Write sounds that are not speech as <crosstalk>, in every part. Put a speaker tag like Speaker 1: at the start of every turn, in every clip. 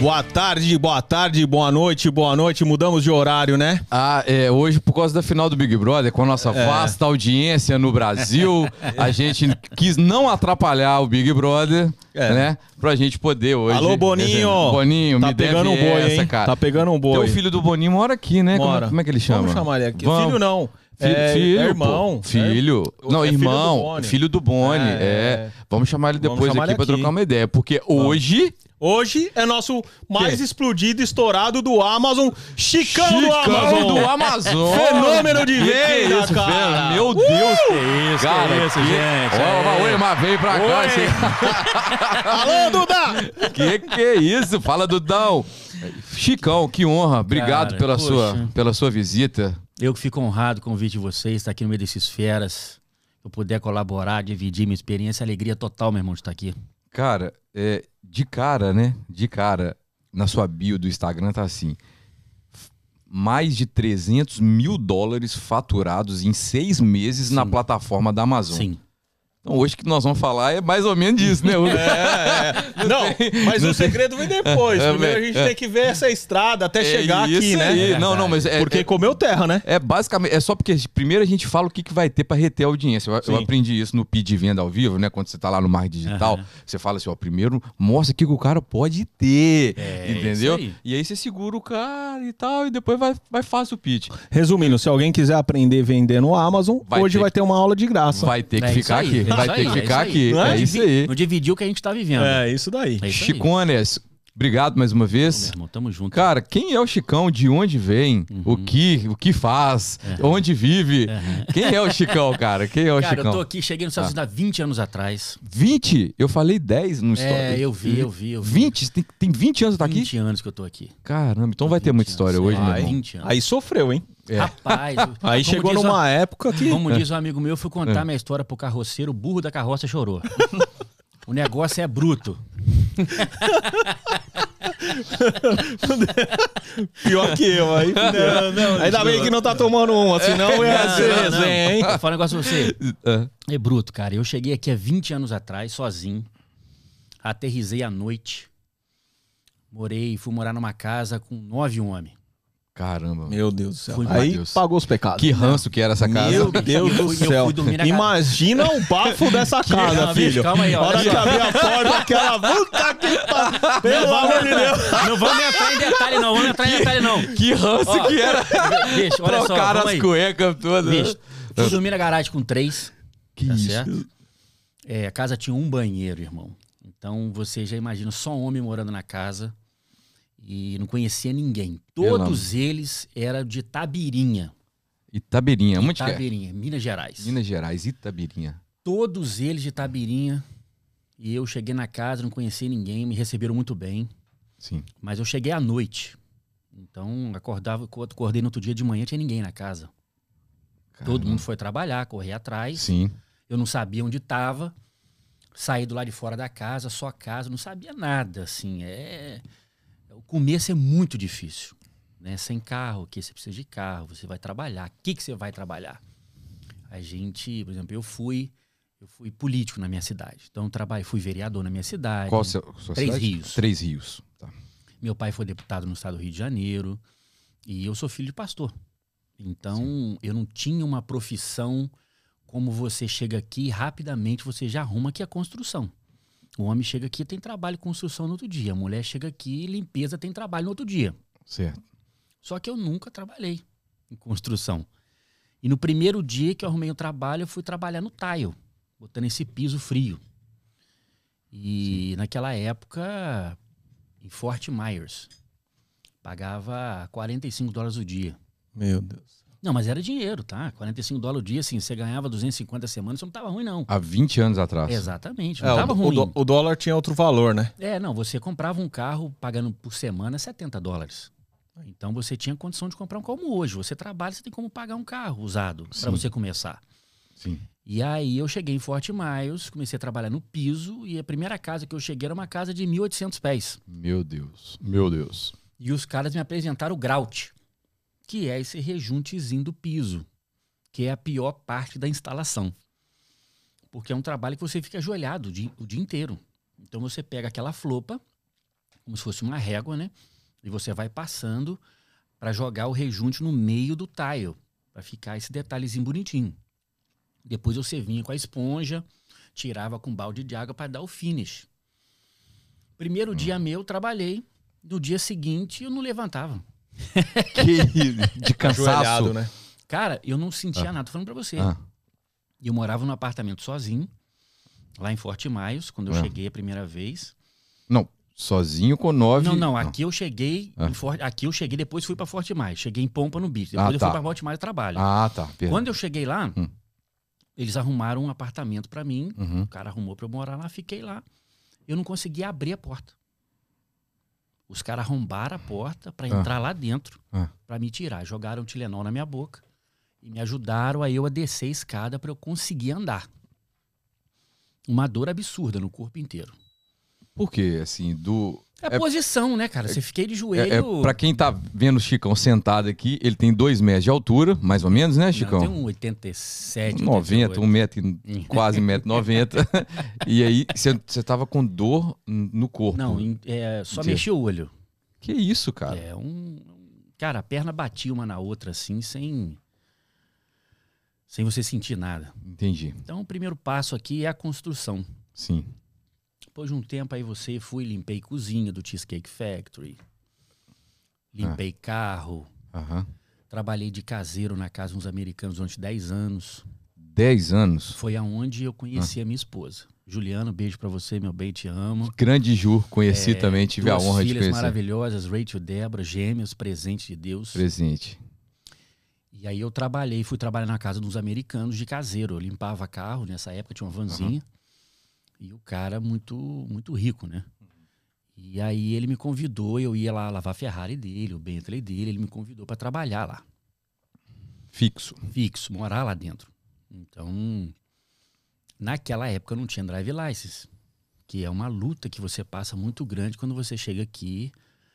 Speaker 1: Boa tarde, boa tarde, boa noite, boa noite. Mudamos de horário, né?
Speaker 2: Ah, é, hoje, por causa da final do Big Brother, com a nossa
Speaker 1: É.
Speaker 2: vasta audiência no Brasil,
Speaker 1: <laughs>
Speaker 2: a gente quis não atrapalhar o Big Brother,
Speaker 1: É.
Speaker 2: né? Pra gente poder hoje.
Speaker 1: Alô, Boninho!
Speaker 2: Quer dizer, Boninho,
Speaker 1: Tá
Speaker 2: me deve
Speaker 1: pegando um boi,
Speaker 2: essa,
Speaker 1: hein?
Speaker 2: cara.
Speaker 1: Tá pegando um boi.
Speaker 2: Tem o filho do Boninho mora aqui, né? Como-
Speaker 1: Bora.
Speaker 2: Como, é que ele chama?
Speaker 1: Vamos chamar ele aqui.
Speaker 2: Vamos.
Speaker 1: Filho não.
Speaker 2: Fi-
Speaker 1: é,
Speaker 2: filho,
Speaker 1: é
Speaker 2: pô.
Speaker 1: irmão.
Speaker 2: Filho.
Speaker 1: É-
Speaker 2: não,
Speaker 1: é filho do
Speaker 2: irmão.
Speaker 1: Boni.
Speaker 2: Filho do Boni.
Speaker 1: É,
Speaker 2: É,
Speaker 1: é.
Speaker 2: Vamos chamar ele
Speaker 1: Vamos
Speaker 2: depois
Speaker 1: chamar
Speaker 2: aqui
Speaker 1: ele
Speaker 2: pra
Speaker 1: aqui.
Speaker 2: trocar uma ideia. Porque hoje.
Speaker 1: Hoje é nosso mais explodido, estourado do Amazon, Chicão, do Amazon.
Speaker 2: do Amazon.
Speaker 1: Fenômeno de
Speaker 2: Que que é
Speaker 1: venda,
Speaker 2: isso,
Speaker 1: cara.
Speaker 2: Fenômeno? Meu Deus, que
Speaker 3: isso,
Speaker 2: cara,
Speaker 3: que isso,
Speaker 2: que-
Speaker 3: gente.
Speaker 2: Ó,
Speaker 3: É.
Speaker 2: Oi, mas vem pra cá.
Speaker 3: Oi.
Speaker 2: Assim,
Speaker 3: <laughs>
Speaker 1: Alô, Duda!
Speaker 2: que que é isso? Fala, Dudão. Chicão, que honra. Obrigado
Speaker 3: Cara,
Speaker 2: pela,
Speaker 3: poxa.
Speaker 2: sua, pela sua visita.
Speaker 3: Eu que fico honrado com o convite de vocês, estar aqui no meio desses feras. Eu puder colaborar, dividir minha experiência, alegria total, meu irmão, de estar aqui.
Speaker 2: Cara, é, de cara, né? De cara, na sua bio do Instagram tá assim: f- mais de 300 mil dólares faturados em seis meses na plataforma da Amazon.
Speaker 3: Sim.
Speaker 2: Então, hoje que nós vamos falar é mais ou menos disso, né? Hugo?
Speaker 1: É, Não, mas o segredo vem depois.
Speaker 2: É,
Speaker 1: Primeiro a
Speaker 2: é.
Speaker 1: gente tem que ver essa estrada até chegar
Speaker 2: isso
Speaker 1: aqui, né?
Speaker 2: aí. Não, não, mas é,
Speaker 1: Porque
Speaker 2: é-
Speaker 1: comeu terra, né?
Speaker 2: É basicamente, é só porque primeiro a gente fala o que, que vai ter para reter a audiência. Eu- Eu,
Speaker 1: Sim.
Speaker 2: aprendi isso no PID de venda ao vivo, né? Quando você tá lá no marketing digital, você fala assim, ó, primeiro mostra o que, que o cara pode ter,
Speaker 3: É,
Speaker 2: entendeu?
Speaker 3: isso aí.
Speaker 2: E aí você segura o cara e tal, e depois vai, vai faz o pitch.
Speaker 1: Resumindo, se alguém quiser aprender a vender no Amazon,
Speaker 2: Vai
Speaker 1: hoje
Speaker 2: ter
Speaker 1: vai ter uma aula de graça.
Speaker 2: Vai ter que
Speaker 3: É isso
Speaker 2: ficar
Speaker 3: aí,
Speaker 2: aqui,
Speaker 3: é isso
Speaker 2: vai
Speaker 3: aí,
Speaker 2: ter que
Speaker 3: é
Speaker 2: ficar
Speaker 3: isso
Speaker 2: aqui,
Speaker 3: aí.
Speaker 2: é isso aí.
Speaker 3: Não dividir o que a gente tá vivendo.
Speaker 1: É, isso daí.
Speaker 3: É isso aí.
Speaker 2: Chicones, obrigado mais uma
Speaker 3: Meu
Speaker 2: vez.
Speaker 3: irmão, tamo junto.
Speaker 2: Cara, quem é o Chicão? De onde vem? O
Speaker 3: Uhum.
Speaker 2: que o que faz? Onde vive? Quem é o Chicão, cara? Quem é o
Speaker 3: Cara,
Speaker 2: Chicão? Ah.
Speaker 3: eu tô aqui, cheguei nos Estados Unidos há 20 anos atrás.
Speaker 2: 20? Eu falei 10 no story.
Speaker 3: É, eu vi, eu vi, eu vi.
Speaker 2: 20? Tem, tem 20 anos que tá aqui?
Speaker 3: 20 anos que eu tô aqui.
Speaker 2: Caramba, então vai ter muita
Speaker 3: 20
Speaker 2: história
Speaker 3: anos,
Speaker 2: hoje,
Speaker 3: é.
Speaker 2: meu
Speaker 3: Ai.
Speaker 2: irmão.
Speaker 3: 20 anos.
Speaker 1: Aí sofreu, hein?
Speaker 2: É. <laughs>
Speaker 3: Rapaz. eu-
Speaker 1: Aí
Speaker 3: Ah, como
Speaker 1: chegou
Speaker 3: diz
Speaker 1: numa época que.
Speaker 3: um- Como diz um amigo meu, eu fui
Speaker 2: É.
Speaker 3: contar minha história pro carroceiro, o burro da carroça chorou. <laughs> o negócio é bruto.
Speaker 1: <laughs> Pior que eu,
Speaker 3: <laughs>
Speaker 1: aí. Não, não, Ainda bem que não tá tomando uma, senão ia
Speaker 3: É. Não,
Speaker 2: assim,
Speaker 1: ser
Speaker 3: não, não.
Speaker 1: resenha, hein?
Speaker 3: Vou falar um negócio pra você.
Speaker 2: É.
Speaker 3: É bruto, cara. Eu cheguei aqui há 20 anos atrás, sozinho. Aterrisei à noite. Morei, fui morar numa casa com nove homens.
Speaker 2: Caramba.
Speaker 1: Meu Deus do céu.
Speaker 2: Fui,
Speaker 1: aí
Speaker 2: Deus.
Speaker 1: pagou os pecados.
Speaker 2: Que ranço que era essa casa.
Speaker 1: Meu
Speaker 3: bicho,
Speaker 1: Deus
Speaker 3: eu
Speaker 1: do
Speaker 3: fui- eu
Speaker 1: céu.
Speaker 3: fui dormir na
Speaker 1: Imagina o
Speaker 3: <laughs>
Speaker 1: bafo dessa casa,
Speaker 3: Não, bicho,
Speaker 1: filho.
Speaker 3: calma aí,
Speaker 1: a
Speaker 3: ó,
Speaker 1: hora que
Speaker 3: olha só.
Speaker 1: abrir a porta, aquela puta que pa- Pelo amor de Deus.
Speaker 3: Não vamos entrar em detalhe, não. Vamos entrar em detalhe, não.
Speaker 2: Que ranço
Speaker 3: Ó,
Speaker 2: que era.
Speaker 3: Bicho, olha só.
Speaker 2: Trocaram
Speaker 3: Vamos
Speaker 2: as
Speaker 3: aí.
Speaker 2: cuecas todas.
Speaker 3: Bicho, fui dormir na garagem com três.
Speaker 2: Que
Speaker 3: tá certo? É, a casa tinha um banheiro, irmão. Então você já imagina só um homem morando na casa e não conhecia ninguém.
Speaker 2: Pelo
Speaker 3: Todos eles eram de Tabirinha.
Speaker 2: Itabeirinha, onde que é?
Speaker 3: Tabirinha, Minas Gerais.
Speaker 2: Minas Gerais, Itabeirinha.
Speaker 3: Todos eles de Tabirinha. E eu cheguei na casa, não conheci ninguém, me receberam muito bem.
Speaker 2: Sim.
Speaker 3: Mas eu cheguei à noite. Então, acordava, acordei no outro dia de manhã, tinha ninguém na casa. Todo
Speaker 2: Caramba.
Speaker 3: mundo foi trabalhar, correr atrás.
Speaker 2: Sim.
Speaker 3: Eu não sabia onde estava. Saí do lado de fora da casa, só a casa, não sabia nada, assim. É... O começo é muito difícil, né? Sem carro, que você precisa de carro, você vai trabalhar. O que, que você vai trabalhar? A gente, por exemplo, eu fui eu fui político na minha cidade. Então, eu trabalhei, fui vereador na minha cidade.
Speaker 2: Qual a sua, sua
Speaker 3: Três
Speaker 2: cidade?
Speaker 3: Rios.
Speaker 2: Três Rios. Tá.
Speaker 3: Meu pai foi deputado no estado do Rio de Janeiro. E eu sou filho de pastor. Então, eu não tinha uma profissão como você chega aqui e rapidamente você já arruma que a construção. O homem chega aqui tem trabalho e construção no outro dia. A mulher chega aqui e limpeza tem trabalho no outro dia.
Speaker 2: Certo.
Speaker 3: Só que eu nunca trabalhei em construção. E no primeiro dia que eu arrumei o trabalho, eu fui trabalhar no tile, botando esse piso frio. E naquela época, em Fort Myers, pagava 45 dólares o dia.
Speaker 1: Meu Deus.
Speaker 3: Não, mas era dinheiro, tá? 45 dólares o dia, assim, você ganhava 250 semanas, isso não tava ruim, não.
Speaker 2: Há 20 anos atrás.
Speaker 3: Exatamente,
Speaker 1: É,
Speaker 3: não
Speaker 1: o-
Speaker 3: tava
Speaker 1: o,
Speaker 3: ruim.
Speaker 1: dó- o dólar tinha outro valor, né?
Speaker 3: É, não, você comprava um carro pagando por semana 70 dólares. Então você tinha condição de comprar um carro como hoje. Você trabalha, você tem como pagar um carro usado para
Speaker 2: Sim.
Speaker 3: você começar.
Speaker 2: Sim.
Speaker 3: E aí eu cheguei em Forte Miles, comecei a trabalhar no piso e a primeira casa que eu cheguei era uma casa de 1.800 pés.
Speaker 2: Meu Deus. Meu Deus.
Speaker 3: E os caras me apresentaram o grout, que é esse rejuntezinho do piso, que é a pior parte da instalação. Porque é um trabalho que você fica ajoelhado o dia, o dia inteiro. Então você pega aquela flopa, como se fosse uma régua, né? E você vai passando para jogar o rejunte no meio do tile, para ficar esse detalhezinho bonitinho. Depois você vinha com a esponja, tirava com um balde de água para dar o finish. Primeiro dia meu, trabalhei. No dia seguinte, eu não levantava. <laughs>
Speaker 2: Que- de cansaço.
Speaker 1: Ajoelhado, né?
Speaker 3: Cara, eu não sentia nada. Tô falando pra você.
Speaker 2: Ah,
Speaker 3: E eu morava num apartamento sozinho, lá em Forte Maios, quando eu
Speaker 2: Ah.
Speaker 3: cheguei a primeira vez.
Speaker 2: não, sozinho com nove.
Speaker 3: Não, não, aqui eu cheguei.
Speaker 2: Ah.
Speaker 3: em Forte- aqui eu cheguei, depois fui pra Forte Maios. Cheguei em Pompa no Bicho. Depois
Speaker 2: Ah,
Speaker 3: eu
Speaker 2: tá.
Speaker 3: fui pra Forte Maios trabalho.
Speaker 2: Ah, tá. Perdão.
Speaker 3: Quando eu cheguei lá,
Speaker 2: Hum.
Speaker 3: eles arrumaram um apartamento pra mim.
Speaker 2: Uhum.
Speaker 3: O cara arrumou pra eu morar lá, fiquei lá. Eu não conseguia abrir a porta. Os caras arrombaram a porta pra entrar lá dentro,
Speaker 2: Ah.
Speaker 3: pra me tirar. Jogaram Tilenol na minha boca e me ajudaram a eu a descer a escada pra eu conseguir andar. Uma dor absurda no corpo inteiro.
Speaker 2: Por quê? Assim, do.
Speaker 3: É, a posição, né, cara? Você fiquei de joelho.
Speaker 2: É, é, pra quem tá vendo o Chicão sentado aqui, ele tem dois metros de altura, mais ou menos, né, Chicão?
Speaker 3: Tem um 87,
Speaker 2: 90,
Speaker 3: 88.
Speaker 2: um metro,
Speaker 3: <laughs>
Speaker 2: e- quase 1,90m. <laughs> e aí, você tava com dor no corpo.
Speaker 3: Não, em- é, só
Speaker 2: Entendi.
Speaker 3: mexer o olho.
Speaker 2: Que isso, cara?
Speaker 3: É um. Cara, a perna batia uma na outra assim, sem. Sem você sentir nada.
Speaker 2: Entendi.
Speaker 3: Então, o primeiro passo aqui é a construção.
Speaker 2: Sim.
Speaker 3: Depois de um tempo, aí você fui, limpei cozinha do Cheesecake Factory. Limpei
Speaker 2: Ah.
Speaker 3: carro.
Speaker 2: Aham.
Speaker 3: Trabalhei de caseiro na casa dos americanos durante 10 anos.
Speaker 2: 10 anos.
Speaker 3: Foi aonde eu
Speaker 2: Ah.
Speaker 3: conheci a minha esposa. Juliano, beijo pra você, meu bem, te amo.
Speaker 2: Grande Ju, conheci também, tive a
Speaker 3: É, Duas
Speaker 2: honra de
Speaker 3: filhas
Speaker 2: conhecer.
Speaker 3: maravilhosas, Rachel e Débora, gêmeos, presente de Deus.
Speaker 2: Presente.
Speaker 3: E aí eu trabalhei, fui trabalhar na casa dos americanos de caseiro. Eu limpava carro, nessa época tinha uma vanzinha. E o cara muito muito rico, né? E aí ele me convidou, eu ia lá lavar a Ferrari dele, o Bentley dele, ele me convidou para trabalhar lá,
Speaker 2: Fixo.
Speaker 3: fixo, morar lá dentro. Então, naquela época eu não tinha drive license, que é uma luta que você passa muito grande quando você chega aqui.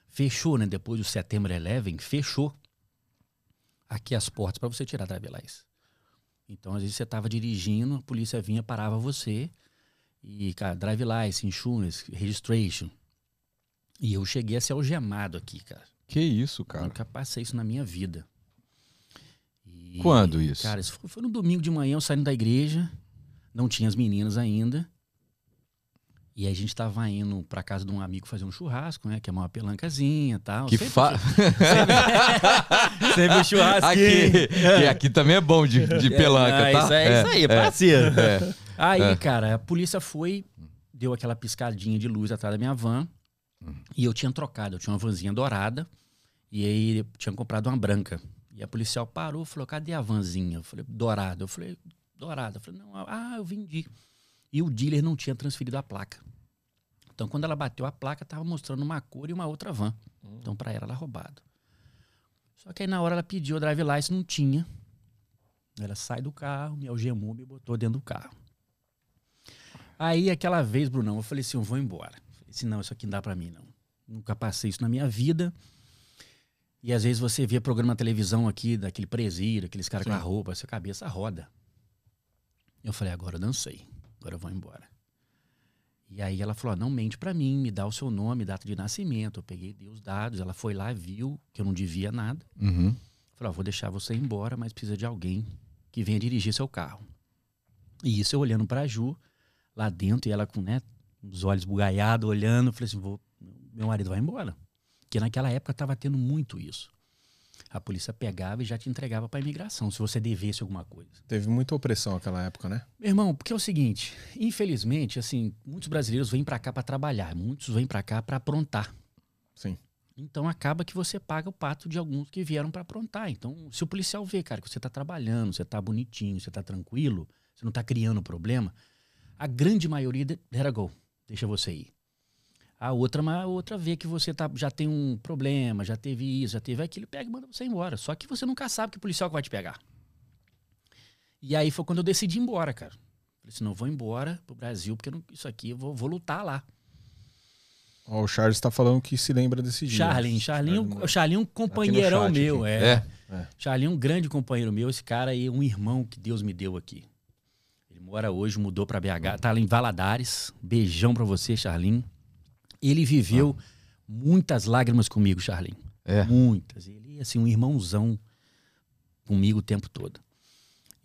Speaker 3: Fechou, né? Depois do Setembro 11, fechou aqui as portas para você tirar a drive license. Então, às vezes você estava dirigindo, a polícia vinha, parava você. E, cara, drive license, insurance, registration. E eu cheguei a ser algemado aqui, cara.
Speaker 2: Que isso, cara?
Speaker 3: Nunca passei isso na minha vida. E,
Speaker 2: Quando isso?
Speaker 3: Cara, isso foi, foi no domingo de manhã, eu saindo da igreja, não tinha as meninas ainda. E aí a gente tava indo pra casa de um amigo fazer um churrasco, né? Que é uma pelancazinha e tal.
Speaker 2: que
Speaker 3: Sempre-
Speaker 2: fa...
Speaker 3: <laughs> Sempre o churrasco.
Speaker 2: aqui, que aqui também é bom de, de pelanca, tá?
Speaker 3: Isso é, isso aí, parceiro.
Speaker 2: É.
Speaker 3: Aí, cara, a polícia foi, deu aquela piscadinha de luz atrás da minha van. E eu tinha trocado, eu tinha uma vanzinha dourada. E aí eu tinha comprado uma branca. E a policial parou, falou: cadê a vanzinha? Eu falei: dourada. Eu falei: dourada. Eu falei: não, ah, eu vendi. E o dealer não tinha transferido a placa. Então, quando ela bateu a placa, tava mostrando uma cor e uma outra van. Então, para ela, era roubado. Só que aí, na hora, ela pediu o drive license, não tinha. Ela sai do carro, me algemou, me botou dentro do carro. Aí, aquela vez, Brunão, eu falei assim, eu vou embora. Eu Falei assim, não, isso aqui não dá pra mim, não. Nunca passei isso na minha vida. E, às vezes, você vê programa na televisão aqui, daquele presídio, aqueles caras com a roupa, sua cabeça roda. Eu falei, agora eu dancei. Agora eu vou embora. E aí ela falou, ó, não mente pra mim, me dá o seu nome, data de nascimento. Eu peguei, dei os dados, ela foi lá, viu que eu não devia nada.
Speaker 2: Uhum.
Speaker 3: Falei, ó, vou deixar você ir embora, mas precisa de alguém que venha dirigir seu carro. E isso eu olhando pra Ju, lá dentro, e ela com né, os olhos bugaiados, olhando, eu falei assim, vou, meu marido vai embora. Porque naquela época tava tendo muito isso. A polícia pegava e já te entregava pra imigração, se você devesse alguma coisa.
Speaker 1: Teve muita opressão naquela época, né?
Speaker 3: Meu irmão, porque é o seguinte, infelizmente, assim, muitos brasileiros vêm pra cá pra trabalhar, muitos vêm pra cá pra aprontar.
Speaker 1: Sim.
Speaker 3: Então acaba que você paga o pato de alguns que vieram pra aprontar. Então, se o policial vê, cara, que você tá trabalhando, você tá bonitinho, você tá tranquilo, você não tá criando problema, a grande maioria de, let it go, deixa você ir. A outra, ma- a outra vê que você tá, já tem um problema, já teve isso, já teve aquilo, pega e manda você embora. Só que você nunca sabe que policial que vai te pegar. E aí foi quando eu decidi ir embora, cara. Falei assim, não, eu vou embora pro Brasil, porque eu não- isso aqui eu vou, vou lutar lá.
Speaker 1: Ó, o Charles tá falando que se lembra desse dia.
Speaker 3: Charlin, Charlin,
Speaker 1: Charlin-
Speaker 3: o Charlin é um companheirão
Speaker 1: chat
Speaker 3: meu,
Speaker 1: aqui.
Speaker 3: é.
Speaker 2: É.
Speaker 3: Charlin é um grande companheiro meu, esse cara aí é um irmão que Deus me deu aqui. Ele mora hoje, mudou pra BH, tá lá em Valadares. Beijão pra você, Charlin. Ele viveu muitas lágrimas comigo, Charlin.
Speaker 2: É.
Speaker 3: Muitas. Ele, assim, um irmãozão comigo o tempo todo.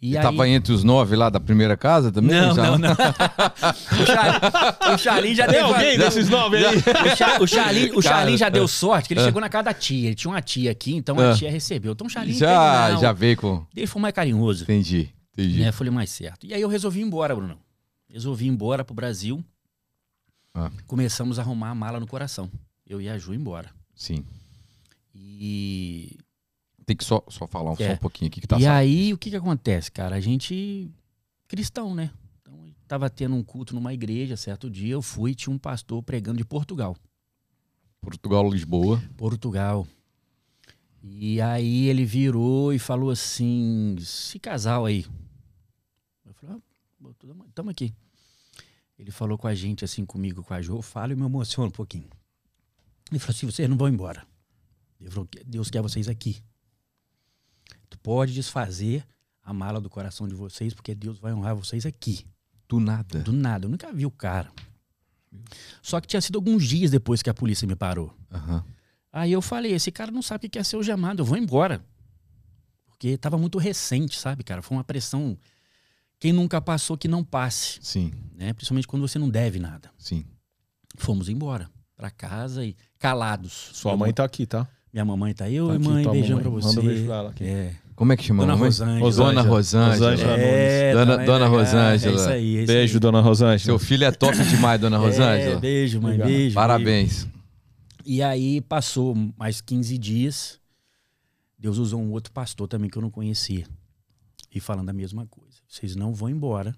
Speaker 3: E
Speaker 2: Ele tava entre os nove lá da primeira casa também?
Speaker 3: Não,
Speaker 2: já?
Speaker 3: não, não. <laughs> o, Char... o Charlin já
Speaker 1: Tem
Speaker 3: deu.
Speaker 1: alguém desses nove aí?
Speaker 3: O, Cha- o Charlin, o
Speaker 2: Cara,
Speaker 3: Charlin já
Speaker 2: é.
Speaker 3: deu sorte, que ele chegou na casa da tia. Ele tinha uma tia aqui, então
Speaker 2: É.
Speaker 3: a tia recebeu. Então o Charlin
Speaker 2: Já,
Speaker 3: teve, não.
Speaker 2: já veio com.
Speaker 3: Ele foi mais carinhoso.
Speaker 2: Entendi. Entendi.
Speaker 3: Né? Falei, mais certo. E aí eu resolvi ir embora, Bruno. Resolvi ir embora pro Brasil.
Speaker 2: Ah.
Speaker 3: Começamos a arrumar a mala no coração. Eu e a Ju embora.
Speaker 2: Sim.
Speaker 3: E
Speaker 2: Tem que só, só falar um- só
Speaker 3: É.
Speaker 2: um pouquinho aqui que tá
Speaker 3: e
Speaker 2: saindo.
Speaker 3: aí, o que que acontece, cara? A gente cristão, né? Então, eu tava tendo um culto numa igreja, certo dia eu fui, tinha um pastor pregando de Portugal.
Speaker 2: Portugal, Lisboa.
Speaker 3: Portugal. E aí ele virou e falou assim: "Se casal aí". Eu falei: ah, tamo- "Tamo aqui". Ele falou com a gente assim comigo, com a Jo, eu falo e me emociono um pouquinho. Ele falou assim: "Vocês não vão embora. Ele falou, Deus quer vocês aqui. Tu pode desfazer a mala do coração de vocês, porque Deus vai honrar vocês aqui".
Speaker 2: Do nada.
Speaker 3: Do nada, eu nunca vi o cara. Só que tinha sido alguns dias depois que a polícia me parou.
Speaker 2: Aham.
Speaker 3: Aí eu falei, esse cara não sabe o que é ser o gemado, eu vou embora. Porque tava muito recente, sabe, cara? Foi uma pressão. Quem nunca passou, que não passe,
Speaker 2: Sim,
Speaker 3: né? Principalmente quando você não deve nada.
Speaker 2: sim.
Speaker 3: Fomos embora, pra casa e calados.
Speaker 1: Sua mãe tá aqui, tá?
Speaker 3: Minha mamãe tá aí,
Speaker 1: Tá
Speaker 3: oi
Speaker 1: aqui
Speaker 3: mãe,
Speaker 1: tua
Speaker 3: beijão
Speaker 1: mamãe.
Speaker 3: pra você.
Speaker 1: Manda um beijo pra ela aqui.
Speaker 3: É,
Speaker 2: Como é que chama
Speaker 3: Dona
Speaker 2: a mamãe?
Speaker 3: Rosângela.
Speaker 2: Dona Rosângela.
Speaker 1: Rosângela.
Speaker 3: É,
Speaker 2: Dona-
Speaker 3: tá
Speaker 2: Dona
Speaker 3: legal,
Speaker 2: Rosângela.
Speaker 3: É isso aí. é isso
Speaker 1: Beijo,
Speaker 3: aí.
Speaker 1: dona Rosângela.
Speaker 2: Seu filho é top demais, dona
Speaker 3: É,
Speaker 2: Rosângela.
Speaker 3: beijo, mãe,
Speaker 1: Obrigado.
Speaker 3: beijo. beijo.
Speaker 2: Parabéns.
Speaker 3: E aí passou mais 15 dias. Deus usou um outro pastor também que eu não conhecia. E falando a mesma coisa. Vocês não vão embora.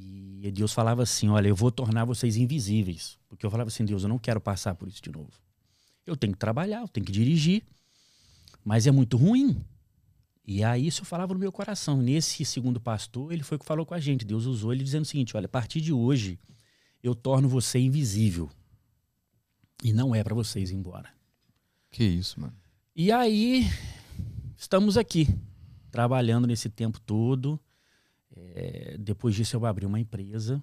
Speaker 3: E Deus falava assim: Olha, eu vou tornar vocês invisíveis. Porque eu falava assim: Deus, eu não quero passar por isso de novo. Eu tenho que trabalhar, eu tenho que dirigir. Mas é muito ruim. E aí isso eu falava no meu coração. Nesse segundo pastor, ele foi o que falou com a gente. Deus usou ele dizendo o seguinte: Olha, a partir de hoje, eu torno você invisível. E não é para vocês ir embora.
Speaker 2: Que isso, mano.
Speaker 3: E aí, estamos aqui, trabalhando nesse tempo todo. É, depois disso, eu abri uma empresa,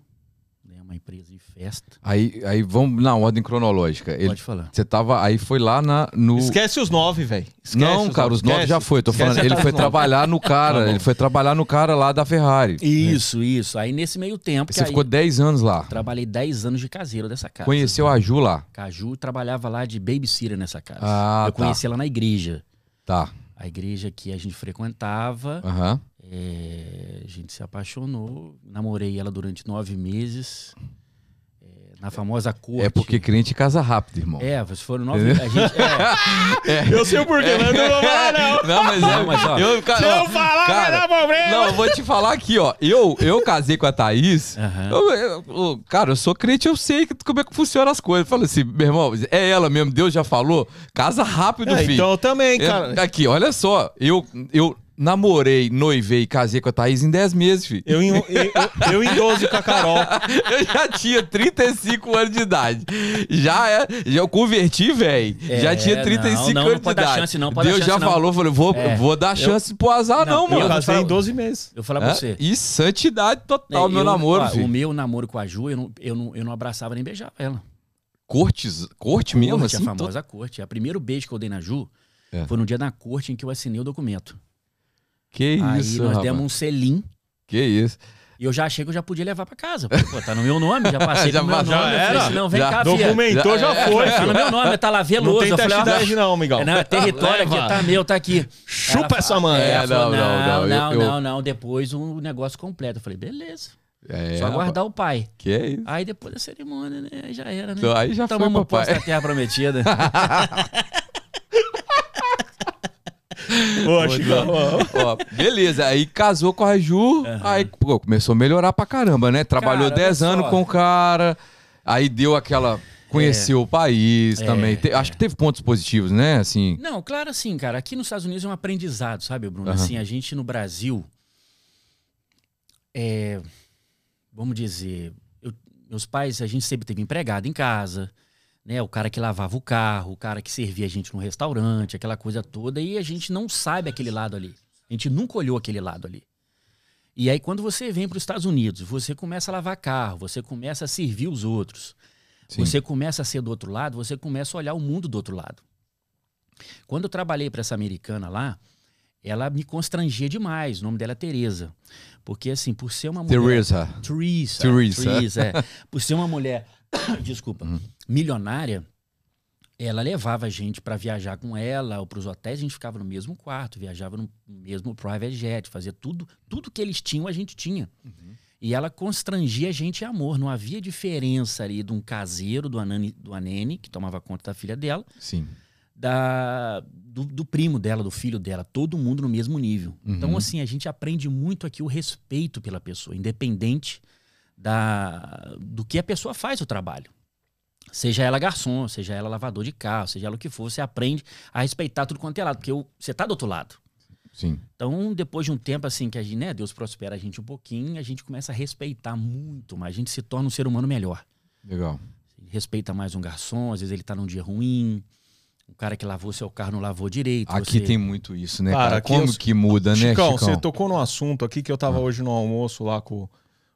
Speaker 3: né, uma empresa de festa.
Speaker 2: Aí, aí vamos na ordem cronológica. Ele-
Speaker 3: Pode falar.
Speaker 2: você tava, aí foi lá na, no...
Speaker 1: Esquece os nove, velho. Esquece
Speaker 2: não, cara, os nove
Speaker 1: esquece.
Speaker 2: já foi. Tô
Speaker 1: Esquece
Speaker 2: falando,
Speaker 1: já
Speaker 2: ele
Speaker 1: tá
Speaker 2: foi
Speaker 1: os nove.
Speaker 2: trabalhar no cara,
Speaker 1: Tá bom.
Speaker 2: ele foi trabalhar no cara lá da Ferrari.
Speaker 3: Isso, É. isso. Aí, nesse meio tempo, que
Speaker 2: Você
Speaker 3: aí,
Speaker 2: ficou 10 anos lá.
Speaker 3: trabalhei 10 anos de caseiro dessa casa.
Speaker 2: Conheceu
Speaker 1: tá
Speaker 2: a Ju lá.
Speaker 3: Caju trabalhava lá de babysitter nessa casa.
Speaker 2: Ah,
Speaker 3: eu
Speaker 2: tá.
Speaker 3: conheci ela na igreja.
Speaker 2: Tá.
Speaker 3: A igreja que a gente frequentava.
Speaker 2: Aham.
Speaker 3: É, a gente se apaixonou, namorei ela durante nove meses, é, na famosa corte.
Speaker 2: É porque crente casa rápido, irmão.
Speaker 3: É, vocês foram nove a gente, é,
Speaker 1: Eu sei o porquê, mas não vou falar, não.
Speaker 2: Não, mas é, mas ó. Eu, cara,
Speaker 1: Se eu
Speaker 2: ó,
Speaker 1: falar, vai
Speaker 2: cara,
Speaker 1: dar problema.
Speaker 2: Não, eu vou te falar aqui, ó. Eu, eu casei com a Thaís.
Speaker 3: Aham.
Speaker 2: Eu- eu- eu- cara, eu sou crente, eu sei que- como é que funciona as coisas. Eu falo assim, meu irmão, é ela mesmo, Deus já falou. Casa rápido,
Speaker 1: É,
Speaker 2: filho.
Speaker 1: então eu também,
Speaker 2: Eu-
Speaker 1: cara.
Speaker 2: aqui, olha só. Eu, eu namorei, noivei e casei com a Thaís em 10 meses,
Speaker 3: <laughs>
Speaker 2: filho.
Speaker 1: Eu em, um, eu, eu em 12 com a Carol.
Speaker 2: Eu já tinha 35 anos de idade. Já, é- já eu converti, velho.
Speaker 3: É,
Speaker 2: já tinha
Speaker 3: não,
Speaker 2: 35
Speaker 3: não, não
Speaker 2: anos de
Speaker 3: pode dar
Speaker 2: idade.
Speaker 3: chance, não, pode
Speaker 2: Deus
Speaker 3: dar chance,
Speaker 2: já
Speaker 3: não.
Speaker 2: falou, falei, vou,
Speaker 3: É.
Speaker 2: vou dar chance pro azar, não,
Speaker 3: Não,
Speaker 1: Eu
Speaker 2: mano.
Speaker 1: casei em
Speaker 3: falando.
Speaker 1: 12 meses.
Speaker 3: eu falava pra
Speaker 2: É?
Speaker 3: você. É,
Speaker 2: E santidade total, meu
Speaker 3: eu- ah,
Speaker 2: namoro,
Speaker 3: ó,
Speaker 2: filho.
Speaker 3: O meu namoro com a Ju, eu não, eu não, eu não abraçava nem beijava ela.
Speaker 2: Cortes, corte mesmo,
Speaker 3: corte, é
Speaker 2: assim?
Speaker 3: a famosa corte. O primeiro beijo que eu dei na Ju
Speaker 2: É.
Speaker 3: foi no dia da corte em que eu assinei o documento.
Speaker 2: to- Que
Speaker 3: Aí
Speaker 2: isso,
Speaker 3: nós
Speaker 2: rapaz.
Speaker 3: demos um selim
Speaker 2: Que isso.
Speaker 3: e eu já achei que eu já podia levar pra casa. Pô, tá no meu
Speaker 2: <laughs>
Speaker 3: nome, já passei
Speaker 2: Já
Speaker 3: já, no meu
Speaker 2: passou,
Speaker 3: nome.
Speaker 1: já
Speaker 3: eu falei
Speaker 1: era.
Speaker 3: assim, não, vem
Speaker 2: Já.
Speaker 3: cá, filha.
Speaker 1: Documentou, já, foi.
Speaker 3: Tá no
Speaker 1: filho.
Speaker 3: meu nome, tá lá
Speaker 1: Não
Speaker 3: veloso.
Speaker 1: tem
Speaker 3: Eu falei, ó,
Speaker 1: testidade, não, Miguel.
Speaker 3: É, não, é território aqui,
Speaker 1: Leva.
Speaker 3: tá meu, tá aqui.
Speaker 1: Chupa
Speaker 3: Ela
Speaker 1: essa
Speaker 3: fa-
Speaker 1: mãe.
Speaker 3: É,
Speaker 2: É,
Speaker 3: ela
Speaker 2: não,
Speaker 3: falou,
Speaker 2: não,
Speaker 3: não, não,
Speaker 2: eu-
Speaker 3: não,
Speaker 2: eu-
Speaker 3: não, Depois o negócio completo. Eu falei, beleza,
Speaker 2: É,
Speaker 3: só
Speaker 2: rapaz.
Speaker 3: aguardar o pai.
Speaker 2: Que isso.
Speaker 3: Aí depois da cerimônia, né? aí Já era, né?
Speaker 2: Então, aí já foi,
Speaker 3: Tomamos posse
Speaker 2: papai.
Speaker 3: da terra prometida.
Speaker 2: <laughs>
Speaker 1: Ô, Chico, ó.
Speaker 2: Ó, beleza, aí casou com a Ju, aí pô, começou a melhorar pra caramba, né? Trabalhou
Speaker 3: Cara,
Speaker 2: 10
Speaker 3: olha
Speaker 2: anos
Speaker 3: só.
Speaker 2: com o cara, aí deu aquela.
Speaker 3: É.
Speaker 2: Conheceu o país também. Te- acho que teve pontos positivos, né? Assim.
Speaker 3: Não, claro assim, cara. Aqui nos Estados Unidos é um aprendizado, sabe, Bruno? Assim, a gente no Brasil. é, vamos dizer. eu- meus pais, a gente sempre teve empregado em casa, né? O cara que lavava o carro, o cara que servia a gente no restaurante, aquela coisa toda. E a gente não sabe aquele lado ali. A gente nunca olhou aquele lado ali. E aí, quando você vem para os Estados Unidos, você começa a lavar carro, você começa a servir os outros.
Speaker 2: Sim.
Speaker 3: Você é começa a ser do outro lado, você começa a olhar o mundo do outro lado. Quando eu trabalhei para essa americana lá, ela me constrangia demais. O nome dela é Tereza. Porque, assim, por ser uma mulher.
Speaker 2: Teresa.
Speaker 3: Teresa.
Speaker 2: Teresa.
Speaker 3: Teresa, é. Por ser uma mulher, <coughs> desculpa, milionária, ela levava a gente para viajar com ela ou para os hotéis, a gente ficava no mesmo quarto, viajava no mesmo private jet, fazia tudo, tudo que eles tinham, a gente tinha. E ela constrangia a gente em amor. Não havia diferença ali de um caseiro, do Anani, do Anene, que tomava conta da filha dela,
Speaker 2: Sim.
Speaker 3: da, do, do primo dela, do filho dela, todo mundo no mesmo nível.
Speaker 2: Uhum.
Speaker 3: Então, assim, a gente aprende muito aqui o respeito pela pessoa, independente da, do que a pessoa faz o trabalho. Seja ela garçom, seja ela lavador de carro, seja ela o que for, você aprende a respeitar tudo quanto é lado, porque o- você tá do outro lado.
Speaker 2: Sim.
Speaker 3: Então, depois de um tempo assim que a gente, né, Deus prospera a gente um pouquinho, a gente começa a respeitar muito, mas a gente se torna um ser humano melhor
Speaker 2: Legal.
Speaker 3: respeita mais um garçom, às vezes ele tá num dia ruim, o cara que lavou seu carro não lavou direito.
Speaker 2: Aqui
Speaker 3: você-
Speaker 2: tem muito isso, né,
Speaker 1: Cara,
Speaker 2: cara?
Speaker 1: aqui
Speaker 2: Como
Speaker 1: os-
Speaker 2: que muda, né,
Speaker 1: Chicão,
Speaker 2: Chicão?
Speaker 1: você tá- tocou num assunto aqui que eu
Speaker 3: Ah.
Speaker 1: tava hoje no almoço lá com,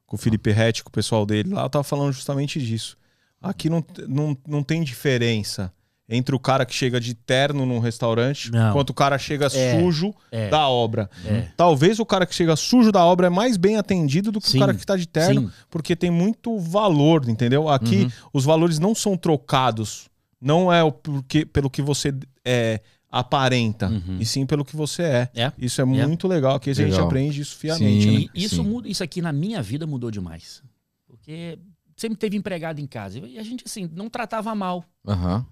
Speaker 1: com o Felipe Rett, com o pessoal dele lá, eu tava falando justamente disso. Aqui não, te- não, não tem diferença entre o cara que chega de terno num restaurante
Speaker 3: Não.
Speaker 1: quanto o cara chega
Speaker 3: É,
Speaker 1: sujo
Speaker 3: é.
Speaker 1: da obra.
Speaker 3: É.
Speaker 1: Talvez o cara que chega sujo da obra é mais bem atendido do que
Speaker 3: Sim,
Speaker 1: o cara que tá de terno,
Speaker 3: sim.
Speaker 1: porque tem muito valor, entendeu? Aqui os valores não são trocados. Não é o porque, pelo que você é, aparenta, e sim pelo que você é.
Speaker 3: É.
Speaker 1: Isso é muito legal, aqui a gente
Speaker 2: Legal.
Speaker 1: aprende isso fiamente,
Speaker 2: Sim.
Speaker 1: né?
Speaker 3: E isso,
Speaker 2: Sim.
Speaker 3: muda, isso aqui na minha vida mudou demais. Porque sempre teve empregado em casa. E a gente, assim, não tratava mal,
Speaker 2: Aham,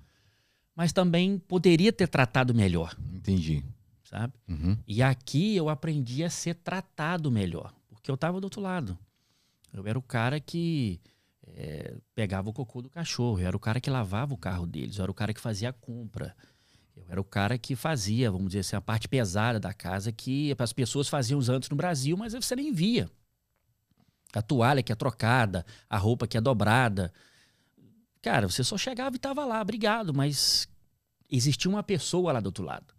Speaker 3: mas também poderia ter tratado melhor,
Speaker 2: entendi.
Speaker 3: sabe?
Speaker 2: Uhum.
Speaker 3: E aqui eu aprendi a ser tratado melhor, porque eu tava do outro lado. Eu era o cara que eh, pegava o cocô do cachorro, eu era o cara que lavava o carro deles, eu era o cara que fazia a compra. Eu era o cara que fazia, vamos dizer assim, a parte pesada da casa que as pessoas faziam antes no Brasil, mas você nem via. A toalha que é trocada, a roupa que é dobrada. Cara, você só chegava e tava lá, obrigado, mas existia uma pessoa lá do outro lado.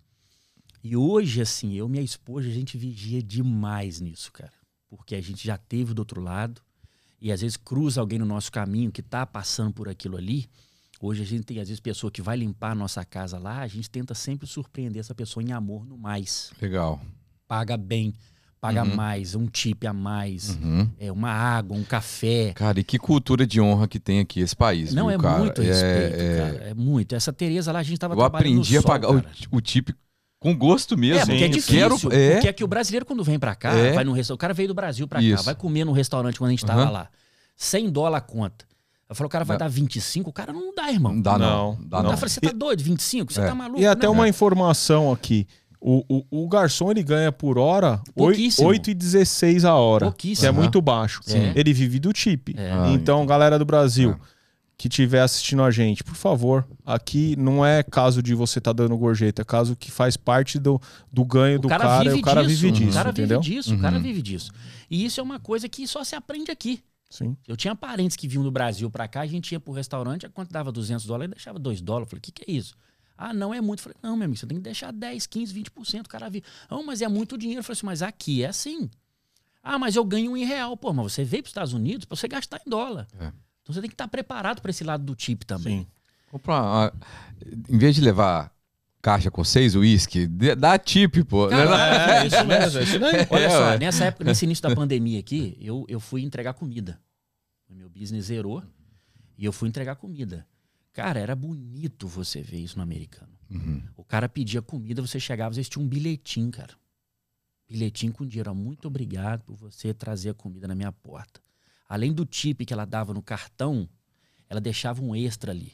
Speaker 3: E hoje, assim, eu e minha esposa, a gente vigia demais nisso, cara. Porque a gente já teve do outro lado e às vezes cruza alguém no nosso caminho que tá passando por aquilo ali. Hoje a gente tem, às vezes, pessoa que vai limpar a nossa casa lá, a gente tenta sempre surpreender essa pessoa em amor no mais.
Speaker 2: Legal.
Speaker 3: Paga bem, paga
Speaker 2: Uhum.
Speaker 3: mais, um tip a mais,
Speaker 2: Uhum.
Speaker 3: é uma água, um café.
Speaker 2: Cara, e que cultura de honra que tem aqui esse país,
Speaker 3: Não,
Speaker 2: viu,
Speaker 3: é
Speaker 2: cara?
Speaker 3: muito respeito, cara. É muito. Essa Tereza lá, a gente tava
Speaker 2: Eu
Speaker 3: trabalhando no
Speaker 2: aprendi a
Speaker 3: sol,
Speaker 2: pagar o,
Speaker 3: cara.
Speaker 2: o tip com gosto
Speaker 3: É,
Speaker 2: mesmo.
Speaker 3: porque é
Speaker 1: Sim,
Speaker 3: difícil.
Speaker 2: Quero- é,
Speaker 3: Porque é que o brasileiro, quando vem pra cá,
Speaker 2: É.
Speaker 3: vai num restaurante. O cara veio do Brasil pra cá,
Speaker 2: Isso.
Speaker 3: vai comer num restaurante quando a gente tava
Speaker 2: Aham.
Speaker 3: lá. 100 dólares a conta. Eu falo, o cara vai
Speaker 2: Não.
Speaker 3: dar 25? O cara não dá,
Speaker 2: Não
Speaker 3: irmão.
Speaker 2: dá não.
Speaker 1: Não,
Speaker 2: dá
Speaker 3: Eu
Speaker 2: não.
Speaker 3: falo, você tá doido? 25? Você
Speaker 2: É.
Speaker 3: tá maluco?
Speaker 1: E até
Speaker 3: Não.
Speaker 1: uma informação aqui. O, o, o garçom ele ganha por hora oi-
Speaker 3: Pouquíssimo.
Speaker 1: 8,16 a hora.
Speaker 3: Pouquíssimo.
Speaker 1: Que é
Speaker 2: Aham.
Speaker 1: muito baixo.
Speaker 3: Sim.
Speaker 1: Ele vive do tip.
Speaker 3: É.
Speaker 2: Ah,
Speaker 1: Então, galera do Brasil
Speaker 2: Ah.
Speaker 1: que estiver assistindo a gente, por favor, aqui não é caso de você tá dando gorjeta, é caso que faz parte do, do ganho do cara, e o cara vive disso,
Speaker 3: O cara
Speaker 1: entendeu?
Speaker 3: vive disso, o cara
Speaker 2: Uhum.
Speaker 3: vive disso. E isso é uma coisa que só se aprende aqui.
Speaker 1: Sim.
Speaker 3: Eu tinha parentes que vinham do Brasil pra cá, a gente ia pro restaurante, a conta dava 200 dólares, deixava 2 dólares. Eu Falei, o que, que é isso? Ah, não é muito. Eu Falei, não, meu amigo, você tem que deixar 10, 15, 20%. O cara viu. Ah, mas é muito dinheiro. Eu Falei assim, mas aqui é assim. Ah, mas eu ganho um em real. Pô, mas você veio pros Estados Unidos pra você gastar em dólar.
Speaker 2: É.
Speaker 3: Então você tem que estar preparado pra esse lado do tip também.
Speaker 1: Sim.
Speaker 2: Compra uma- ah, em vez de levar caixa com seis uísque, dê- dá tip, pô.
Speaker 1: É, é isso mesmo, é isso daí.
Speaker 3: <laughs> Olha
Speaker 2: É,
Speaker 3: só,
Speaker 2: ué.
Speaker 3: nessa época, nesse início da pandemia aqui, eu, eu fui entregar comida. O meu business zerou e eu fui entregar comida. Cara, era bonito você ver isso no americano.
Speaker 2: Uhum.
Speaker 3: O cara pedia comida, você chegava, vocês tinham um bilhetinho, cara. Bilhetinho com dinheiro. ó, Muito obrigado por você trazer a comida na minha porta. Além do tip que ela dava no cartão, ela deixava um extra ali.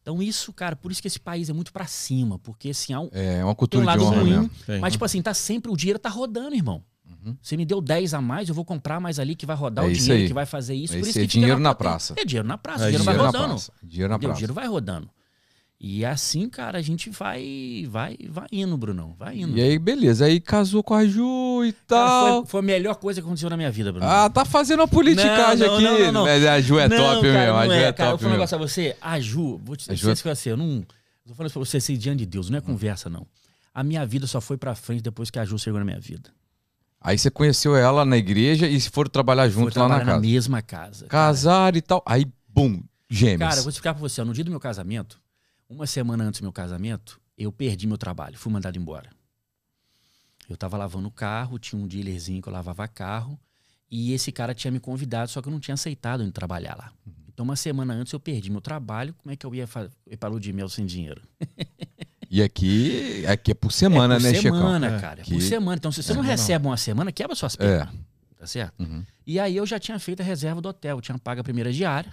Speaker 3: Então isso, cara, por isso que esse país é muito pra cima, porque assim, há um,
Speaker 2: É uma
Speaker 3: tem um
Speaker 2: cultura de
Speaker 3: lado
Speaker 2: honra
Speaker 3: ruim,
Speaker 2: mesmo.
Speaker 1: Tem.
Speaker 3: mas, tipo assim, tá sempre. O dinheiro tá rodando, irmão.
Speaker 2: Uhum.
Speaker 3: Você me deu 10 a mais, eu vou comprar mais ali que vai rodar
Speaker 2: É
Speaker 3: o
Speaker 2: isso
Speaker 3: dinheiro
Speaker 2: aí.
Speaker 3: que vai fazer isso.
Speaker 2: É
Speaker 3: Por
Speaker 2: isso
Speaker 3: isso
Speaker 2: aí,
Speaker 3: que fica
Speaker 2: dinheiro
Speaker 3: na
Speaker 2: na
Speaker 3: pro- tem-
Speaker 2: praça.
Speaker 3: É dinheiro na praça,
Speaker 1: É
Speaker 3: o dinheiro vai
Speaker 2: Dinheiro na
Speaker 3: rodando.
Speaker 2: praça. Dinheiro na
Speaker 3: entendeu? O
Speaker 2: praça.
Speaker 3: dinheiro vai rodando. E assim, cara, a gente vai, vai, vai indo, Brunão. Vai indo.
Speaker 2: E aí, beleza. Aí casou com a Ju e
Speaker 3: Cara,
Speaker 2: tal.
Speaker 3: foi, foi a melhor coisa que aconteceu na minha vida, Brunão.
Speaker 2: Ah, tá fazendo uma politicagem
Speaker 3: Não, não,
Speaker 2: aqui.
Speaker 3: não, não, não.
Speaker 2: Mas a Ju é
Speaker 3: não,
Speaker 2: top
Speaker 3: cara,
Speaker 2: mesmo. A
Speaker 3: Não
Speaker 2: Ju
Speaker 3: é,
Speaker 2: é top
Speaker 3: cara, eu vou falar um negócio
Speaker 2: mesmo.
Speaker 3: a você. A Ju, vou te
Speaker 2: A
Speaker 3: dizer
Speaker 2: Ju é- Hum.
Speaker 3: isso que assim, eu não. eu Tô falando isso pra você assim, diante de Deus, não é conversa, não. A minha vida só foi pra frente depois que a Ju chegou na minha vida.
Speaker 2: Aí você conheceu ela na igreja e foram trabalhar
Speaker 3: Foi
Speaker 2: junto lá
Speaker 3: trabalhar
Speaker 2: na
Speaker 3: na
Speaker 2: casa.
Speaker 3: mesma casa.
Speaker 2: Casaram e tal. Aí, bum. Gêmeos.
Speaker 3: Cara, eu vou explicar pra você. ó, No dia do meu casamento, uma semana antes do meu casamento, eu perdi meu trabalho. Fui mandado embora. Eu tava lavando o carro, tinha um dealerzinho que eu lavava carro. E esse cara tinha me convidado, só que eu não tinha aceitado ele trabalhar lá.
Speaker 2: Uhum.
Speaker 3: Então, uma semana antes, eu perdi meu trabalho. Como é que eu ia fa- ir para o de mel sem dinheiro?
Speaker 2: E aqui, aqui é por semana,
Speaker 3: é por
Speaker 2: né, Checão?
Speaker 3: semana,
Speaker 1: É,
Speaker 3: cara. É
Speaker 2: que-
Speaker 3: por semana. Então, se você não
Speaker 1: Semana não.
Speaker 3: recebe uma semana, quebra suas
Speaker 2: É.
Speaker 3: pernas. Tá certo?
Speaker 2: Uhum.
Speaker 3: E aí eu já tinha feito a reserva do hotel, eu tinha pago a primeira diária,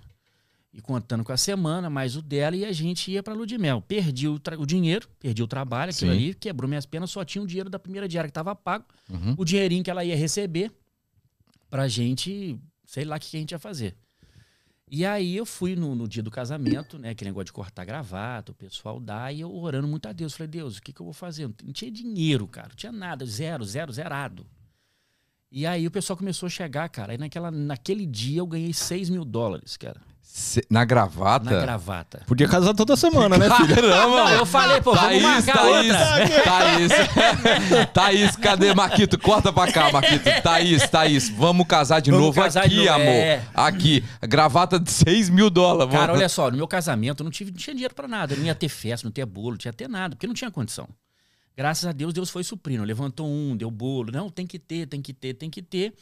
Speaker 3: e contando com a semana, mais o dela, e a gente ia pra Ludimel. Perdi o, tra- o dinheiro, perdi o trabalho, aquilo
Speaker 2: Sim.
Speaker 3: ali, quebrou minhas penas, só tinha o dinheiro da primeira diária que tava pago,
Speaker 2: Uhum.
Speaker 3: o dinheirinho que ela ia receber pra gente, sei lá o que, que a gente ia fazer. E aí eu fui no, no dia do casamento, né? Aquele negócio de cortar gravata, o pessoal dá, e eu orando muito a Deus. Falei, Deus, o que, que eu vou fazer? Não tinha dinheiro, cara, não tinha nada, zero, zero, zerado. E aí o pessoal começou a chegar, cara. E naquela, naquele dia eu ganhei 6 mil dólares, cara,
Speaker 2: Se- Na gravata. é
Speaker 3: na gravata.
Speaker 1: Podia casar toda semana,
Speaker 3: Tá
Speaker 1: né, filho?
Speaker 3: Não, eu falei, <laughs> pô, vamos
Speaker 2: Thaís,
Speaker 3: marcar
Speaker 2: Thaís,
Speaker 3: outra.
Speaker 2: Thaís, <laughs> Thaís, <laughs> cadê Maquito? Corta pra cá, Maquito. Thaís, Thaís, vamos casar de
Speaker 3: Vamos
Speaker 2: novo
Speaker 3: casar
Speaker 2: aqui,
Speaker 3: de novo,
Speaker 2: amor.
Speaker 3: é.
Speaker 2: Aqui, gravata de 6 mil dólares.
Speaker 3: Cara,
Speaker 2: vamos-
Speaker 3: olha só, no meu casamento eu não, tive, não tinha dinheiro pra nada. Eu não ia ter festa, não ia ter bolo, não tinha ter nada, porque não tinha condição. Graças a Deus, Deus foi suprindo. Levantou um, deu bolo. Não, tem que ter, tem que ter, tem que ter.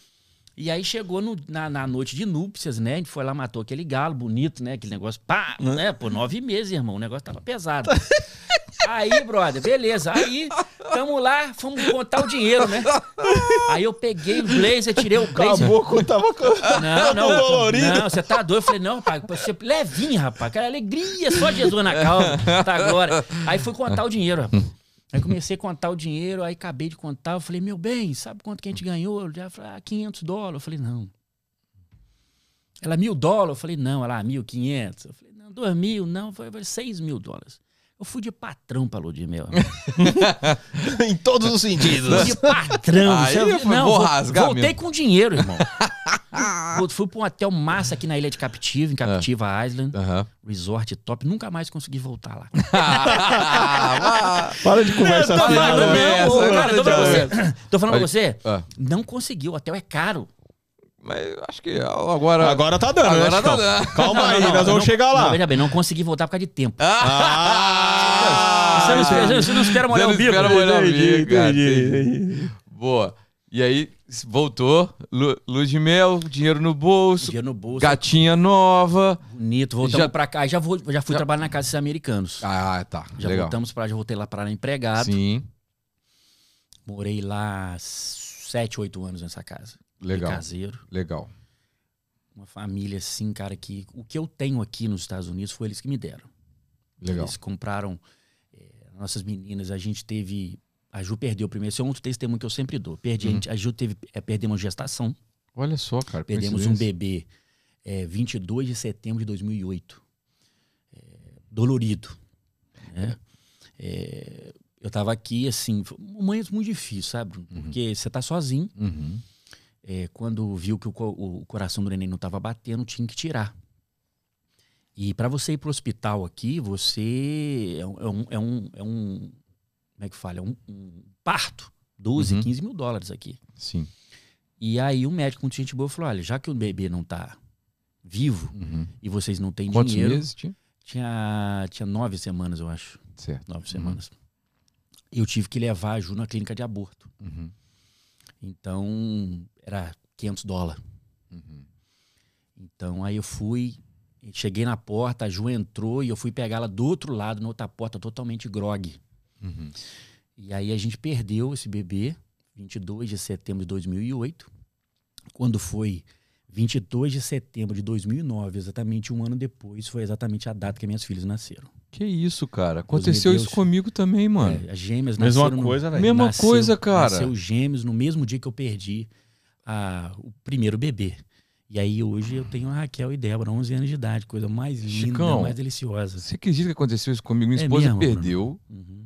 Speaker 3: E aí chegou no- na, na noite de núpcias, né? A gente foi lá, matou aquele galo bonito, né? Aquele negócio, pá, né? Por nove meses, irmão. O negócio tava pesado. Aí, brother, beleza. Aí, tamo lá, fomos contar o dinheiro, né? Aí eu peguei o blazer, tirei o blazer.
Speaker 1: Acabou quando tava com-
Speaker 3: Não, não.
Speaker 1: Tão dolorido.
Speaker 3: Não, você tá doido. Eu falei, não, rapaz, você é levinho, rapaz. Cara, alegria, só Jesus na calma. Tá agora. Aí fui contar o dinheiro, rapaz. Aí comecei a contar o dinheiro, aí acabei de contar. Eu falei, meu bem, sabe quanto que a gente ganhou? Ela já falou, ah, 500 dólares. Eu falei, não. Ela, mil dólares? Eu falei, não. Ela, ah, mil, quinhentos. Eu falei, não, dois mil, não. Foi foi seis mil dólares. Eu fui de patrão pra Lodi, meu.
Speaker 1: <laughs> em todos os sentidos.
Speaker 3: Fui de patrão.
Speaker 2: Aí
Speaker 3: sabe?
Speaker 2: eu falei, vou
Speaker 3: vol-
Speaker 2: rasgar
Speaker 3: Voltei
Speaker 2: mesmo.
Speaker 3: com dinheiro, irmão. Vou- fui pra um hotel massa aqui na ilha de Captiva,
Speaker 2: É.
Speaker 3: em Captiva Island.
Speaker 2: Aham. <laughs>
Speaker 3: Resort top. Nunca mais consegui voltar lá.
Speaker 2: Ah,
Speaker 1: Para de conversa
Speaker 2: Não, tá
Speaker 1: fiada,
Speaker 2: falando
Speaker 1: né?
Speaker 2: mesmo,
Speaker 3: ô,
Speaker 2: cara,
Speaker 3: cara, tô
Speaker 2: tá
Speaker 3: falando pra você. Tô falando pra
Speaker 2: Olha-
Speaker 3: você.
Speaker 2: Ah,
Speaker 3: Não consegui. O hotel é caro.
Speaker 2: mas eu acho que agora.
Speaker 1: Agora tá dando,
Speaker 2: Agora
Speaker 1: né, Chicão?
Speaker 2: tá dando.
Speaker 1: Calma aí,
Speaker 3: Não, não,
Speaker 1: nós
Speaker 3: eu
Speaker 1: vamos
Speaker 3: não-
Speaker 1: chegar
Speaker 3: Não,
Speaker 1: lá.
Speaker 3: veja bem, não consegui voltar por causa de tempo.
Speaker 2: Ah,
Speaker 3: você, não espera,
Speaker 2: entendi.
Speaker 3: você não espera molhar
Speaker 2: Você
Speaker 3: o bico.
Speaker 2: não espera molhar o bico, cara. entendi.
Speaker 1: entendi.
Speaker 2: Boa. E aí, s- voltou, lu- luz de mel, dinheiro no bolso,
Speaker 3: Dinheiro no bolso,
Speaker 2: gatinha nova.
Speaker 3: bonito. Voltamos
Speaker 2: Já-
Speaker 3: pra cá. Aí Já, vou, já fui trabalhar na casa dos americanos.
Speaker 2: Ah, tá.
Speaker 3: já
Speaker 2: legal.
Speaker 3: voltamos pra... Já voltei lá pra empregado.
Speaker 2: Sim,
Speaker 3: Morei lá sete, oito anos nessa casa. Fui
Speaker 2: legal,
Speaker 3: caseiro.
Speaker 2: legal.
Speaker 3: Uma família assim, cara, que o que eu tenho aqui nos Estados Unidos foi eles que me deram.
Speaker 2: Legal.
Speaker 3: Eles compraram eh, nossas meninas. A gente teve. A Ju perdeu primeiro. Esse é um outro testemunho que eu sempre dou. Perdi, a
Speaker 2: Uhum.
Speaker 3: gente- a Ju teve, eh, perdemos uma gestação.
Speaker 2: Olha só, cara.
Speaker 3: Perdemos um
Speaker 2: coincidência.
Speaker 3: bebê eh, 22 de setembro de 2008. Eh, dolorido. né? Eh, eu tava aqui, assim, foi um momento muito difícil, sabe? Bruno? Porque você tá sozinho.
Speaker 2: Uhum.
Speaker 3: É, quando viu que o, co- o coração do neném não estava batendo, tinha que tirar. E para você ir para o hospital aqui, você é um, é um, é um, é um- como é que fala? É um, um parto, 12,
Speaker 2: Uhum.
Speaker 3: 15 mil dólares aqui.
Speaker 2: Sim.
Speaker 3: E aí o médico, muito gente boa, falou, olha, já que o bebê não tá vivo
Speaker 2: Uhum.
Speaker 3: e vocês não têm
Speaker 2: Quantos
Speaker 3: dinheiro,
Speaker 2: meses tinha?
Speaker 3: tinha, tinha nove semanas, eu acho,
Speaker 2: Certo.
Speaker 3: nove
Speaker 2: Uhum.
Speaker 3: semanas. Eu tive que levar a Ju na clínica de aborto.
Speaker 2: Uhum.
Speaker 3: Então, era 500 dólares.
Speaker 2: Uhum.
Speaker 3: Então aí eu fui, cheguei na porta, a Ju entrou e eu fui pegar ela do outro lado, na outra porta, totalmente grogue.
Speaker 2: Uhum.
Speaker 3: E aí a gente perdeu esse bebê, 22 de setembro de 2008. Quando foi 22 de setembro de 2009, exatamente um ano depois, foi exatamente a data que minhas filhas nasceram.
Speaker 2: Que isso, cara. Aconteceu isso
Speaker 3: Deus.
Speaker 2: comigo também, mano.
Speaker 3: É, as gêmeas
Speaker 1: Mesma
Speaker 3: nasceram no-
Speaker 1: coisa, velho.
Speaker 2: Mesma
Speaker 3: nasceu-
Speaker 2: coisa, cara.
Speaker 3: Nasceu gêmeos no mesmo dia que eu perdi a- o primeiro bebê. E aí hoje eu tenho a Raquel e Débora, 11 anos de idade, coisa mais linda,
Speaker 2: Chicão.
Speaker 3: mais deliciosa.
Speaker 2: Você acredita que aconteceu isso comigo? Minha
Speaker 3: É
Speaker 2: esposa
Speaker 3: mesmo, Bruno?
Speaker 2: perdeu
Speaker 3: Uhum.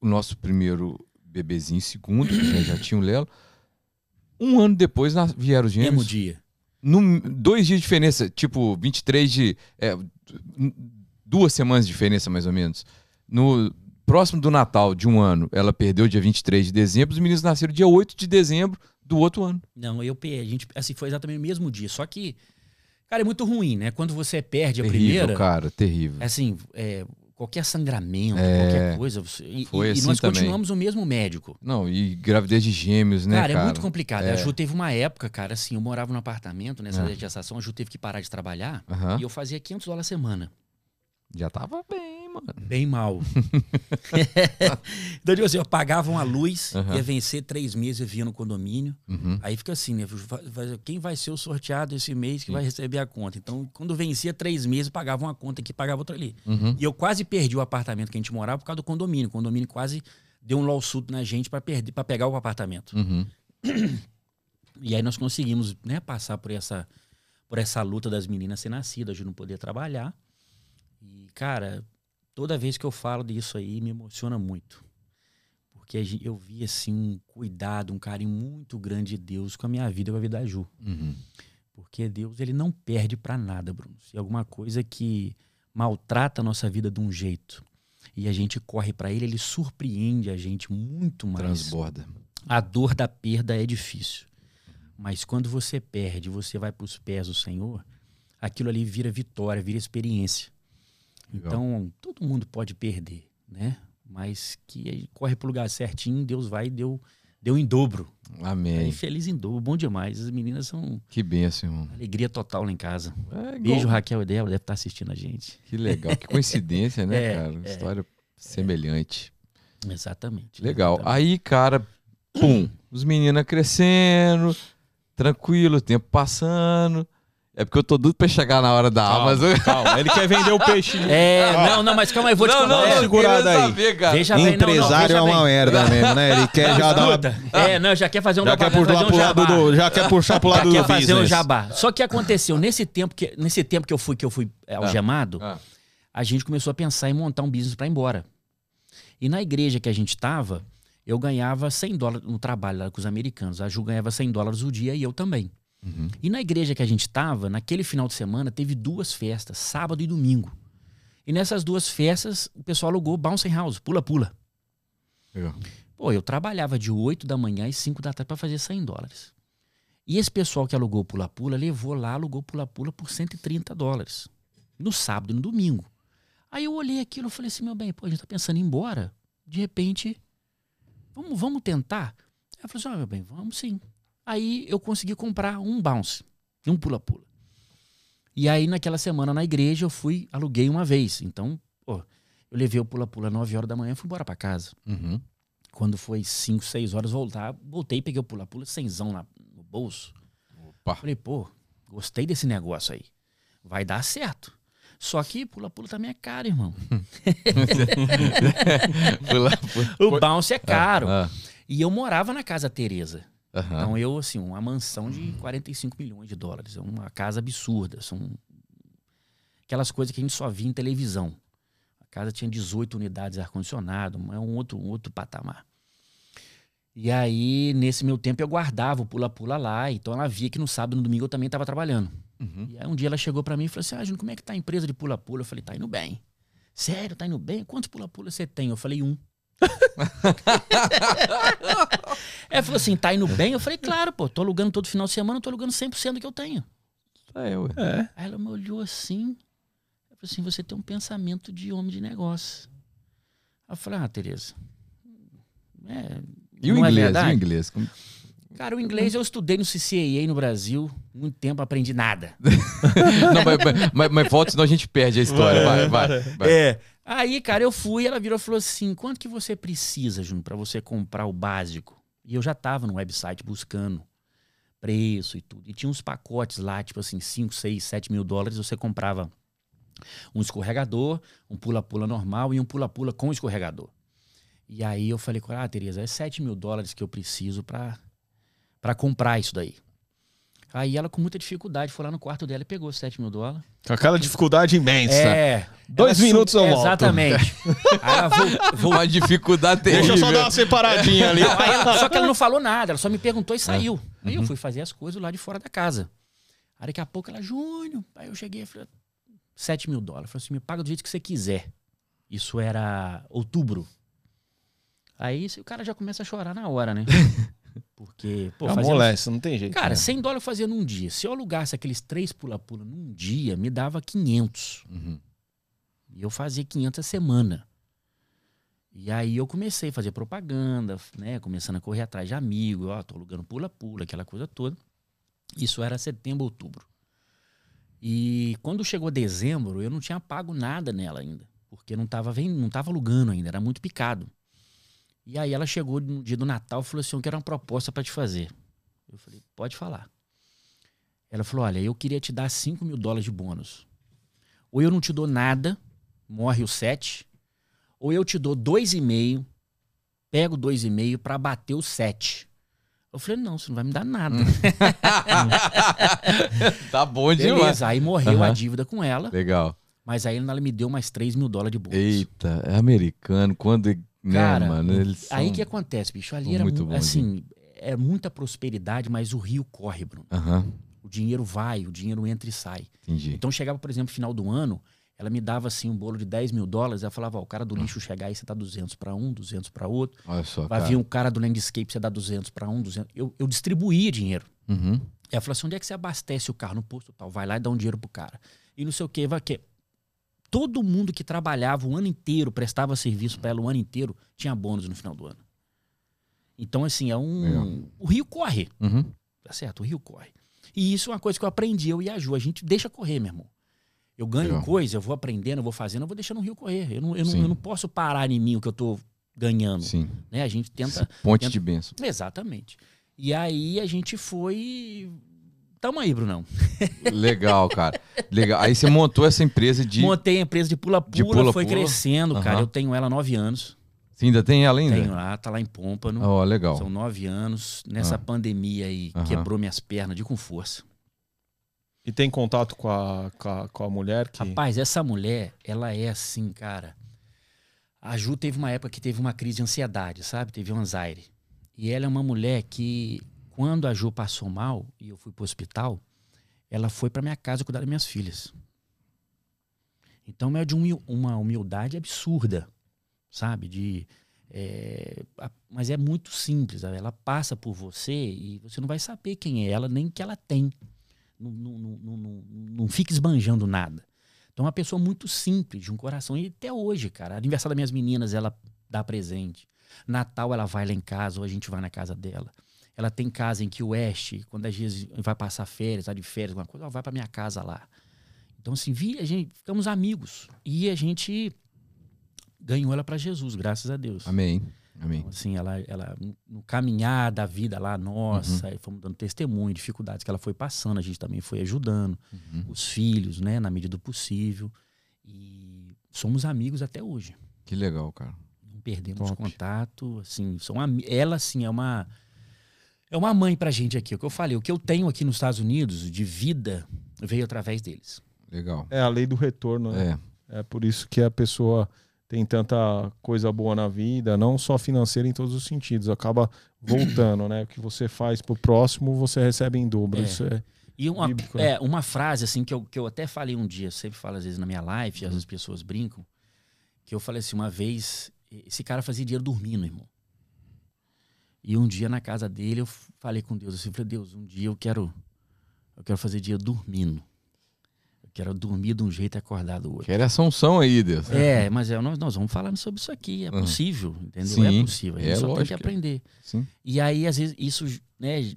Speaker 2: o nosso primeiro bebezinho, segundo, que a gente já tinha o Lelo. Um ano depois nas- vieram os
Speaker 3: Mesmo
Speaker 2: gêmeos.
Speaker 3: dia.
Speaker 2: Num- dois dias de diferença, tipo 23 de. é, du- duas semanas de diferença, mais ou menos. No próximo do Natal de um ano, ela perdeu dia 23 de dezembro, os meninos nasceram dia 8 de dezembro do outro ano.
Speaker 3: Não, eu pe- a gente assim foi exatamente no mesmo dia, só que Cara, é muito ruim, né? Quando você perde a
Speaker 2: terrível,
Speaker 3: primeira,
Speaker 2: cara, terrível.
Speaker 3: assim, é, qualquer sangramento,
Speaker 2: É.
Speaker 3: qualquer coisa. você- E,
Speaker 2: Foi
Speaker 3: e- e
Speaker 2: assim
Speaker 3: nós
Speaker 2: também.
Speaker 3: continuamos o mesmo médico.
Speaker 2: Não, e gravidez de gêmeos, né,
Speaker 3: cara,
Speaker 2: cara?
Speaker 3: é muito complicado.
Speaker 2: É.
Speaker 3: A Ju teve uma época, cara, assim, eu morava num apartamento nessa
Speaker 2: É.
Speaker 3: área de gestação, a Ju teve que parar de trabalhar
Speaker 2: Aham.
Speaker 3: e eu fazia 500 dólares a semana.
Speaker 2: Já tava Uhum. bem, mano.
Speaker 3: Bem mal. <laughs> então, tipo assim, eu pagava uma luz,
Speaker 2: Aham.
Speaker 3: ia vencer três meses, eu via no condomínio.
Speaker 2: Uhum.
Speaker 3: Aí fica assim, né? va- va- Quem vai ser o sorteado esse mês que
Speaker 2: Sim.
Speaker 3: vai receber a conta? Então, quando vencia três meses, pagava uma conta aqui, pagava outra ali.
Speaker 2: Uhum.
Speaker 3: E eu quase perdi o apartamento que a gente morava por causa do condomínio. O condomínio quase deu um lawsuit na gente para perder, para pegar o apartamento.
Speaker 2: Uhum.
Speaker 3: E aí nós conseguimos, né, passar por essa por essa luta das meninas ser nascidas, de não poder trabalhar. E cara, toda vez que eu falo disso aí, me emociona muito. Porque a gen- eu vi assim um cuidado, um carinho muito grande de Deus com a minha vida e com a vida da Ju.
Speaker 2: Uhum.
Speaker 3: Porque Deus ele não perde pra nada, Bruno. Se alguma coisa que maltrata a nossa vida de um jeito e a gente corre pra ele, ele surpreende a gente muito mais.
Speaker 2: Transborda.
Speaker 3: A dor da perda é difícil. Mas quando você perde, você vai pros pés do Senhor, aquilo ali vira vitória, vira experiência.
Speaker 2: Legal.
Speaker 3: Então, todo mundo pode perder, né? Mas que aí corre pro lugar certinho, Deus vai e deu, deu em dobro.
Speaker 1: É.
Speaker 2: Amém.
Speaker 3: E feliz em dobro, bom demais. As meninas são
Speaker 2: Que benção, irmão.
Speaker 3: alegria total lá em casa.
Speaker 2: É,
Speaker 3: Beijo,
Speaker 2: igual-
Speaker 3: Raquel e Débora, deve estar assistindo a gente.
Speaker 2: Que legal. Que coincidência, né,
Speaker 3: É,
Speaker 2: cara? História semelhante.
Speaker 3: Exatamente. Então,
Speaker 2: Legal.
Speaker 3: Exatamente.
Speaker 2: Aí, cara, pum. Os meninos crescendo, tranquilo, o tempo passando. É porque eu tô doido pra chegar na hora da aula,
Speaker 1: Calma,
Speaker 2: mas eu...
Speaker 1: calma. Ele quer vender o peixe.
Speaker 3: É, não, não, mas calma aí, vou te contar.
Speaker 1: não,
Speaker 3: É,
Speaker 1: não. segurada
Speaker 2: queria
Speaker 1: aí.
Speaker 2: Saber, cara.
Speaker 3: Veja bem, não, não,
Speaker 1: Empresário
Speaker 3: veja
Speaker 1: é uma
Speaker 3: bem.
Speaker 1: merda mesmo, né? Ele quer já dar uma,
Speaker 3: Escuta, É, não, já quer fazer um
Speaker 1: já quer pular
Speaker 3: propaganda,
Speaker 1: pro
Speaker 3: fazer um
Speaker 1: lado
Speaker 3: jabá.
Speaker 1: do, já quer puxar pro lado
Speaker 3: Já
Speaker 1: do
Speaker 3: quer fazer um
Speaker 1: business.
Speaker 3: jabá. Só que aconteceu, nesse tempo que, nesse tempo que eu fui, que eu fui é, algemado,
Speaker 2: Ah.
Speaker 3: a gente começou a pensar em montar um business pra ir embora. E na igreja que a gente tava, eu ganhava 100 dólares no trabalho lá com os americanos. A Ju ganhava 100 dólares o dia e eu também.
Speaker 2: Uhum.
Speaker 3: E na igreja que a gente estava, naquele final de semana, teve duas festas, sábado e domingo. E nessas duas festas, o pessoal alugou Bouncing House, pula-pula.
Speaker 2: Legal.
Speaker 3: Pô, eu trabalhava de 8 da manhã e 5 da tarde para fazer 100 dólares. E esse pessoal que alugou o pula-pula, levou lá, alugou o pula-pula por 130 dólares. No sábado e no domingo. Aí eu olhei aquilo e falei assim, meu bem, pô, a gente tá pensando em ir embora. De repente, vamos, vamos tentar? Aí eu falei assim, ó, meu bem, vamos sim. Aí eu consegui comprar um bounce, e um pula-pula. E aí naquela semana na igreja eu fui, aluguei uma vez. Então, pô, eu levei o pula-pula 9 horas da manhã e fui embora para casa.
Speaker 2: Uhum.
Speaker 3: Quando foi 5, 6 horas voltar, voltei, peguei o pula-pula, cenzão na, no bolso.
Speaker 2: Opa. <laughs>
Speaker 3: Falei, pô, gostei desse negócio aí. Vai dar certo. Só que pula-pula também é caro, irmão.
Speaker 2: Pula, pula.
Speaker 3: O bounce é caro.
Speaker 2: Ah,
Speaker 3: E eu morava na casa Tereza.
Speaker 2: aham.
Speaker 3: Então eu, assim, uma mansão de 45 milhões de dólares. É uma casa absurda. São aquelas coisas que a gente só via em televisão. A casa tinha 18 unidades de ar-condicionado, é um outro, um outro patamar. E aí, nesse meu tempo, eu guardava o pula-pula lá. Então ela via que no sábado e no domingo eu também estava trabalhando.
Speaker 2: Uhum.
Speaker 3: E aí um dia ela chegou pra mim e falou assim: Ah, Júnior, como é que tá a empresa de pula-pula? Eu falei, tá indo bem. Sério, tá indo bem? Quantos pula-pula você tem? Eu falei, um. Ela falou assim, tá indo bem? Eu falei, claro, pô, tô alugando todo final de semana, tô alugando 100% do que eu tenho.
Speaker 2: Ah, é, ué.
Speaker 1: É.
Speaker 3: Aí ela me olhou assim, ela falou assim, você tem um pensamento de homem de negócio. Aí Eu falei, ah, Tereza, é,
Speaker 2: E o
Speaker 3: não é
Speaker 2: inglês? e o
Speaker 3: verdade?
Speaker 2: inglês? Como-
Speaker 3: Cara, o inglês eu estudei no CCAA no Brasil, muito tempo aprendi nada.
Speaker 2: Não, mas, mas, mas, mas volta, senão a gente perde a história. Vai, vai. vai.
Speaker 3: É. Aí, cara, eu fui, ela virou e falou assim: quanto que você precisa, Júnior, pra você comprar o básico? E eu já tava no website buscando preço e tudo. E tinha uns pacotes lá, tipo assim, 5, 6, 7 mil dólares. Você comprava um escorregador, um pula-pula normal e um pula-pula com escorregador. E aí eu falei com ela, ah, Tereza, é 7 mil dólares que eu preciso pra, pra comprar isso daí. Aí ela, com muita dificuldade, foi lá no quarto dela e pegou 7 mil dólares.
Speaker 1: Com aquela dificuldade imensa.
Speaker 3: É.
Speaker 1: Dois
Speaker 3: Ela
Speaker 1: minutos eu
Speaker 3: sub-
Speaker 1: volto. <laughs>
Speaker 3: Exatamente. Aí ela vol- vol-
Speaker 2: Uma dificuldade
Speaker 1: Deixa
Speaker 2: terrível.
Speaker 1: eu só dar uma separadinha
Speaker 3: <laughs>
Speaker 1: ali.
Speaker 3: Não, aí ela- só que ela não falou nada, ela só me perguntou e saiu.
Speaker 1: É.
Speaker 3: Aí
Speaker 1: Uhum.
Speaker 3: eu fui fazer as coisas lá de fora da casa. Aí daqui a pouco ela, Júnior. Aí eu cheguei e falei, 7 mil dólares. Eu Falei assim, me paga do jeito que você quiser.
Speaker 1: <laughs>
Speaker 3: Isso era outubro. Aí se- o cara já começa a chorar na hora, né? Porque, pô,
Speaker 1: Pô,
Speaker 3: fazendo-
Speaker 1: amolece, não tem jeito.
Speaker 3: Cara,
Speaker 1: né?
Speaker 3: 100 dólares eu fazia num dia. Se eu alugasse aqueles três pula-pula num dia, me dava 500.
Speaker 2: Uhum.
Speaker 3: E eu fazia 500 a semana. E aí eu comecei a fazer propaganda, né? Começando a correr atrás de amigo, ó, tô alugando pula-pula, aquela coisa toda. Isso era setembro, outubro. E quando chegou dezembro, eu não tinha pago nada nela ainda, porque não tava, vendo, não tava alugando ainda, era muito picado. E aí ela chegou no dia do Natal e falou assim, eu quero uma proposta para te fazer. Eu falei, pode falar. Ela falou, olha, eu queria te dar 5 mil dólares de bônus. Ou eu não te dou nada, morre o 7, ou eu te dou 2,5, pego 2,5 para bater o 7. Eu falei, não, você não vai me
Speaker 2: <laughs>
Speaker 3: dar nada.
Speaker 2: tá bom demais.
Speaker 3: Beleza, aí morreu a
Speaker 2: Aham.
Speaker 3: dívida com ela,
Speaker 2: Legal.
Speaker 3: mas aí ela me deu mais 3 mil dólares de bônus.
Speaker 2: Eita, é americano. Quando. Né,
Speaker 3: Cara,
Speaker 2: mano? Eles
Speaker 3: aí
Speaker 2: são-
Speaker 3: que é acontece, bicho, ali era
Speaker 2: Muito
Speaker 3: muito
Speaker 2: bom,
Speaker 3: assim, é muita prosperidade, mas o rio corre, Bruno.
Speaker 2: Aham,
Speaker 3: O dinheiro vai, o dinheiro entra e sai.
Speaker 2: entendi.
Speaker 3: Então chegava, por exemplo, final do ano, ela me dava assim um bolo de 10 mil dólares, ela falava, ó, o cara do lixo chegar aí, você dá 200 para um, 200 para outro.
Speaker 2: Olha só.
Speaker 3: Vai
Speaker 2: Cara.
Speaker 3: vir um cara do landscape, você dá 200 para um, 200. Eu, eu distribuía dinheiro.
Speaker 2: Uhum.
Speaker 3: Ela falou assim, onde é que você abastece o carro? No posto tal, vai lá e dá um dinheiro pro cara. E não sei o que, vai que. Todo mundo que trabalhava o ano inteiro, prestava serviço para ela o ano inteiro, tinha bônus no final do ano. Então, assim, é um...
Speaker 2: Legal.
Speaker 3: O rio corre.
Speaker 2: Uhum.
Speaker 3: Tá certo? O rio corre. E isso é uma coisa que eu aprendi, eu e a Ju. A gente deixa correr, meu irmão. Eu ganho
Speaker 2: Legal.
Speaker 3: coisa, eu vou aprendendo, eu vou fazendo, eu vou deixando o rio correr. Eu não, eu não,
Speaker 2: Sim.
Speaker 3: eu não posso parar em mim o que eu tô ganhando.
Speaker 2: Sim.
Speaker 3: Né? A gente
Speaker 2: Esse
Speaker 3: tenta.
Speaker 2: Ponte
Speaker 3: tenta-
Speaker 2: de benção.
Speaker 3: <laughs> Exatamente. E aí a gente foi. Tamo aí, Brunão.
Speaker 2: Legal, cara. Legal. Aí você montou essa empresa de.
Speaker 3: Montei a empresa de
Speaker 2: De
Speaker 3: pula-pula,
Speaker 2: pula-pula.
Speaker 3: foi crescendo, cara.
Speaker 2: Aham.
Speaker 3: Eu tenho ela há nove anos.
Speaker 2: Você ainda tem ela ainda?
Speaker 3: Tenho lá, tá lá em Pômpano.
Speaker 2: Ó, Ah, legal.
Speaker 3: São nove anos. Nessa
Speaker 2: Ah.
Speaker 3: pandemia aí,
Speaker 2: Aham.
Speaker 3: quebrou minhas pernas de com força.
Speaker 1: E tem contato com a, com a, com a mulher que.
Speaker 3: Rapaz, essa mulher, ela é assim, cara. A Ju teve uma época que teve uma crise de ansiedade, sabe? Teve um anxiety. E ela é uma mulher que, quando a Ju passou mal e eu fui pro hospital, ela foi pra minha casa cuidar das minhas filhas. Então é de um- uma humildade absurda, sabe? De. é, a- mas é muito simples. Ela passa por você e você não vai saber quem é ela, nem o que ela tem. Não, não, não, não, não, não fica esbanjando nada. Então, é uma pessoa muito simples, de um coração. E até hoje, cara, aniversário das minhas meninas, ela dá presente. Natal, ela vai lá em casa, ou a gente vai na casa dela. Ela tem casa em que o Oeste, quando às vezes vai passar férias, tá de férias, alguma coisa, ela vai pra minha casa lá. Então, assim, vi, a gente, ficamos amigos. E a gente ganhou ela pra Jesus, graças a Deus.
Speaker 2: Amém. Amém.
Speaker 3: Então, assim, ela, ela no- no caminhar da vida lá, nossa, aí fomos dando testemunho, dificuldades que ela foi passando, a gente também foi ajudando
Speaker 2: Uhum.
Speaker 3: os filhos, né, na medida do possível. E somos amigos até hoje.
Speaker 2: Que legal, cara.
Speaker 3: Não perdemos
Speaker 1: Top.
Speaker 3: contato, assim, são ami- ela assim é uma é uma mãe pra gente aqui, é o que eu falei, o que eu tenho aqui nos Estados Unidos de vida veio através deles.
Speaker 2: Legal.
Speaker 1: É a lei do retorno, né?
Speaker 2: É.
Speaker 1: É. por isso que a pessoa tem tanta coisa boa na vida, não só financeira em todos os sentidos. Acaba voltando, né? O que você faz pro próximo, você recebe em dobro.
Speaker 3: É.
Speaker 1: Isso é.
Speaker 3: E uma,
Speaker 1: Bíblico, né?
Speaker 3: é, uma frase assim que eu, que eu até falei um dia, eu sempre falo às vezes na minha live,
Speaker 2: Uhum.
Speaker 3: e às vezes as pessoas brincam, que eu falei assim, uma vez, esse cara fazia dinheiro dormindo, irmão. E um dia na casa dele eu f- falei com Deus assim, falei, Deus, um dia eu quero eu quero fazer dinheiro dormindo. Eu quero dormir de um jeito e acordar do outro.
Speaker 2: Quero essa unção aí, Deus.
Speaker 3: É, mas é, nós, nós vamos falar sobre isso aqui, é
Speaker 2: Uhum.
Speaker 3: possível, entendeu?
Speaker 2: Sim,
Speaker 3: é possível, a gente
Speaker 2: é
Speaker 3: só tem que
Speaker 2: lógico.
Speaker 3: aprender.
Speaker 2: Sim.
Speaker 3: E aí, às vezes, isso, né,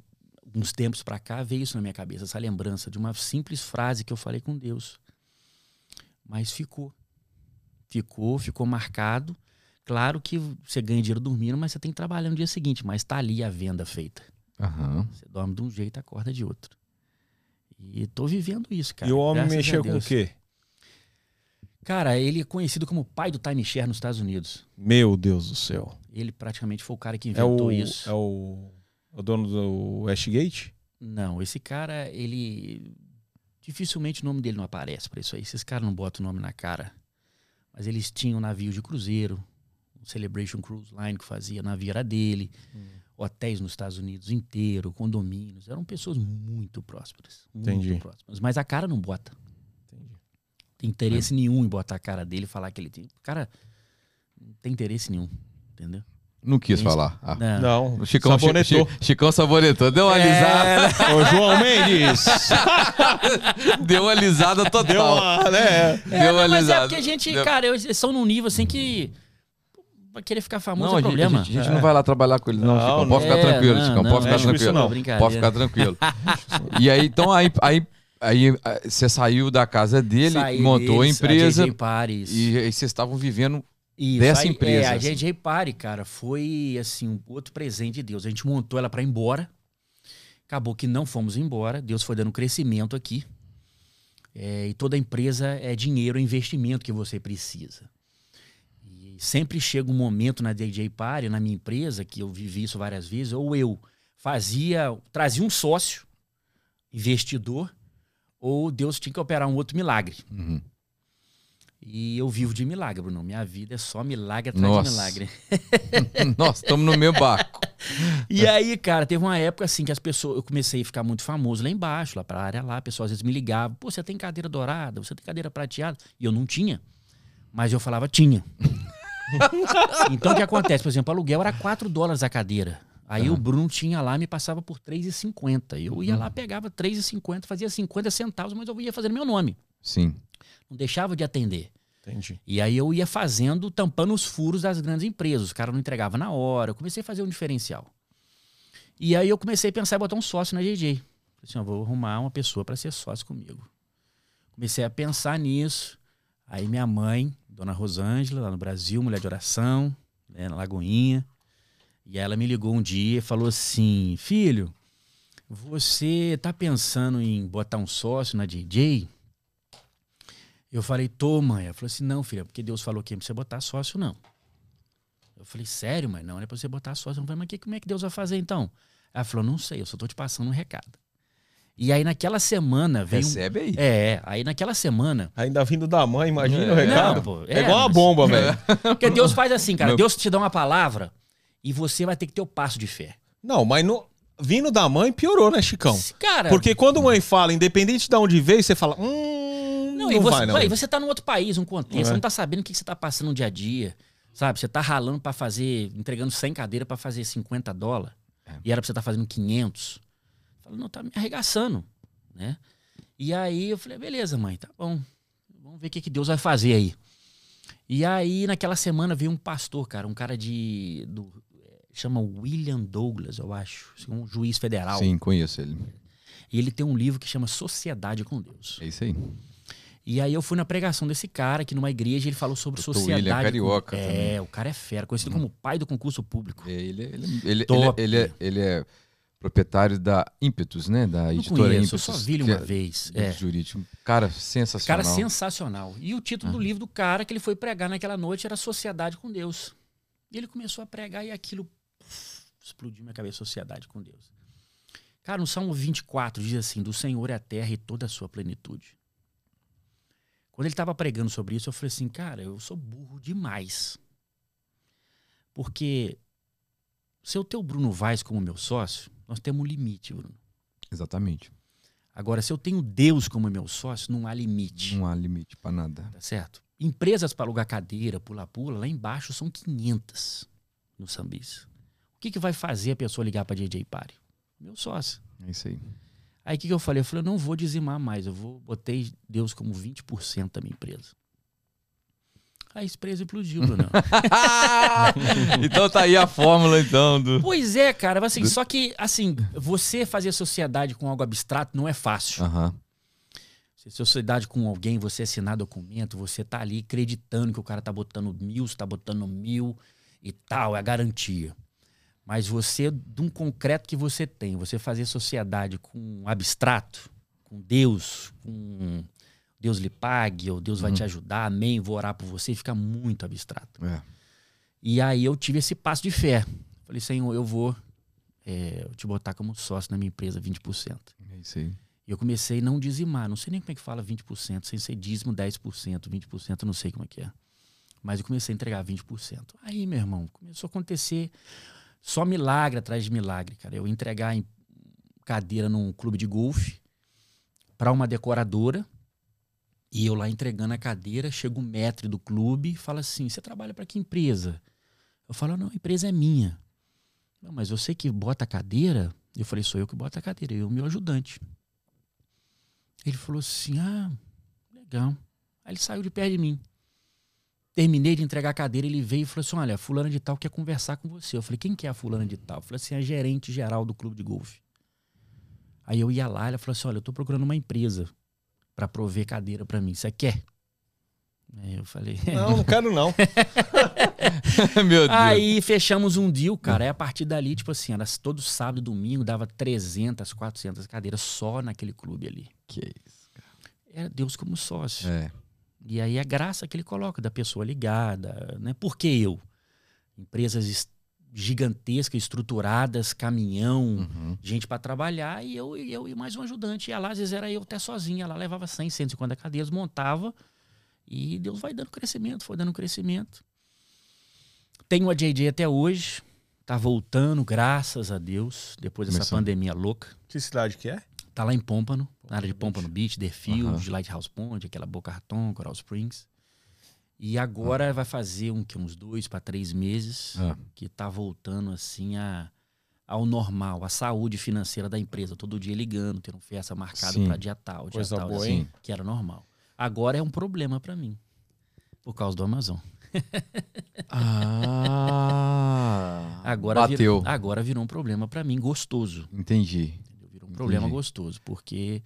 Speaker 3: uns tempos pra cá, veio isso na minha cabeça, essa lembrança de uma simples frase que eu falei com Deus. Mas ficou. Ficou, ficou marcado. Claro que você ganha dinheiro dormindo, mas você tem que trabalhar no dia seguinte. Mas tá ali a venda feita.
Speaker 2: Aham.
Speaker 3: Você dorme de um jeito, acorda de outro. E tô vivendo isso, cara.
Speaker 1: e o homem
Speaker 3: graças a
Speaker 1: mexeu com o
Speaker 3: Deus.
Speaker 1: quê?
Speaker 3: Cara, ele é conhecido como o pai do timeshare nos Estados Unidos.
Speaker 1: Meu Deus do céu.
Speaker 3: Ele praticamente foi o cara que
Speaker 1: É
Speaker 3: inventou
Speaker 1: o,
Speaker 3: isso.
Speaker 1: é o. é o dono do Westgate?
Speaker 3: Não, esse cara, ele. Dificilmente o nome dele não aparece pra isso aí. Esses caras não botam o nome na cara. Mas eles tinham um navio de cruzeiro, o Celebration Cruise Line que fazia, navio era dele, hotéis nos Estados Unidos inteiro, condomínios. Eram pessoas muito prósperas. Muito
Speaker 1: Entendi.
Speaker 3: prósperas. Mas a cara não bota. Tem interesse nenhum em botar a cara dele e falar que ele tem. O cara não tem interesse nenhum, entendeu?
Speaker 2: Não quis falar. Ah.
Speaker 3: Não. É.
Speaker 1: Não,
Speaker 2: O Chicão
Speaker 1: sabonetou.
Speaker 2: sabonetou. Chicão sabonetou. Deu uma lisada.
Speaker 1: Ô, João <laughs> Mendes!
Speaker 2: <laughs> Deu uma lisada total.
Speaker 1: Deu uma, né?
Speaker 2: Deu
Speaker 3: É, não,
Speaker 2: uma
Speaker 3: mas é
Speaker 2: lisada.
Speaker 3: porque a gente,
Speaker 2: Deu-
Speaker 3: cara, eles são num nível assim que. pra Querer ficar famoso
Speaker 2: não, a
Speaker 3: é
Speaker 2: gente, a
Speaker 3: problema.
Speaker 2: gente, a gente não vai lá trabalhar com eles, não,
Speaker 1: Não,
Speaker 2: Chicão.
Speaker 1: não.
Speaker 2: Pode ficar
Speaker 3: É,
Speaker 2: tranquilo,
Speaker 3: não,
Speaker 2: Chicão.
Speaker 3: não,
Speaker 2: Pode ficar
Speaker 1: mexe com isso
Speaker 2: tranquilo.
Speaker 1: não.
Speaker 3: Brincadeira.
Speaker 2: Pode ficar tranquilo. <laughs> e aí, então, aí, aí, aí ah, você saiu da casa dele,
Speaker 3: Saí
Speaker 2: montou
Speaker 3: deles,
Speaker 2: a empresa
Speaker 3: JJ Paris.
Speaker 2: e aí vocês estavam vivendo. <laughs>
Speaker 3: Isso,
Speaker 2: dessa
Speaker 3: aí,
Speaker 2: empresa,
Speaker 3: É, a
Speaker 2: assim.
Speaker 3: JJ Pare, cara, foi assim, um outro presente de Deus. A gente montou ela pra ir embora. Acabou que não fomos embora. Deus foi dando crescimento aqui. É, e toda empresa é dinheiro, é investimento que você precisa. E sempre chega um momento na DJ Pare, na minha empresa, que eu vivi isso várias vezes, ou eu fazia, trazia um sócio, investidor, ou Deus tinha que operar um outro milagre.
Speaker 2: Uhum.
Speaker 3: E eu vivo de milagre, Bruno. Minha vida é só milagre atrás
Speaker 2: Nossa.
Speaker 3: de milagre.
Speaker 2: Nós estamos no mesmo barco.
Speaker 3: E aí, cara, teve uma época assim que as pessoas. Eu comecei a ficar muito famoso lá embaixo, lá pra área lá. Pessoas às vezes me ligavam: pô, você tem cadeira dourada, você tem cadeira prateada. E eu não tinha. Mas eu falava: tinha. <laughs> então o que acontece? Por exemplo, o aluguel era 4 dólares a cadeira. Aí o Bruno tinha lá, me passava por 3,50. Eu ia lá, pegava 3,50, fazia 50 centavos, mas eu ia fazendo meu nome.
Speaker 2: Sim.
Speaker 3: Não deixava de atender.
Speaker 1: Entendi.
Speaker 3: E aí eu ia fazendo, tampando os furos das grandes empresas. Os caras não entregavam na hora. Eu comecei a fazer um diferencial. E aí eu comecei a pensar em botar um sócio na JJ. Falei assim, eu vou arrumar uma pessoa para ser sócio comigo. Comecei a pensar nisso. Aí minha mãe, dona Rosângela, lá no Brasil, mulher de oração, né, na Lagoinha. E ela me ligou um dia e falou assim, filho, você tá pensando em botar um sócio na JJ? Eu falei, tô, mãe. Ela falou assim, não, filha, porque Deus falou que é pra você botar sócio, não. Eu falei, sério, mãe? Não, não é pra você botar sócio. Eu falei, mas que, como é que Deus vai fazer, então? Ela falou, não sei, eu só tô te passando um recado. E aí, naquela semana, veio... um-
Speaker 2: Recebe aí.
Speaker 3: É, aí naquela semana...
Speaker 1: Ainda vindo da mãe, imagina
Speaker 2: É.
Speaker 1: o recado.
Speaker 3: Não, pô, É.
Speaker 1: é, igual uma
Speaker 3: mas-
Speaker 1: bomba, velho.
Speaker 3: Porque Deus faz assim, cara.
Speaker 2: Não.
Speaker 3: Deus te dá uma palavra e você vai ter que ter o passo de fé.
Speaker 1: Não, mas no... vindo da mãe piorou, né, Chicão?
Speaker 3: Cara...
Speaker 1: Porque quando mãe fala, independente de onde veio, você fala, hum, não,
Speaker 3: Não, e você,
Speaker 1: vai não.
Speaker 3: vai, você tá num outro país, num contexto,
Speaker 1: Não é.
Speaker 3: você não tá sabendo o que que você tá passando no dia a dia, sabe? Você tá ralando pra fazer, entregando 100 cadeiras pra fazer 50 dólares,
Speaker 1: É.
Speaker 3: e era pra você tá fazendo 500. Falou, não, tá me arregaçando, né? E aí eu falei, beleza, mãe, tá bom. Vamos ver o que, que Deus vai fazer aí. E aí, naquela semana, veio um pastor, cara, um cara de. Do, é, chama William Douglas, eu acho. Um juiz federal.
Speaker 2: Sim, conheço ele.
Speaker 3: E ele tem um livro que chama Sociedade com Deus.
Speaker 2: É isso aí.
Speaker 3: E aí eu fui na pregação desse cara aqui numa igreja, ele falou sobre
Speaker 2: Doutor
Speaker 3: sociedade.
Speaker 2: William,
Speaker 3: com-
Speaker 2: carioca
Speaker 3: É,
Speaker 2: também. Uhum.
Speaker 3: o cara é fera, conhecido como o pai do concurso público.
Speaker 2: É, Ele, ele, ele,
Speaker 3: Top.
Speaker 2: ele, ele, é- ele é proprietário da Ímpetus, né? Da
Speaker 3: Não
Speaker 2: editora
Speaker 3: conheço, eu
Speaker 2: Ímpetus.
Speaker 3: só vi ele
Speaker 2: que
Speaker 3: uma
Speaker 2: é
Speaker 3: vez.
Speaker 2: do
Speaker 3: É.
Speaker 2: Jurídico. Cara, sensacional.
Speaker 3: Cara sensacional. E o título do livro do cara que ele foi pregar naquela noite era Sociedade com Deus. E ele começou a pregar e aquilo puf, explodiu minha cabeça, Sociedade com Deus. Cara, no Salmo 24 diz assim, do Senhor é a terra e toda a sua plenitude. Quando ele estava pregando sobre isso, eu falei assim, cara, eu sou burro demais. Porque se eu ter o Bruno Vaz como meu sócio, nós temos um limite, Bruno.
Speaker 2: Exatamente.
Speaker 3: Agora, se eu tenho Deus como meu sócio, não há limite.
Speaker 2: Não há limite pra nada.
Speaker 3: Tá certo? Empresas para alugar cadeira, pula-pula, lá embaixo são 500 no Sambis. O que, que vai fazer a pessoa ligar para DJ Pare? Meu sócio.
Speaker 2: É isso aí.
Speaker 3: Aí o que, que eu falei? Eu falei, eu não vou dizimar mais, eu vou botei Deus como 20% da minha empresa. Aí a empresa explodiu, Bruno.
Speaker 2: <laughs> então tá aí a fórmula, então, do.
Speaker 3: pois é, cara, mas assim, só que assim, você fazer sociedade com algo abstrato não é fácil.
Speaker 2: Aham.
Speaker 3: Se sociedade com alguém, você é assinar documento, você tá ali acreditando que o cara tá botando mil, você tá botando mil e tal, é a garantia. Mas você, de um concreto que você tem, você fazer sociedade com um abstrato, com Deus, com Deus lhe pague, ou Deus vai te ajudar, amém, vou orar por você, fica muito abstrato.
Speaker 2: É.
Speaker 3: E aí eu tive esse passo de fé. Falei, Senhor, eu vou eh, te botar como sócio na minha empresa, 20%.
Speaker 2: É isso aí.
Speaker 3: E eu comecei a não dizimar. Não sei nem como é que fala 20%, sem ser dízimo 10%, 20%, eu não sei como é que é. Mas eu comecei a entregar 20%. Aí, meu irmão, começou a acontecer só milagre atrás de milagre, cara. Eu entregar em cadeira num clube de golfe para uma decoradora e eu lá entregando a cadeira, chega o mestre do clube e fala assim: "Você trabalha para que empresa?" Eu falo, não, a empresa é minha. Não, mas você que bota a cadeira? Eu falei, sou eu que boto a cadeira, eu e o meu ajudante. Ele falou assim, ah, legal. Aí ele saiu de perto de mim. Terminei de entregar a cadeira, ele veio e falou assim, olha, a fulana de tal quer conversar com você. Eu falei, quem que é a fulana de tal? Eu falei assim, a gerente geral do clube de golfe. Aí eu ia lá, ela falou assim, olha, eu tô procurando uma empresa para prover cadeira para mim, você quer? Aí eu falei, <laughs>
Speaker 1: Não, não quero não.
Speaker 2: <laughs>
Speaker 1: <laughs>
Speaker 2: Meu Deus.
Speaker 3: Aí fechamos um deal, cara. Aí a partir dali, tipo assim, era todo sábado e domingo, dava 300, 400 cadeiras só naquele clube ali.
Speaker 2: Que é isso.
Speaker 3: Era Deus como sócio.
Speaker 2: É.
Speaker 3: E aí a graça que ele coloca da pessoa ligada, né? Por que eu? Empresas es- gigantescas, estruturadas, caminhão,
Speaker 2: Uhum.
Speaker 3: gente pra trabalhar e eu, e eu e mais um ajudante. E a Lazes era eu até sozinha. Ela levava 100, 150 cadeias, montava e Deus vai dando crescimento, foi dando crescimento. Tenho a JJ até hoje, tá voltando, graças a Deus, depois dessa
Speaker 2: Começando.
Speaker 3: pandemia louca.
Speaker 1: Que cidade que é?
Speaker 3: Tá lá em Pompano, na área de Pompano Beach,
Speaker 2: Aham.
Speaker 3: Deerfield, Lighthouse Pond, aquela Boca Raton, Coral Springs.
Speaker 2: Ah.
Speaker 3: E agora vai fazer um, que, uns dois para três meses
Speaker 2: Ah.
Speaker 3: que tá voltando assim a, ao normal, a saúde financeira da empresa. Todo dia ligando, tendo festa marcada
Speaker 2: Sim.
Speaker 3: para dia tal, dia
Speaker 1: Coisa
Speaker 3: tal,
Speaker 1: boa,
Speaker 3: assim,
Speaker 1: hein?
Speaker 3: que era normal. Agora é um problema para mim, por causa do Amazon.
Speaker 2: Ah.
Speaker 3: Agora
Speaker 2: Bateu.
Speaker 3: Virou, agora virou um problema para mim, gostoso.
Speaker 2: Entendi.
Speaker 3: entendeu? Virou um problema
Speaker 2: Entendi.
Speaker 3: gostoso, porque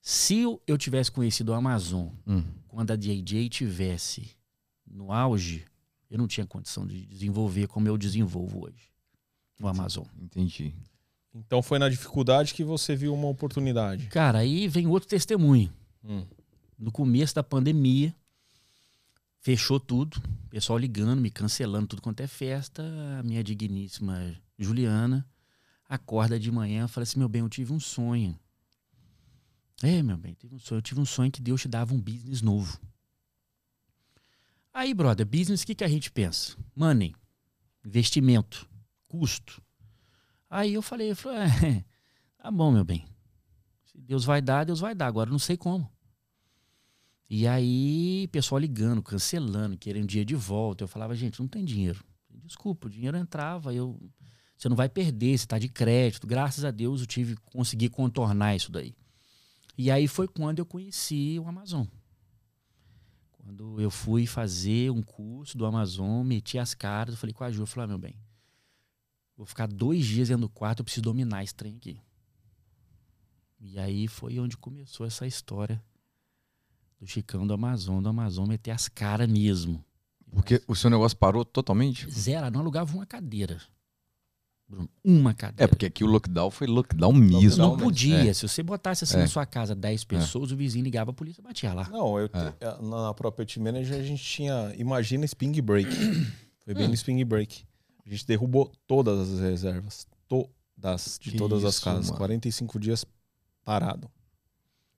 Speaker 3: se eu eu tivesse conhecido o Amazon
Speaker 2: Hum.
Speaker 3: quando a JJ tivesse no auge, eu não tinha condição de desenvolver como eu desenvolvo hoje no Amazon.
Speaker 2: Entendi.
Speaker 1: Então foi na dificuldade que você viu uma oportunidade.
Speaker 3: Cara, aí vem outro testemunho.
Speaker 1: Hum.
Speaker 3: No começo da pandemia, fechou tudo, pessoal ligando, me cancelando tudo quanto é festa. A minha digníssima Juliana acorda de manhã e fala assim: Meu bem, eu tive um sonho. É, meu bem, tive um sonho. Eu tive um sonho que Deus te dava um business novo. Aí, brother, business, o que, que a gente pensa? Money, investimento, custo. Aí eu falei, eu falei "É, <laughs> tá bom, meu bem. Se Deus vai dar, Deus vai dar. Agora eu não sei como. E aí, pessoal ligando, cancelando, querendo dia de volta. Eu falava, gente, não tem dinheiro. Desculpa, o dinheiro entrava, eu. Você não vai perder, você tá de crédito. Graças a Deus eu tive, consegui contornar isso daí. E aí foi quando eu conheci o Amazon. Quando eu fui fazer um curso do Amazon, meti as caras, eu falei com a Ju, eu falei, ah, meu bem, vou ficar dois dias dentro do quarto, eu preciso dominar esse trem aqui. E aí foi onde começou essa história do Chicão do Amazon, do Amazon meter as caras mesmo. Tipo,
Speaker 2: Porque o seu negócio parou totalmente?
Speaker 3: Zero, não alugava uma cadeira. Bruno, uma cadeira.
Speaker 2: É, porque aqui o lockdown foi lockdown mesmo.
Speaker 3: não
Speaker 1: né?
Speaker 3: podia. Se você botasse assim
Speaker 2: É.
Speaker 3: na sua casa 10 pessoas, o vizinho ligava a polícia e batia lá.
Speaker 1: Não, eu te- é, na própria Team Manager a gente tinha. Imagina Spring <coughs> Break. Foi
Speaker 3: Hum.
Speaker 1: bem no Spring Break. A gente derrubou todas as reservas. Todas, de
Speaker 2: Que
Speaker 1: todas as
Speaker 2: isso,
Speaker 1: casas.
Speaker 2: mano.
Speaker 1: 45 dias parado.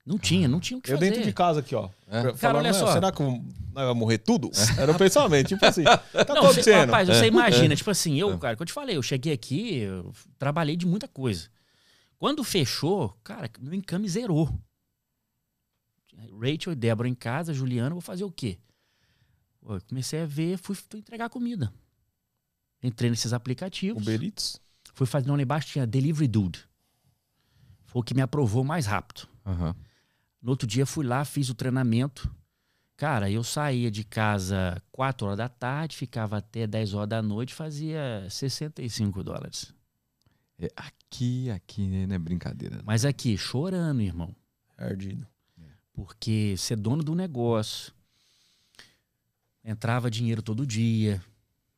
Speaker 3: Não tinha, não tinha o que
Speaker 1: Eu
Speaker 3: fazer.
Speaker 1: dentro de casa aqui, ó.
Speaker 2: É.
Speaker 1: Cara,
Speaker 3: Cara, olha só.
Speaker 1: Será que eu- vai morrer tudo? Era o pensamento, tipo
Speaker 3: <laughs>
Speaker 1: assim. Tá
Speaker 3: Não, você,
Speaker 1: acontecendo.
Speaker 3: rapaz, você imagina, tipo assim, eu, cara, que eu te falei, eu cheguei aqui, eu trabalhei de muita coisa. Quando fechou, cara, meu encame zerou. Rachel e Débora em casa, Juliana, eu vou fazer o quê? Pô, Eu comecei a ver, fui, fui entregar comida. Entrei nesses aplicativos.
Speaker 1: É. Uber Eats?
Speaker 3: Fui fazer lá embaixo, tinha Delivery Dude. Foi o que me aprovou mais rápido.
Speaker 2: Aham.
Speaker 3: No outro dia fui lá, fiz o treinamento. Cara, eu saía de casa 4 horas da tarde, ficava até 10 horas da noite, fazia 65 dólares.
Speaker 2: É, aqui, aqui né, não é brincadeira. não.
Speaker 3: Mas aqui, chorando, irmão.
Speaker 1: Ardido.
Speaker 3: Porque ser dono do negócio, entrava dinheiro todo dia,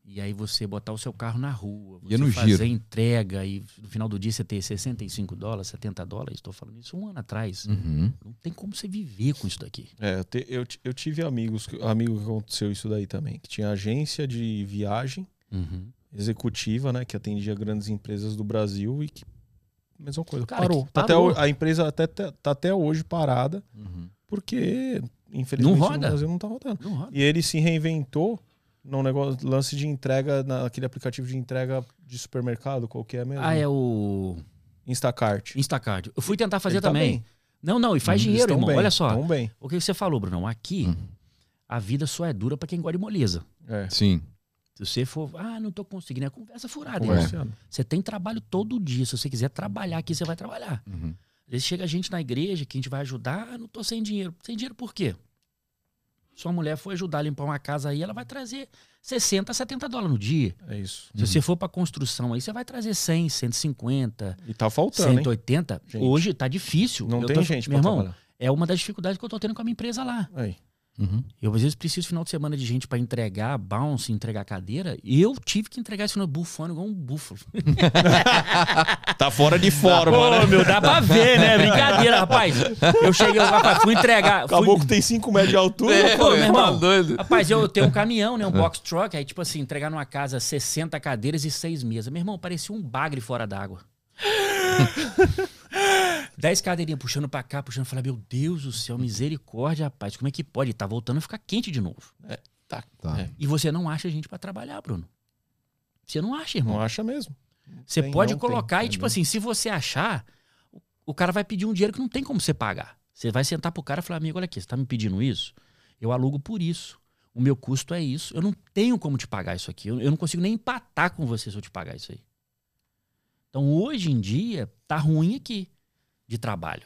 Speaker 3: e aí você botar o seu carro na rua,
Speaker 2: Ia
Speaker 3: você
Speaker 2: no
Speaker 3: fazer
Speaker 2: giro.
Speaker 3: entrega, e no final do dia você ter 65 dólares, 70 dólares, estou falando isso um ano atrás.
Speaker 2: Uhum.
Speaker 3: Não tem como você viver com isso daqui.
Speaker 1: É, eu, te- eu, ti- eu tive amigos, que- amigo que aconteceu isso daí também, que tinha agência de viagem
Speaker 2: Uhum.
Speaker 1: executiva, né, que atendia grandes empresas do Brasil e que mesma coisa,
Speaker 3: Cara,
Speaker 1: parou.
Speaker 3: que
Speaker 1: Tá até
Speaker 3: parou.
Speaker 1: ho- a empresa até tá tá até hoje parada,
Speaker 2: Uhum.
Speaker 1: porque infelizmente
Speaker 3: Não roda.
Speaker 1: no Brasil não tá rodando.
Speaker 3: Não roda.
Speaker 1: E ele se reinventou no negócio lance de entrega naquele aplicativo de entrega de supermercado, qual que é mesmo?
Speaker 3: Ah, é o
Speaker 1: Instacart.
Speaker 3: Instacard. Eu fui tentar fazer
Speaker 1: Ele tá
Speaker 3: também.
Speaker 1: bem. Uhum.
Speaker 3: Não, não, e faz
Speaker 1: Eles
Speaker 3: dinheiro,
Speaker 1: tão
Speaker 3: irmão.
Speaker 1: bem,
Speaker 3: Olha só.
Speaker 1: Tão Uhum. bem.
Speaker 3: O que você falou, Brunão? Aqui, a vida só é dura pra quem gosta de moleza.
Speaker 1: É.
Speaker 2: Sim.
Speaker 3: Se você for, ah, não tô conseguindo, é conversa
Speaker 1: Tá
Speaker 3: furada. irmão.
Speaker 1: Conversando.
Speaker 3: Você tem trabalho todo dia. Se você quiser trabalhar aqui, você vai trabalhar.
Speaker 2: Uhum.
Speaker 3: Às vezes chega gente na igreja que a gente vai ajudar, ah, não tô sem dinheiro. Sem dinheiro por quê? Sua mulher foi ajudar a limpar uma casa aí, ela vai trazer 60, 70 dólares no dia.
Speaker 1: É isso.
Speaker 3: Se você for pra construção aí, você vai trazer 100, 150,
Speaker 1: E tá faltando, hein?
Speaker 3: 180.
Speaker 1: Gente.
Speaker 3: Hoje tá difícil.
Speaker 1: Não
Speaker 3: Eu
Speaker 1: tem
Speaker 3: tô-
Speaker 1: gente pra
Speaker 3: Meu irmão,
Speaker 1: trabalhar.
Speaker 3: é uma das dificuldades que eu tô tendo com a minha empresa lá.
Speaker 1: Aí.
Speaker 2: Uhum.
Speaker 3: Eu às vezes preciso final de semana de gente pra entregar bounce, entregar cadeira. E eu tive que entregar esse final bufando igual um búfalo.
Speaker 1: Tá fora
Speaker 3: <laughs>
Speaker 1: de forma, né?
Speaker 3: Ô, meu, dá pra ver, né? Brincadeira, rapaz. Eu cheguei lá, fui entregar. Fui...
Speaker 1: Acabou que tem 5 metros de altura.
Speaker 3: Pô, meu
Speaker 2: tá
Speaker 3: irmão.
Speaker 2: doido.
Speaker 3: Rapaz, eu tenho um caminhão, né? Um box truck. Aí, tipo assim, entregar numa casa 60 cadeiras e 6 mesas. Meu irmão, parecia um bagre fora d'água. 10 cadeirinhas puxando pra cá, puxando. Falei, meu Deus do céu, misericórdia, rapaz. Como é que pode? Tá voltando a ficar quente de novo.
Speaker 2: Tá.
Speaker 1: É.
Speaker 3: E você não acha gente pra trabalhar, Bruno. Você não acha, irmão.
Speaker 1: Não acha mesmo.
Speaker 3: Você
Speaker 1: Tem,
Speaker 3: pode
Speaker 1: não
Speaker 3: colocar
Speaker 1: tem,
Speaker 3: e, tipo
Speaker 1: entendeu?
Speaker 3: assim, se você achar, o- o cara vai pedir um dinheiro que não tem como você pagar. Você vai sentar pro cara e falar, amigo, olha aqui, você tá me pedindo isso? Eu alugo por isso. O meu custo é isso. Eu não tenho como te pagar isso aqui. Eu, eu não consigo nem empatar com você se eu te pagar isso aí. Então, hoje em dia, tá ruim aqui de trabalho.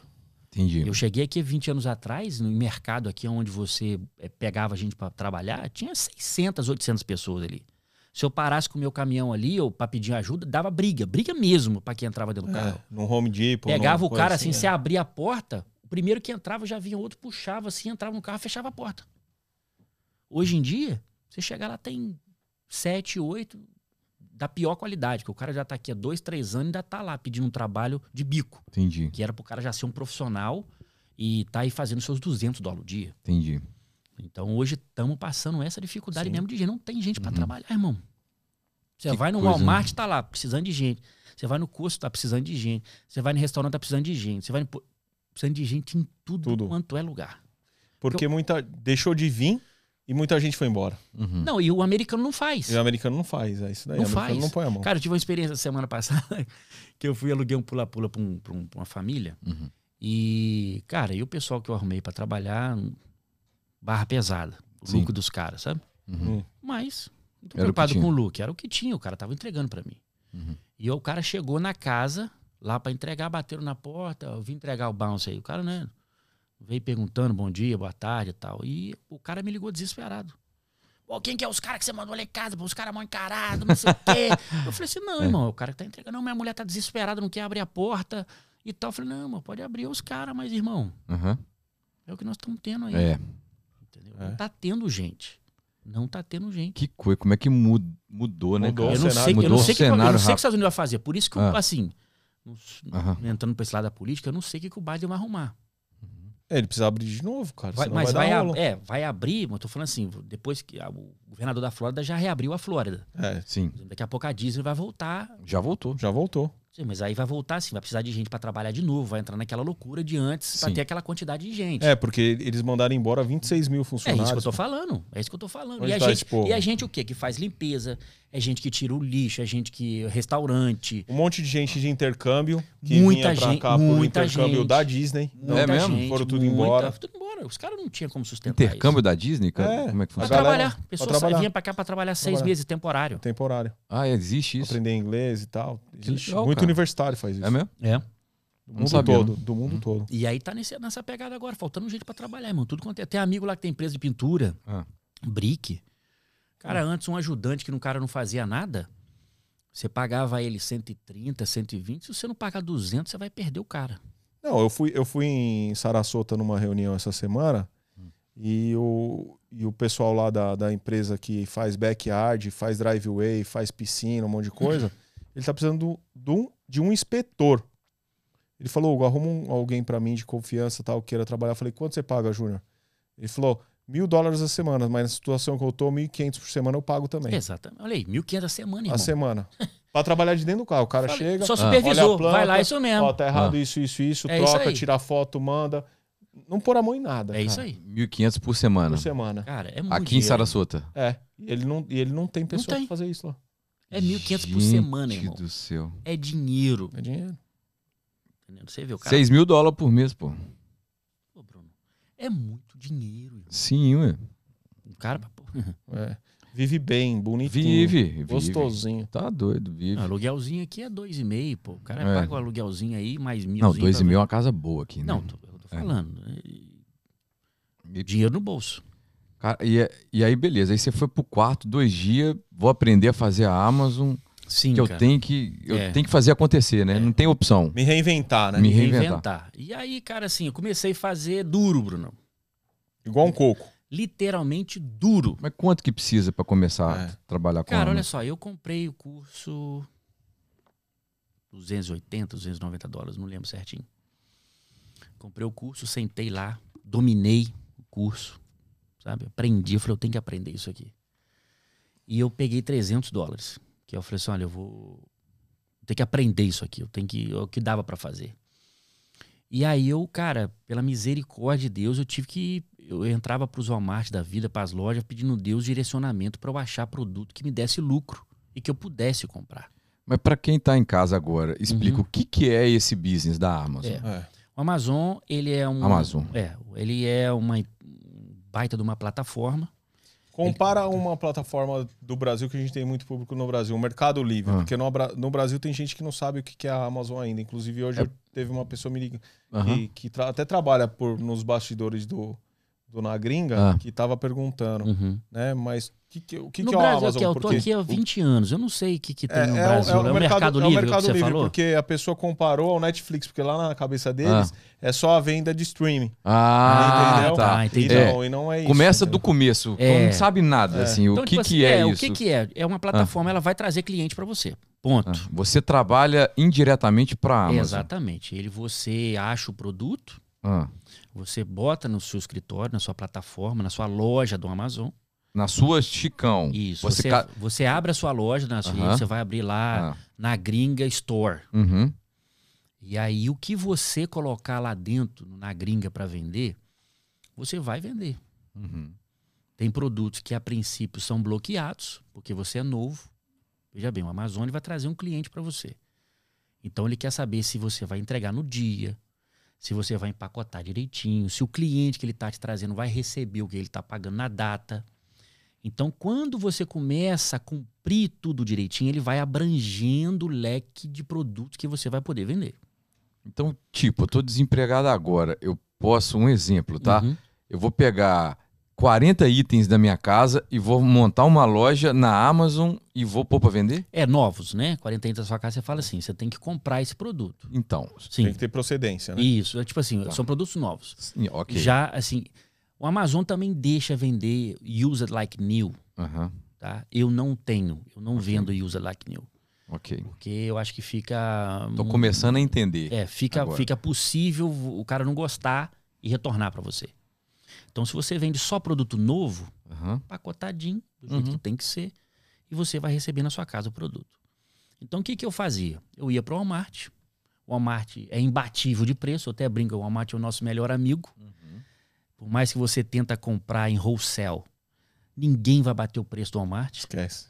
Speaker 2: Entendi.
Speaker 3: Eu cheguei aqui 20 anos atrás, no mercado aqui onde você eh, pegava gente para trabalhar, tinha 600, 800 pessoas ali. Se eu parasse com o meu caminhão ali, ou para pedir ajuda, dava briga, briga mesmo para quem entrava dentro do carro.
Speaker 1: É, num Home Depot.
Speaker 3: Pegava
Speaker 1: numa
Speaker 3: o
Speaker 1: coisa
Speaker 3: cara assim, você
Speaker 1: é.
Speaker 3: abria a porta, o primeiro que entrava já vinha outro, puxava assim, entrava no carro, fechava a porta. Hoje em dia, você chega lá, tem 7, 8 da pior qualidade, que o cara já tá aqui há dois, três anos e ainda tá lá pedindo um trabalho de bico
Speaker 2: Entendi,
Speaker 3: que era pro cara já ser um profissional e tá aí fazendo seus 200 dólares o dia.
Speaker 2: entendi.
Speaker 3: Então hoje estamos passando essa dificuldade
Speaker 1: Sim.
Speaker 3: mesmo de gente. Não tem gente pra
Speaker 2: Uhum.
Speaker 3: trabalhar, irmão. Você
Speaker 2: Que
Speaker 3: vai no
Speaker 2: coisa, né?
Speaker 3: Walmart, tá lá, precisando de gente. Você vai no curso, tá precisando de gente. Você vai no restaurante, tá precisando de gente. Você vai no... po- precisando de gente em tudo,
Speaker 1: Tudo.
Speaker 3: quanto é lugar.
Speaker 1: Porque muita. Deixou de vir e muita gente foi embora.
Speaker 2: Uhum.
Speaker 3: Não, e o americano não faz.
Speaker 1: E o americano não faz. É isso daí.
Speaker 3: Não
Speaker 1: o americano
Speaker 3: faz.
Speaker 1: não põe a mão.
Speaker 3: Cara, eu tive uma experiência semana passada <laughs> que eu fui e aluguei um pula-pula pra, um- pra um- pra uma família.
Speaker 2: Uhum.
Speaker 3: E, cara, e o pessoal que eu arrumei pra trabalhar, um barra pesada. O
Speaker 2: Sim.
Speaker 3: lucro dos caras, sabe?
Speaker 1: Hum.
Speaker 2: Uhum.
Speaker 3: Mas, não tô
Speaker 2: Era o que
Speaker 3: preocupado
Speaker 2: tinha.
Speaker 3: com o look. Era o que tinha, o cara tava entregando pra mim.
Speaker 2: Uhum.
Speaker 3: E o cara chegou na casa, lá pra entregar, bateram na porta, eu vim entregar o bounce aí. O cara, né, veio perguntando bom dia, boa tarde e tal. E o cara me ligou desesperado. Pô, quem que é os caras que você mandou lá em casa? Pô, os caras mal encarados, não sei o
Speaker 2: <laughs>
Speaker 3: quê. Eu falei assim, não, irmão, é o cara que tá entregando. Não, minha mulher tá desesperada, não quer abrir a porta e tal. Eu falei, não, irmão, pode abrir os caras, mas, irmão,
Speaker 2: Aham.
Speaker 3: Uhum. é o que nós estamos tendo aí.
Speaker 2: É.
Speaker 3: Entendeu?
Speaker 1: É.
Speaker 3: Não tá tendo gente. Não tá tendo gente.
Speaker 2: Que coisa, como é que mu- mudou, né,
Speaker 1: Mudou o
Speaker 2: cara?
Speaker 3: Eu não,
Speaker 1: cenário.
Speaker 3: sei, eu
Speaker 2: mudou
Speaker 3: não sei
Speaker 2: o
Speaker 3: que- eu não sei o
Speaker 2: cenário
Speaker 3: que, os
Speaker 2: rápido.
Speaker 3: Estados Unidos vai fazer. Por isso que, eu,
Speaker 2: Ah.
Speaker 3: assim, não s-
Speaker 1: Ah.
Speaker 2: Aham.
Speaker 3: entrando para esse lado da política, eu não sei o que, que o Biden vai arrumar.
Speaker 1: É, ele precisa abrir de novo, cara.
Speaker 3: Vai-
Speaker 1: senão
Speaker 3: mas
Speaker 1: vai,
Speaker 3: vai,
Speaker 1: dar
Speaker 3: ab-
Speaker 1: aula.
Speaker 3: é, vai abrir, mas eu tô falando assim, depois que a- o governador da Flórida já reabriu a Flórida.
Speaker 1: É,
Speaker 2: Sim,
Speaker 3: Daqui a pouco a Disney vai voltar.
Speaker 2: já voltou.
Speaker 1: já voltou.
Speaker 3: Sim, Mas aí vai voltar assim, vai precisar de gente para trabalhar de novo, vai entrar naquela loucura de antes para
Speaker 2: Sim.
Speaker 3: ter aquela quantidade de gente.
Speaker 1: É, porque eles mandaram embora 26 mil
Speaker 3: É
Speaker 1: funcionários. né?
Speaker 3: isso que eu tô falando. É isso que eu tô falando.
Speaker 1: Onde
Speaker 3: E a,
Speaker 1: tá esse
Speaker 3: gente,
Speaker 1: povo?
Speaker 3: e a gente o quê? Que faz limpeza, é gente que tira o lixo, é gente que. restaurante.
Speaker 1: Um monte de gente de intercâmbio que
Speaker 3: Muita
Speaker 1: vinha pra
Speaker 3: gente-
Speaker 1: cá por
Speaker 3: muita
Speaker 1: intercâmbio
Speaker 3: gente.
Speaker 1: da Disney.
Speaker 3: Muita
Speaker 2: É mesmo?
Speaker 3: gente,
Speaker 1: Foram tudo
Speaker 3: muita-
Speaker 1: embora.
Speaker 3: Tudo embora. Os caras não tinham como sustentar
Speaker 2: Intercâmbio da Disney, cara?
Speaker 1: É.
Speaker 2: Como é que
Speaker 3: isso. Pra
Speaker 1: A
Speaker 2: funciona?
Speaker 1: galera-
Speaker 3: trabalhar. Pessoas
Speaker 1: pra trabalhar.
Speaker 3: vinham pra cá pra trabalhar seis
Speaker 1: Trabalhar.
Speaker 3: meses temporário.
Speaker 1: Temporário.
Speaker 2: Ah, existe isso.
Speaker 1: Aprender inglês e tal. Existe.
Speaker 2: legal,
Speaker 1: Muito
Speaker 2: cara.
Speaker 1: universitário faz isso.
Speaker 2: É mesmo?
Speaker 3: É.
Speaker 1: Do
Speaker 2: Não
Speaker 1: mundo
Speaker 2: sabia,
Speaker 1: todo. Do mundo todo.
Speaker 3: E aí tá nesse- nessa pegada agora, faltando gente pra trabalhar, irmão. Tudo quanto é. Tem amigo lá que tem empresa de pintura,
Speaker 2: Ah.
Speaker 3: brick.
Speaker 1: Ah.
Speaker 3: Cara, antes um ajudante que um cara não fazia nada, você pagava ele 130, 120. Se você não pagar 200, você vai perder o cara.
Speaker 1: Não, eu fui, eu fui em Sarasota numa reunião essa semana e, o, e o pessoal lá da, da empresa que faz backyard, faz driveway, faz piscina, um monte de <laughs> coisa, ele tá precisando de um, de um inspetor. Ele falou, Hugo, arruma um- alguém pra mim de confiança tal, queira trabalhar. Eu falei, quanto você paga, Júnior? Ele falou, mil dólares a semana, mas na situação que eu tô, mil e quinhentos por semana eu pago também.
Speaker 3: Exatamente. Olha aí, 1.500 a semana,
Speaker 1: A
Speaker 3: irmão.
Speaker 1: semana. pra trabalhar de dentro do carro. O cara
Speaker 3: é Falei,
Speaker 1: chega,
Speaker 3: Só
Speaker 2: olha a
Speaker 3: supervisor,
Speaker 1: planta,
Speaker 3: vai lá, isso mesmo.
Speaker 1: Ó, tá errado
Speaker 2: Ah.
Speaker 1: isso, isso, isso.
Speaker 3: É isso
Speaker 1: troca,
Speaker 3: aí.
Speaker 1: tira foto, manda. Não pôr a mão em nada.
Speaker 3: é isso
Speaker 1: cara,
Speaker 3: aí.
Speaker 2: 1.500 por semana.
Speaker 1: Por semana.
Speaker 3: Cara, é muito
Speaker 2: Aqui em
Speaker 3: dinheiro.
Speaker 2: Sarasota.
Speaker 1: É. E ele não, e ele não tem pessoa
Speaker 3: tem.
Speaker 1: pra fazer isso lá.
Speaker 3: É 1.500 por
Speaker 2: Gente
Speaker 3: semana, irmão.
Speaker 2: do céu.
Speaker 3: É dinheiro.
Speaker 1: É dinheiro.
Speaker 3: Entendeu? Você vê o cara.
Speaker 2: 6 mil dólares por mês, pô.
Speaker 3: Pô, Bruno, é muito dinheiro. irmão.
Speaker 2: Sim, ué.
Speaker 3: Um cara pra- pô,
Speaker 1: É. Vive bem, bonitinho.
Speaker 2: Vive, vive.
Speaker 1: Gostosinho.
Speaker 2: Tá doido, vive.
Speaker 3: Ah, aluguelzinho aqui é 2,5, pô. O cara
Speaker 2: É.
Speaker 3: paga o aluguelzinho aí, mais mil.
Speaker 2: Não, dois e meio é uma casa boa aqui, né?
Speaker 3: Não, tô, eu tô
Speaker 2: É.
Speaker 3: falando. né? E
Speaker 2: E-
Speaker 3: Dinheiro no bolso.
Speaker 2: Cara, e, é- e aí, beleza. Aí você foi pro quarto, dois dias, vou aprender a fazer a Amazon,
Speaker 3: Sim,
Speaker 2: que eu
Speaker 3: cara.
Speaker 2: tenho que. Eu
Speaker 3: É.
Speaker 2: tenho que fazer acontecer, né? Não tem opção.
Speaker 1: Me reinventar, né?
Speaker 2: Me- reinventar.
Speaker 3: reinventar. E aí, cara, assim, eu comecei a fazer duro, Bruno.
Speaker 1: Igual um coco.
Speaker 3: Literalmente duro.
Speaker 2: Mas quanto que precisa pra começar
Speaker 1: É.
Speaker 2: a trabalhar com a
Speaker 3: Cara, olha
Speaker 2: Amazon?
Speaker 3: só, eu comprei o curso 280, 290 dólares, não lembro certinho. Comprei o curso, sentei lá, dominei o curso, sabe? Aprendi, eu falei, eu tenho que aprender isso aqui. E eu peguei 300 dólares, que eu falei assim, olha, eu vou ter que aprender isso aqui, eu tenho que, é o que dava pra fazer. E aí eu, cara, pela misericórdia de Deus, eu tive que eu entrava pros Walmart da vida, pras lojas, pedindo Deus direcionamento pra eu achar produto que me desse lucro e que eu pudesse comprar.
Speaker 2: Mas pra quem tá em casa agora, explica
Speaker 3: Uhum.
Speaker 2: o que, que é esse business da Amazon.
Speaker 3: É.
Speaker 1: É.
Speaker 3: O Amazon, ele é um
Speaker 2: Amazon.
Speaker 3: É, ele é uma baita de uma plataforma.
Speaker 1: Compara uma plataforma do Brasil que a gente tem muito público no Brasil, o Mercado Livre.
Speaker 2: Ah.
Speaker 1: Porque no, Abra- no Brasil tem gente que não sabe o que que é a Amazon ainda. Inclusive, hoje
Speaker 2: É.
Speaker 1: eu- teve uma pessoa me ligando
Speaker 2: Aham.
Speaker 1: que, que tra- até trabalha por, nos bastidores do, do Na Gringa,
Speaker 2: Ah.
Speaker 1: que tava perguntando,
Speaker 3: Uhum.
Speaker 1: né? Mas que que- o que,
Speaker 3: no
Speaker 1: que é o
Speaker 3: Brasil,
Speaker 1: Amazon?
Speaker 3: que eu tô
Speaker 1: Porque-
Speaker 3: aqui há 20 anos, eu não sei o que, que tem
Speaker 1: É,
Speaker 3: no
Speaker 1: é o-
Speaker 3: Brasil. É o, mercado,
Speaker 1: é o
Speaker 3: Livre
Speaker 1: Mercado
Speaker 3: que você
Speaker 1: Livre,
Speaker 3: falou? Ah.
Speaker 1: porque a pessoa comparou ao Netflix, porque lá na cabeça deles é só a venda de streaming.
Speaker 2: Ah,
Speaker 1: entendeu?
Speaker 2: tá.
Speaker 3: Ah, entendi.
Speaker 1: E não, e não é isso.
Speaker 2: Começa do
Speaker 1: entendeu?
Speaker 2: começo.
Speaker 3: É.
Speaker 2: Não sabe nada,
Speaker 1: É.
Speaker 2: assim.
Speaker 3: Então,
Speaker 2: o que,
Speaker 3: tipo assim,
Speaker 2: que é,
Speaker 3: O
Speaker 2: isso?
Speaker 3: que, que é? É uma plataforma, ela vai trazer cliente pra você. Ponto.
Speaker 2: Ah, Você trabalha indiretamente pra Amazon.
Speaker 3: Exatamente. Ele, você acha o produto,
Speaker 2: Ah,
Speaker 3: você bota no seu escritório, na sua plataforma, na sua loja do Amazon.
Speaker 2: Na sua Chicão.
Speaker 3: Isso.
Speaker 2: Você
Speaker 3: Você,
Speaker 2: ca-
Speaker 3: você abre a sua loja, na sua-
Speaker 2: Aham.
Speaker 3: você vai abrir lá
Speaker 2: Ah,
Speaker 3: na Gringa Store.
Speaker 2: uhum.
Speaker 3: E aí, o que você colocar lá dentro, na gringa, para vender, você vai vender.
Speaker 2: Uhum.
Speaker 3: Tem produtos que, a princípio, são bloqueados, porque você é novo. Veja bem, o Amazon ele vai trazer um cliente para você. Então, ele quer saber se você vai entregar no dia, se você vai empacotar direitinho, se o cliente que ele está te trazendo vai receber o que ele está pagando na data. Então, quando você começa a cumprir tudo direitinho, ele vai abrangendo o leque de produtos que você vai poder vender.
Speaker 2: Então, tipo, eu tô desempregado agora. Eu posso, um exemplo, tá?
Speaker 3: Uhum.
Speaker 2: Eu vou pegar 40 itens da minha casa e vou montar uma loja na Amazon e vou pôr pra vender?
Speaker 3: É, novos, né? 40 anos da sua casa, você fala assim, você tem que comprar esse produto.
Speaker 2: Então,
Speaker 1: Tem
Speaker 3: Sim.
Speaker 1: que ter procedência, né?
Speaker 3: Isso, é tipo assim,
Speaker 2: Tá.
Speaker 3: são produtos novos.
Speaker 2: sim, ok.
Speaker 3: Já, assim, o Amazon também deixa vender use it like new,
Speaker 2: Aham,
Speaker 3: tá? Eu não tenho, eu não vendo use it like new,
Speaker 2: ok.
Speaker 3: porque eu acho que fica...
Speaker 2: Tô
Speaker 3: hum,
Speaker 2: começando a entender.
Speaker 3: É, fica,
Speaker 2: Então, agora.
Speaker 3: fica possível o cara não gostar e retornar pra você. Então, se você vende só produto novo,
Speaker 2: Aham.
Speaker 3: pacotadinho, do jeito
Speaker 2: Uhum.
Speaker 3: que tem que ser, e você vai receber na sua casa o produto. Então o que, que eu fazia? Eu ia para o Walmart. O Walmart é imbatível de preço, eu até brinco, o Walmart é o nosso melhor amigo. Por mais que você tenta comprar em wholesale, ninguém vai bater o preço do Walmart.
Speaker 1: Esquece.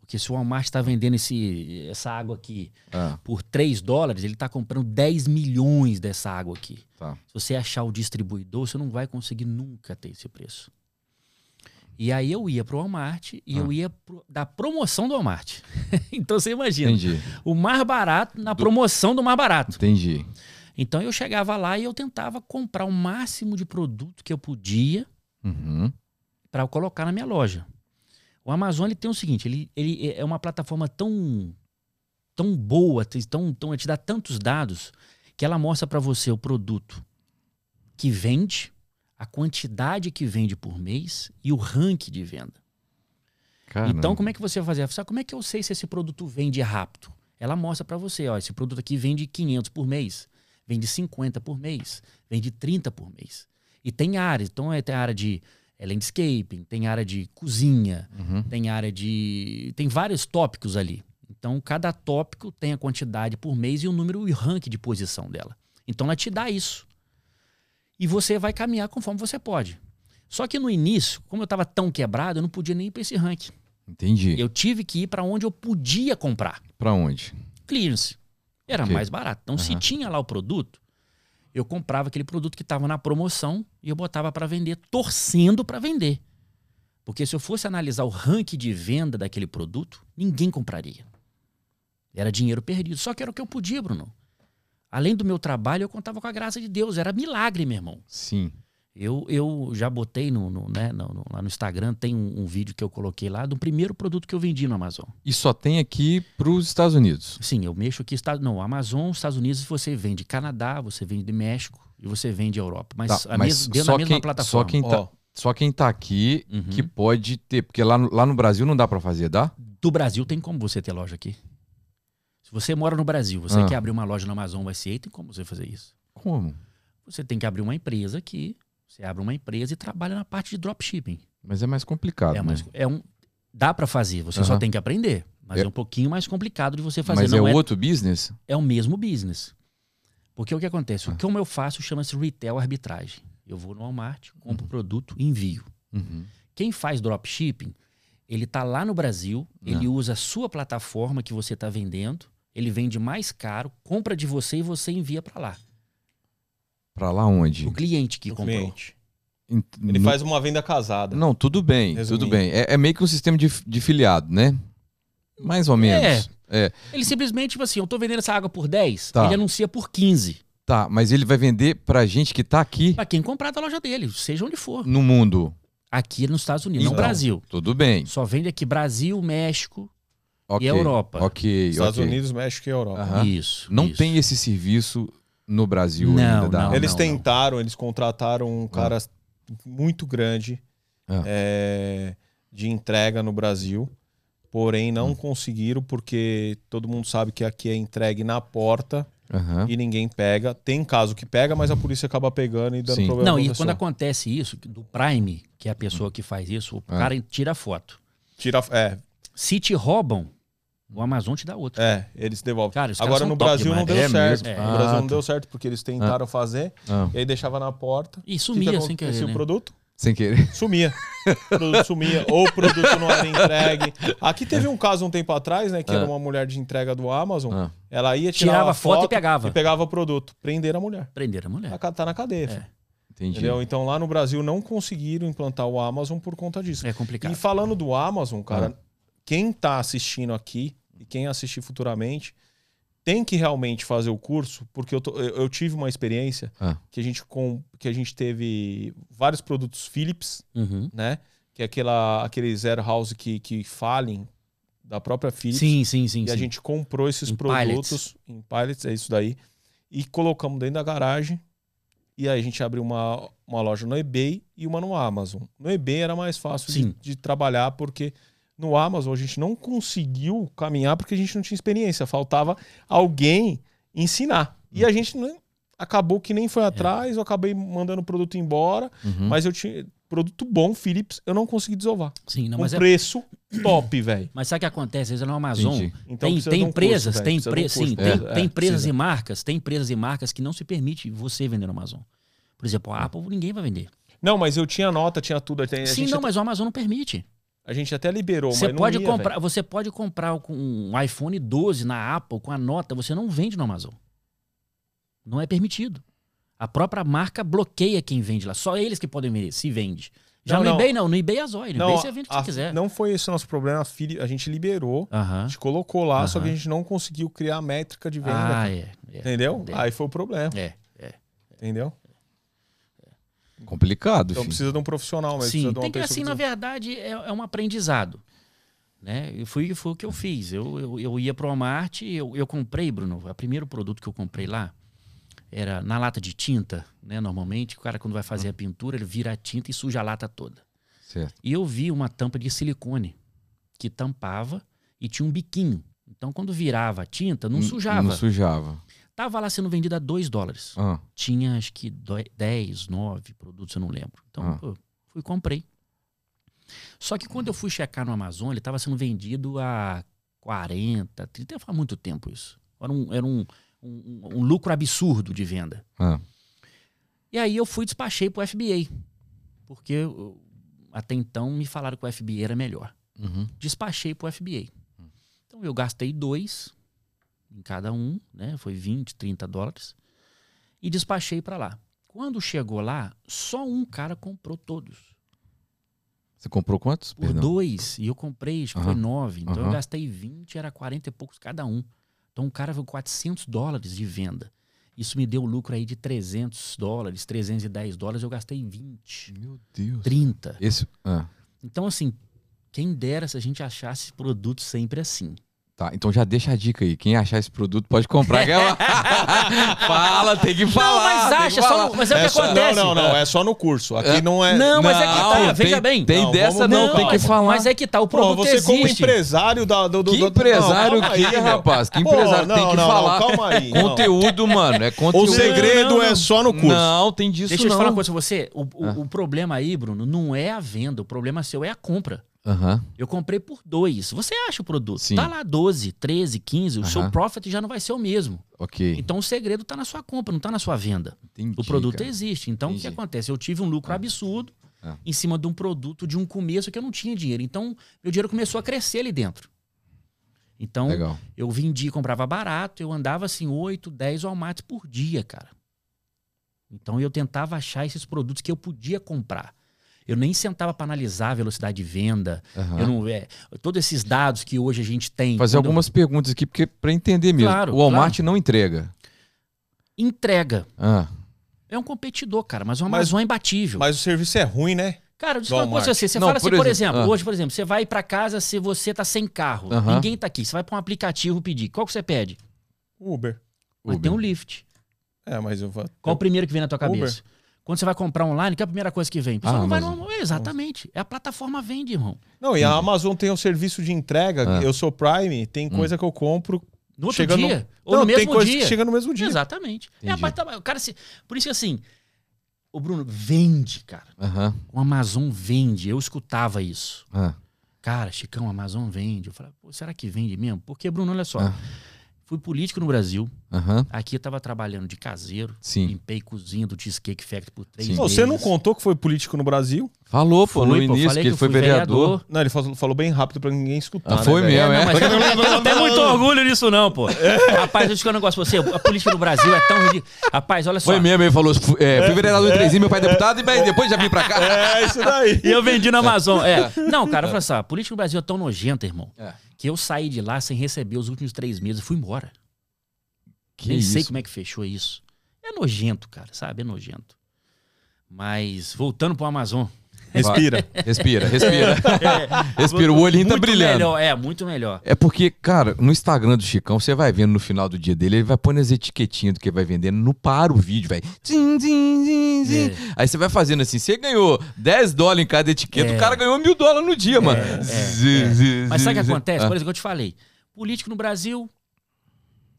Speaker 3: Porque se o Walmart está vendendo esse, essa água aqui
Speaker 2: Ah,
Speaker 3: por 3 dólares, ele está comprando 10 milhões dessa água aqui.
Speaker 2: tá.
Speaker 3: Se você achar o distribuidor, você não vai conseguir nunca ter esse preço. E aí eu ia pro Walmart e
Speaker 2: Ah.
Speaker 3: eu ia pro- da promoção do Walmart. <laughs> então você imagina,
Speaker 2: Entendi,
Speaker 3: o mais barato na promoção do mais barato.
Speaker 2: entendi.
Speaker 3: Então eu chegava lá e eu tentava comprar o máximo de produto que eu podia
Speaker 2: Uhum.
Speaker 3: para colocar na minha loja. O Amazon ele tem o seguinte, ele, ele é uma plataforma tão tão boa, te- tão, tão, te dá tantos dados que ela mostra para você o produto que vende, a quantidade que vende por mês e o ranking de venda. Então como é que você vai fazer? Sabe, como é que eu sei se esse produto vende rápido? Ela mostra para você, ó, esse produto aqui vende 500 por mês, vende 50 por mês, vende 30 por mês. E tem áreas, então é, tem área de é, landscaping, tem área de cozinha,
Speaker 2: Uhum.
Speaker 3: tem área de. Tem vários tópicos ali. Então, cada tópico tem a quantidade por mês e o número e o ranking de posição dela. Então, ela te dá isso. E você vai caminhar conforme você pode. Só que no início, como eu estava tão quebrado, eu não podia nem ir para esse ranking.
Speaker 2: Entendi.
Speaker 3: Eu tive que ir para onde eu podia comprar.
Speaker 2: Pra onde?
Speaker 3: Clearance. Era
Speaker 2: Ok.
Speaker 3: mais barato. Então, se
Speaker 2: Aham.
Speaker 3: tinha lá o produto, eu comprava aquele produto que estava na promoção e eu botava para vender, torcendo para vender. Porque se eu fosse analisar o ranking de venda daquele produto, ninguém compraria. Era dinheiro perdido. Só que era o que eu podia, Bruno. Além do meu trabalho, eu contava com a graça de Deus. Era milagre, meu irmão.
Speaker 2: Sim.
Speaker 3: Eu, eu já botei no, no, né, no- no- lá no Instagram, tem um, um vídeo que eu coloquei lá do primeiro produto que eu vendi no Amazon.
Speaker 2: E só tem aqui pros Estados Unidos.
Speaker 3: Sim, eu mexo aqui, Estado, não, Amazon, Estados Unidos, você vende Canadá, você vende México e você vende Europa. Mas,
Speaker 2: Tá,
Speaker 3: a
Speaker 2: mas
Speaker 3: mes- dentro da
Speaker 2: só
Speaker 3: mesma
Speaker 2: quem- só
Speaker 3: plataforma.
Speaker 2: quem-
Speaker 1: Ó,
Speaker 2: Só quem tá aqui
Speaker 3: Uhum.
Speaker 2: que pode ter. Porque lá, no- lá no Brasil não dá pra fazer, dá?
Speaker 3: Do Brasil tem como você ter loja aqui. Se você mora no Brasil, você
Speaker 2: Ah.
Speaker 3: quer abrir uma loja no Amazon USA, tem como você fazer isso.
Speaker 2: Como?
Speaker 3: Você tem que abrir uma empresa aqui, você abre uma empresa e trabalha na parte de dropshipping.
Speaker 2: Mas é mais complicado.
Speaker 3: É, mas
Speaker 2: né?
Speaker 3: é um, dá pra fazer, você só
Speaker 2: Aham.
Speaker 3: tem que aprender. Mas
Speaker 2: É.
Speaker 3: é. um pouquinho mais complicado de você fazer.
Speaker 2: Mas
Speaker 3: não
Speaker 2: é
Speaker 3: é,
Speaker 2: outro business?
Speaker 3: é o mesmo business. Porque o que acontece?
Speaker 2: Ah.
Speaker 3: O que eu- eu faço chama-se retail arbitragem. Eu vou no Walmart, compro o produto e envio.
Speaker 2: Uhum.
Speaker 3: Quem faz dropshipping, ele tá lá no Brasil, ele
Speaker 2: Ah.
Speaker 3: usa a sua plataforma que você tá vendendo, ele vende mais caro, compra de você e você envia pra lá.
Speaker 2: Pra lá onde?
Speaker 3: O cliente que
Speaker 1: o
Speaker 3: comprou.
Speaker 1: cliente.
Speaker 2: Ent-
Speaker 1: Ele
Speaker 2: no-
Speaker 1: faz uma venda casada.
Speaker 2: Não, tudo bem,
Speaker 1: Resumindo.
Speaker 2: tudo bem. É, é meio que um sistema de, de filiado, né? Mais ou menos. É.
Speaker 3: Ele simplesmente, tipo assim, eu tô vendendo essa água por 10,
Speaker 2: Tá.
Speaker 3: ele anuncia por 15.
Speaker 2: Tá, mas ele vai vender pra gente que tá aqui
Speaker 3: Pra quem comprar da loja dele, seja onde for.
Speaker 2: no mundo.
Speaker 3: Aqui nos Estados Unidos, não
Speaker 1: Então.
Speaker 3: Brasil.
Speaker 2: Tudo bem.
Speaker 3: Só vende aqui Brasil, México
Speaker 2: Ok.
Speaker 3: e Europa.
Speaker 2: Ok,
Speaker 1: Estados
Speaker 2: ok.
Speaker 1: Unidos, México e Europa.
Speaker 2: Aham.
Speaker 3: Isso.
Speaker 2: Não
Speaker 3: isso.
Speaker 2: tem esse serviço no Brasil
Speaker 3: Não,
Speaker 2: ainda. Da...
Speaker 3: não,
Speaker 1: Eles
Speaker 3: não.
Speaker 1: tentaram, eles contrataram um cara muito grande
Speaker 2: Ah.
Speaker 1: é, de entrega no Brasil, porém
Speaker 2: Hum.
Speaker 1: não conseguiram porque todo mundo sabe que aqui é entregue na porta
Speaker 2: Aham.
Speaker 1: e ninguém pega. Tem caso que pega, mas a polícia acaba pegando e dando
Speaker 2: Sim.
Speaker 1: problema.
Speaker 3: Não,
Speaker 1: pra
Speaker 3: e
Speaker 1: pessoa.
Speaker 3: quando acontece isso, do Prime, que é a pessoa que faz isso, o
Speaker 1: É.
Speaker 2: Ah.
Speaker 3: cara tira a foto.
Speaker 1: Tira, é,
Speaker 3: Se te roubam, o Amazon te dá outra.
Speaker 1: é, eles devolvem.
Speaker 3: Cara, os caras
Speaker 1: Agora
Speaker 3: são
Speaker 1: no
Speaker 3: top
Speaker 1: Brasil não
Speaker 3: demais.
Speaker 1: deu
Speaker 2: É
Speaker 1: certo.
Speaker 2: mesmo?
Speaker 1: No Brasil
Speaker 2: Ah,
Speaker 1: não
Speaker 2: tá.
Speaker 1: deu certo porque eles tentaram fazer
Speaker 2: Ah,
Speaker 1: e aí deixava na porta.
Speaker 3: E
Speaker 1: O que que
Speaker 3: sumia sem
Speaker 1: acontecia?
Speaker 3: querer.
Speaker 1: O
Speaker 3: né?
Speaker 1: produto
Speaker 2: Sem querer. <laughs>
Speaker 1: sumia. O produto sumia, ou o produto não era entregue. Aqui teve um caso um tempo atrás, né? Que era uma mulher de entrega do Amazon.
Speaker 2: Ah.
Speaker 1: Ela ia tirar
Speaker 3: Tirava
Speaker 1: a
Speaker 3: foto e pegava.
Speaker 1: E pegava o produto. Prenderam a mulher.
Speaker 3: Prenderam a
Speaker 1: Ela
Speaker 3: mulher.
Speaker 1: tá na cadeia.
Speaker 3: É.
Speaker 1: filho.
Speaker 2: Entendi.
Speaker 1: Entendeu? Então lá no Brasil não conseguiram implantar o Amazon por conta disso.
Speaker 3: É
Speaker 1: E
Speaker 3: complicado.
Speaker 1: falando do Amazon, cara, quem tá assistindo aqui e quem assistir futuramente tem que realmente fazer o curso, porque eu, tô- eu- eu tive uma experiência
Speaker 2: Ah.
Speaker 1: que, a gente com, que a gente teve vários produtos Philips,
Speaker 3: Uhum.
Speaker 1: né? Que é aquela, aquele zero house que, que falem da própria Philips.
Speaker 3: Sim, sim, sim.
Speaker 1: e a
Speaker 3: sim.
Speaker 1: gente comprou esses
Speaker 3: Em
Speaker 1: produtos em pallets, é isso daí. E colocamos dentro da garagem. E aí a gente abriu uma, uma loja no eBay e uma no Amazon. No eBay era mais fácil de,
Speaker 3: Sim.
Speaker 1: de trabalhar, porque no Amazon a gente não conseguiu caminhar porque a gente não tinha experiência. Faltava alguém ensinar.
Speaker 3: Uhum.
Speaker 1: E a gente não- acabou que nem
Speaker 3: É.
Speaker 1: foi atrás, eu acabei mandando o produto embora,
Speaker 2: Uhum.
Speaker 1: mas eu tinha. Produto bom, Philips, eu não consegui desovar.
Speaker 3: Sim, não,
Speaker 1: um
Speaker 3: mas, é...
Speaker 1: preço top, velho.
Speaker 3: mas sabe o que acontece? Às vezes é no Amazon.
Speaker 2: Entendi.
Speaker 1: Então
Speaker 3: tem,
Speaker 1: precisa
Speaker 3: tem
Speaker 1: de um
Speaker 3: empresas,
Speaker 1: curso, velho.
Speaker 3: tem,
Speaker 1: Precisa de um
Speaker 3: empre- sim,
Speaker 1: curso,
Speaker 3: tem,
Speaker 1: precisa-
Speaker 3: tem
Speaker 1: é,
Speaker 3: empresas
Speaker 1: precisa.
Speaker 3: e marcas, tem empresas e marcas que não se permite você vender no Amazon. Por exemplo, a Apple ninguém vai vender.
Speaker 1: Não, mas eu tinha nota, tinha tudo. É. A gente,
Speaker 3: Sim,
Speaker 1: até,
Speaker 3: não, mas o Amazon não permite.
Speaker 1: a gente até liberou,
Speaker 3: Você
Speaker 1: mas
Speaker 3: pode,
Speaker 1: não ia,
Speaker 3: comprar, você pode comprar com um iPhone 12 na Apple com a nota, você não vende no Amazon. Não é permitido. A própria marca bloqueia quem vende lá. Só eles que podem vender, se vende. Já
Speaker 1: Não,
Speaker 3: no
Speaker 1: não.
Speaker 3: eBay não, no eBay é zóio. No
Speaker 1: velho.
Speaker 3: eBay você vende o que
Speaker 1: a-
Speaker 3: você quiser.
Speaker 1: Não foi esse o nosso problema. A, Phili- a gente liberou, a
Speaker 3: Aham.
Speaker 1: gente colocou lá, só que a
Speaker 3: Aham.
Speaker 1: gente não conseguiu criar a métrica de venda.
Speaker 3: Ah, é. é.
Speaker 1: entendeu?
Speaker 3: é.
Speaker 1: Aí foi o problema,
Speaker 3: É.
Speaker 1: entendeu?
Speaker 2: Complicado,
Speaker 1: Então
Speaker 2: filho.
Speaker 1: precisa de um profissional, mas
Speaker 3: Sim,
Speaker 1: precisa de uma
Speaker 3: tem que
Speaker 1: pessoa.
Speaker 3: assim,
Speaker 1: que
Speaker 3: na
Speaker 1: diz-
Speaker 3: verdade, é, é um aprendizado. Né? E foi, foi o que eu fiz. Eu, eu, eu ia pro Walmart, eu, eu comprei, Bruno, o primeiro produto que eu comprei lá era na lata de tinta, né? Normalmente, o cara quando vai fazer a pintura, ele vira a tinta e suja a lata toda.
Speaker 2: Certo.
Speaker 3: E eu vi uma tampa de silicone que tampava e tinha um biquinho. Então, quando virava a tinta, não
Speaker 2: N-
Speaker 3: sujava.
Speaker 2: Hum, Não sujava.
Speaker 3: Tava lá sendo vendida a 2 dólares
Speaker 2: Ah,
Speaker 3: tinha acho que dó- 10, 9 produtos, eu não lembro. Então,
Speaker 2: Ah.
Speaker 3: pô, fui e comprei. Só que quando eu fui checar no Amazon, ele estava sendo vendido a 40, 30, faz muito tempo isso. Era um, era um, um- um lucro absurdo de venda.
Speaker 2: ah.
Speaker 3: E aí eu fui e despachei pro FBA. Porque eu- até então me falaram que o FBA era melhor.
Speaker 2: Uhum.
Speaker 3: Despachei pro FBA. Então eu gastei dois em cada um, né? Foi 20, 30 dólares. E despachei para lá. Quando chegou lá, só um cara comprou todos.
Speaker 2: Você comprou quantos?
Speaker 3: Por
Speaker 2: Perdão.
Speaker 3: dois. E eu comprei, acho que foi
Speaker 2: Aham.
Speaker 3: nove. Então eu
Speaker 2: Aham.
Speaker 3: gastei 20, era 40 e poucos cada um. Então o cara viu 400 dólares de venda. Isso me deu lucro aí de 300 dólares, 310 dólares. Eu gastei 20,
Speaker 2: Meu Deus.
Speaker 3: 30.
Speaker 2: Esse. ah,
Speaker 3: Então, assim, quem dera se a gente achasse esse produto sempre assim.
Speaker 2: tá, então já deixa a dica aí. Quem achar esse produto pode
Speaker 3: <laughs>
Speaker 2: comprar. Que ela- Fala, tem que falar.
Speaker 3: não, mas
Speaker 2: tem que
Speaker 3: acha, só,
Speaker 2: falar.
Speaker 3: no- mas é, o que
Speaker 1: só-
Speaker 3: acontece.
Speaker 1: Não, não, não. É só no curso. Aqui
Speaker 2: É.
Speaker 1: não é.
Speaker 3: Não, mas é que
Speaker 2: Não,
Speaker 3: tá, veja
Speaker 2: tem-
Speaker 3: bem.
Speaker 2: Tem
Speaker 1: Não,
Speaker 2: dessa,
Speaker 1: vamos-
Speaker 2: não,
Speaker 1: não,
Speaker 2: tem que
Speaker 1: mas-
Speaker 2: falar.
Speaker 3: Mas é que tá, o
Speaker 1: Pô,
Speaker 3: produto
Speaker 1: você como
Speaker 3: existe.
Speaker 1: empresário da, do,
Speaker 3: um-
Speaker 1: do,
Speaker 2: Que
Speaker 1: do- Não,
Speaker 2: empresário
Speaker 1: calma
Speaker 2: que,
Speaker 3: né?
Speaker 1: aí, meu.
Speaker 2: rapaz? Que
Speaker 1: Pô,
Speaker 2: empresário tem
Speaker 1: não,
Speaker 2: que
Speaker 1: não,
Speaker 2: falar?
Speaker 1: Não, calma aí. não.
Speaker 2: Conteúdo,
Speaker 3: <laughs>
Speaker 2: mano, é
Speaker 1: O
Speaker 2: conteúdo.
Speaker 1: segredo
Speaker 3: Não, não,
Speaker 1: é
Speaker 3: não.
Speaker 1: só no curso.
Speaker 2: Não, tem disso
Speaker 3: Deixa eu
Speaker 2: não.
Speaker 3: te falar uma coisa pra você. O, o-
Speaker 2: Ah.
Speaker 3: o problema aí, Bruno, não é a venda. O problema seu é a compra.
Speaker 2: Aham.
Speaker 3: Eu comprei por dois. Você acha o produto.
Speaker 2: Sim.
Speaker 3: Tá lá 12, 13, 15. O seu
Speaker 2: Aham.
Speaker 3: profit já não vai ser o mesmo.
Speaker 2: Ok.
Speaker 3: Então o segredo tá na sua compra, não tá na sua venda.
Speaker 2: Entendi,
Speaker 3: O produto
Speaker 2: cara.
Speaker 3: existe. Então o que
Speaker 2: Entendi.
Speaker 3: acontece? Eu tive um lucro
Speaker 2: Ah.
Speaker 3: absurdo
Speaker 2: Ah.
Speaker 3: em cima de um produto, de um começo que eu não tinha dinheiro. Então meu dinheiro começou a crescer ali dentro. Então
Speaker 2: Legal.
Speaker 3: eu vendia, comprava barato, eu andava assim 8, 10 Walmarts por dia, cara. Então eu tentava achar esses produtos que eu podia comprar. Eu nem sentava para analisar a velocidade de venda,
Speaker 2: Aham.
Speaker 3: eu não é, todos esses dados que hoje a gente tem.
Speaker 2: Ah. Fazer
Speaker 3: quando eu-
Speaker 2: algumas perguntas aqui, porque pra entender mesmo.
Speaker 3: Claro,
Speaker 2: o Walmart não entrega.
Speaker 3: entrega.
Speaker 2: Ah,
Speaker 3: É um competidor, cara, mas uma
Speaker 1: Mas-
Speaker 3: Amazon é imbatível.
Speaker 1: Mas o serviço é ruim, né?
Speaker 3: Cara, eu disse uma coisa
Speaker 1: Walmart.
Speaker 3: pra você. Você
Speaker 2: Não,
Speaker 3: fala
Speaker 2: por
Speaker 3: assim, por
Speaker 2: exemplo,
Speaker 3: exemplo,
Speaker 2: ah.
Speaker 3: hoje, por exemplo, você vai pra casa se você tá sem carro,
Speaker 2: Aham.
Speaker 3: ninguém tá aqui, você vai pra um aplicativo pedir. Qual que você pede?
Speaker 1: Uber.
Speaker 3: Mas
Speaker 2: Uber.
Speaker 3: tem um Lyft.
Speaker 1: É, mas eu vou.
Speaker 3: Qual o primeiro que vem na tua
Speaker 1: Uber.
Speaker 3: cabeça? Quando você vai comprar online, que é a primeira coisa que vem? O pessoal
Speaker 2: Ah,
Speaker 3: não vai
Speaker 2: Amazon.
Speaker 3: no... Exatamente. É a plataforma vende, irmão.
Speaker 1: Não, e a Amazon tem um serviço de entrega.
Speaker 2: Ah.
Speaker 1: Eu sou Prime, tem coisa que eu compro.
Speaker 3: No outro
Speaker 1: Chega no-
Speaker 3: dia. Ou
Speaker 1: não,
Speaker 3: no
Speaker 1: tem
Speaker 3: mesmo
Speaker 1: coisa
Speaker 3: dia.
Speaker 1: que chega no mesmo dia.
Speaker 3: Exatamente. É a
Speaker 2: Entendi.
Speaker 3: plata- o cara se... Por isso que assim, o Bruno vende, cara.
Speaker 2: aham.
Speaker 3: O Amazon vende. Eu escutava isso.
Speaker 2: ah.
Speaker 3: Cara, Chicão, a Amazon vende. Eu falava, Pô, será que vende mesmo? Porque, Bruno, olha só.
Speaker 2: Ah.
Speaker 3: Fui político no Brasil.
Speaker 2: Aham.
Speaker 3: Aqui eu tava trabalhando de caseiro.
Speaker 2: Sim.
Speaker 3: Limpei cozinha do Cheesecake Factory por três
Speaker 2: Sim.
Speaker 1: Pô, Você não
Speaker 3: meses.
Speaker 1: contou que foi político no Brasil?
Speaker 2: Falou, pô, no
Speaker 3: Fui, pô,
Speaker 2: início,
Speaker 3: falei
Speaker 2: que ele
Speaker 3: eu
Speaker 2: foi
Speaker 3: fui
Speaker 2: vereador.
Speaker 1: Não, ele falou, falou bem rápido pra ninguém escutar.
Speaker 2: Ah,
Speaker 1: né,
Speaker 2: foi
Speaker 1: velho?
Speaker 2: mesmo, é.
Speaker 3: não, mas eu eu não tenho muito orgulho nisso, não, pô. Rapaz, eu acho que eu não gosto de você. A política no Brasil é tão ridícula. Rapaz, olha só.
Speaker 2: Foi mesmo, ele falou. fu- é, fui vereador em Trezinho, meu pai é deputado, e mas depois já vim pra cá.
Speaker 1: É, isso daí.
Speaker 3: E eu vendi na Amazon. É. Não, cara, olha só. A política no Brasil é tão nojenta, irmão,
Speaker 2: É.
Speaker 3: que eu saí de lá sem receber os últimos três meses e fui embora.
Speaker 2: Que
Speaker 3: Nem
Speaker 2: isso?
Speaker 3: sei como é que fechou isso. É nojento, cara, sabe? É nojento. Mas, voltando pro
Speaker 2: <laughs>
Speaker 3: Amazon.
Speaker 1: Respira.
Speaker 2: Respira, respira. <laughs>
Speaker 3: É,
Speaker 2: Respira, o olhinho tá
Speaker 3: muito
Speaker 2: brilhando.
Speaker 3: melhor, é, muito melhor.
Speaker 2: É porque, cara, no Instagram do Chicão, você vai vendo no final do dia dele, ele vai pondo as etiquetinhas do que vai vendendo, não para o vídeo, velho. Zin, zin, zin, zin.
Speaker 3: É.
Speaker 2: Aí você vai fazendo assim, você ganhou 10 dólares em cada etiqueta,
Speaker 3: É.
Speaker 2: o cara ganhou mil dólares no dia, mano. Zin, zin,
Speaker 3: Mas sabe o
Speaker 2: zin,
Speaker 3: que
Speaker 2: zin.
Speaker 3: acontece?
Speaker 2: Ah,
Speaker 3: Por exemplo, que eu te falei. Político no Brasil,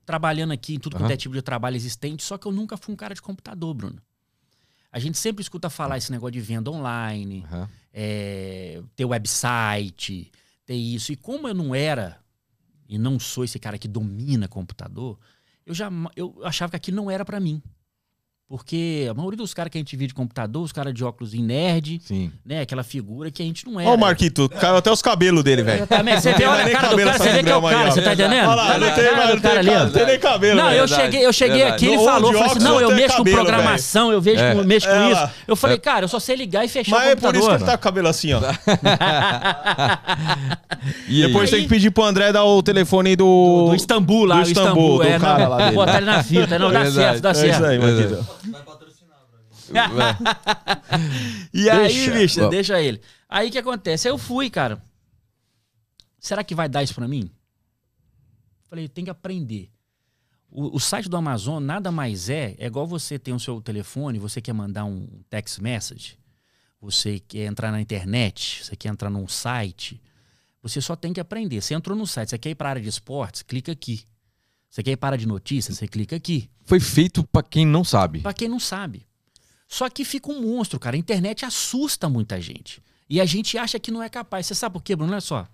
Speaker 3: trabalhando aqui em tudo quanto
Speaker 2: Aham.
Speaker 3: é tipo de trabalho existente, só que eu nunca fui um cara de computador, Bruno. A gente sempre escuta falar esse negócio de venda online,
Speaker 2: aham.
Speaker 3: é, ter website, ter isso. E como eu não era e não sou esse cara que domina computador, eu já eu achava que aquilo não era pra mim. Porque a maioria dos caras que a gente vê de computador, os caras de óculos em nerd,
Speaker 2: Sim.
Speaker 3: né? Aquela figura que a gente não era.
Speaker 1: Olha o Marquito, caiu até os cabelos dele, velho.
Speaker 3: Exatamente. Você vê
Speaker 1: tem
Speaker 3: olha
Speaker 1: mais
Speaker 3: a
Speaker 1: nem
Speaker 3: cara do
Speaker 1: cabelo
Speaker 3: cara, você vê que é o
Speaker 1: essa
Speaker 3: cara,
Speaker 1: desgrama
Speaker 3: você tá
Speaker 2: aí, ó.
Speaker 3: entendendo?
Speaker 1: Olha lá,
Speaker 3: Tá na
Speaker 1: não tem,
Speaker 3: cara
Speaker 1: mais-
Speaker 3: do
Speaker 1: não
Speaker 3: cara
Speaker 1: tem,
Speaker 3: ali, ó.
Speaker 1: cabelo, é tem nem cabelo. né?
Speaker 3: Não, eu
Speaker 1: velho.
Speaker 2: Verdade,
Speaker 3: cheguei, eu cheguei
Speaker 2: verdade.
Speaker 3: aqui, ele
Speaker 1: Ou
Speaker 3: falou,
Speaker 1: de
Speaker 3: falou assim,
Speaker 1: óculos
Speaker 3: não,
Speaker 1: ou
Speaker 3: eu
Speaker 1: até
Speaker 3: mexo com
Speaker 1: cabelo,
Speaker 3: programação, eu vejo
Speaker 2: É.
Speaker 3: com, mexo com
Speaker 1: É,
Speaker 3: isso.
Speaker 1: lá.
Speaker 3: Eu falei, cara, eu só sei ligar e fechar
Speaker 1: Mas é
Speaker 3: o
Speaker 1: por
Speaker 3: computador.
Speaker 1: isso que tá- ele tá com o cabelo assim, ó.
Speaker 3: <laughs>
Speaker 2: E aí?
Speaker 1: Depois
Speaker 3: Aí-
Speaker 1: tem que pedir pro André dar o telefone do.
Speaker 3: do, do Istambul lá,
Speaker 1: do
Speaker 3: o
Speaker 1: Istambul, do
Speaker 3: Istambul, é, não, <laughs>
Speaker 1: cara lá dele.
Speaker 3: botar ele na fita, não, dá
Speaker 2: Verdade,
Speaker 3: certo, dá
Speaker 1: É isso
Speaker 3: certo.
Speaker 1: aí, Marquito.
Speaker 2: <laughs> É.
Speaker 3: E aí,
Speaker 2: Deixa.
Speaker 3: bicho,
Speaker 2: Ó.
Speaker 3: deixa ele. Aí o que acontece? Aí eu fui, cara. Será que vai dar isso pra mim? Falei, tem que aprender. O, o site do Amazon nada mais é, é igual você tem o seu telefone, você quer mandar um text message, você quer entrar na internet, você quer entrar num site, você só tem que aprender. Você entrou no site, você quer ir para a área de esportes, clica aqui. Você quer ir para a área de notícias, você clica aqui.
Speaker 2: Foi feito pra quem não sabe.
Speaker 3: Pra quem não sabe. Só que fica um monstro, cara. A internet assusta muita gente. E a gente acha que não é capaz. Você sabe por quê, Bruno? Olha só.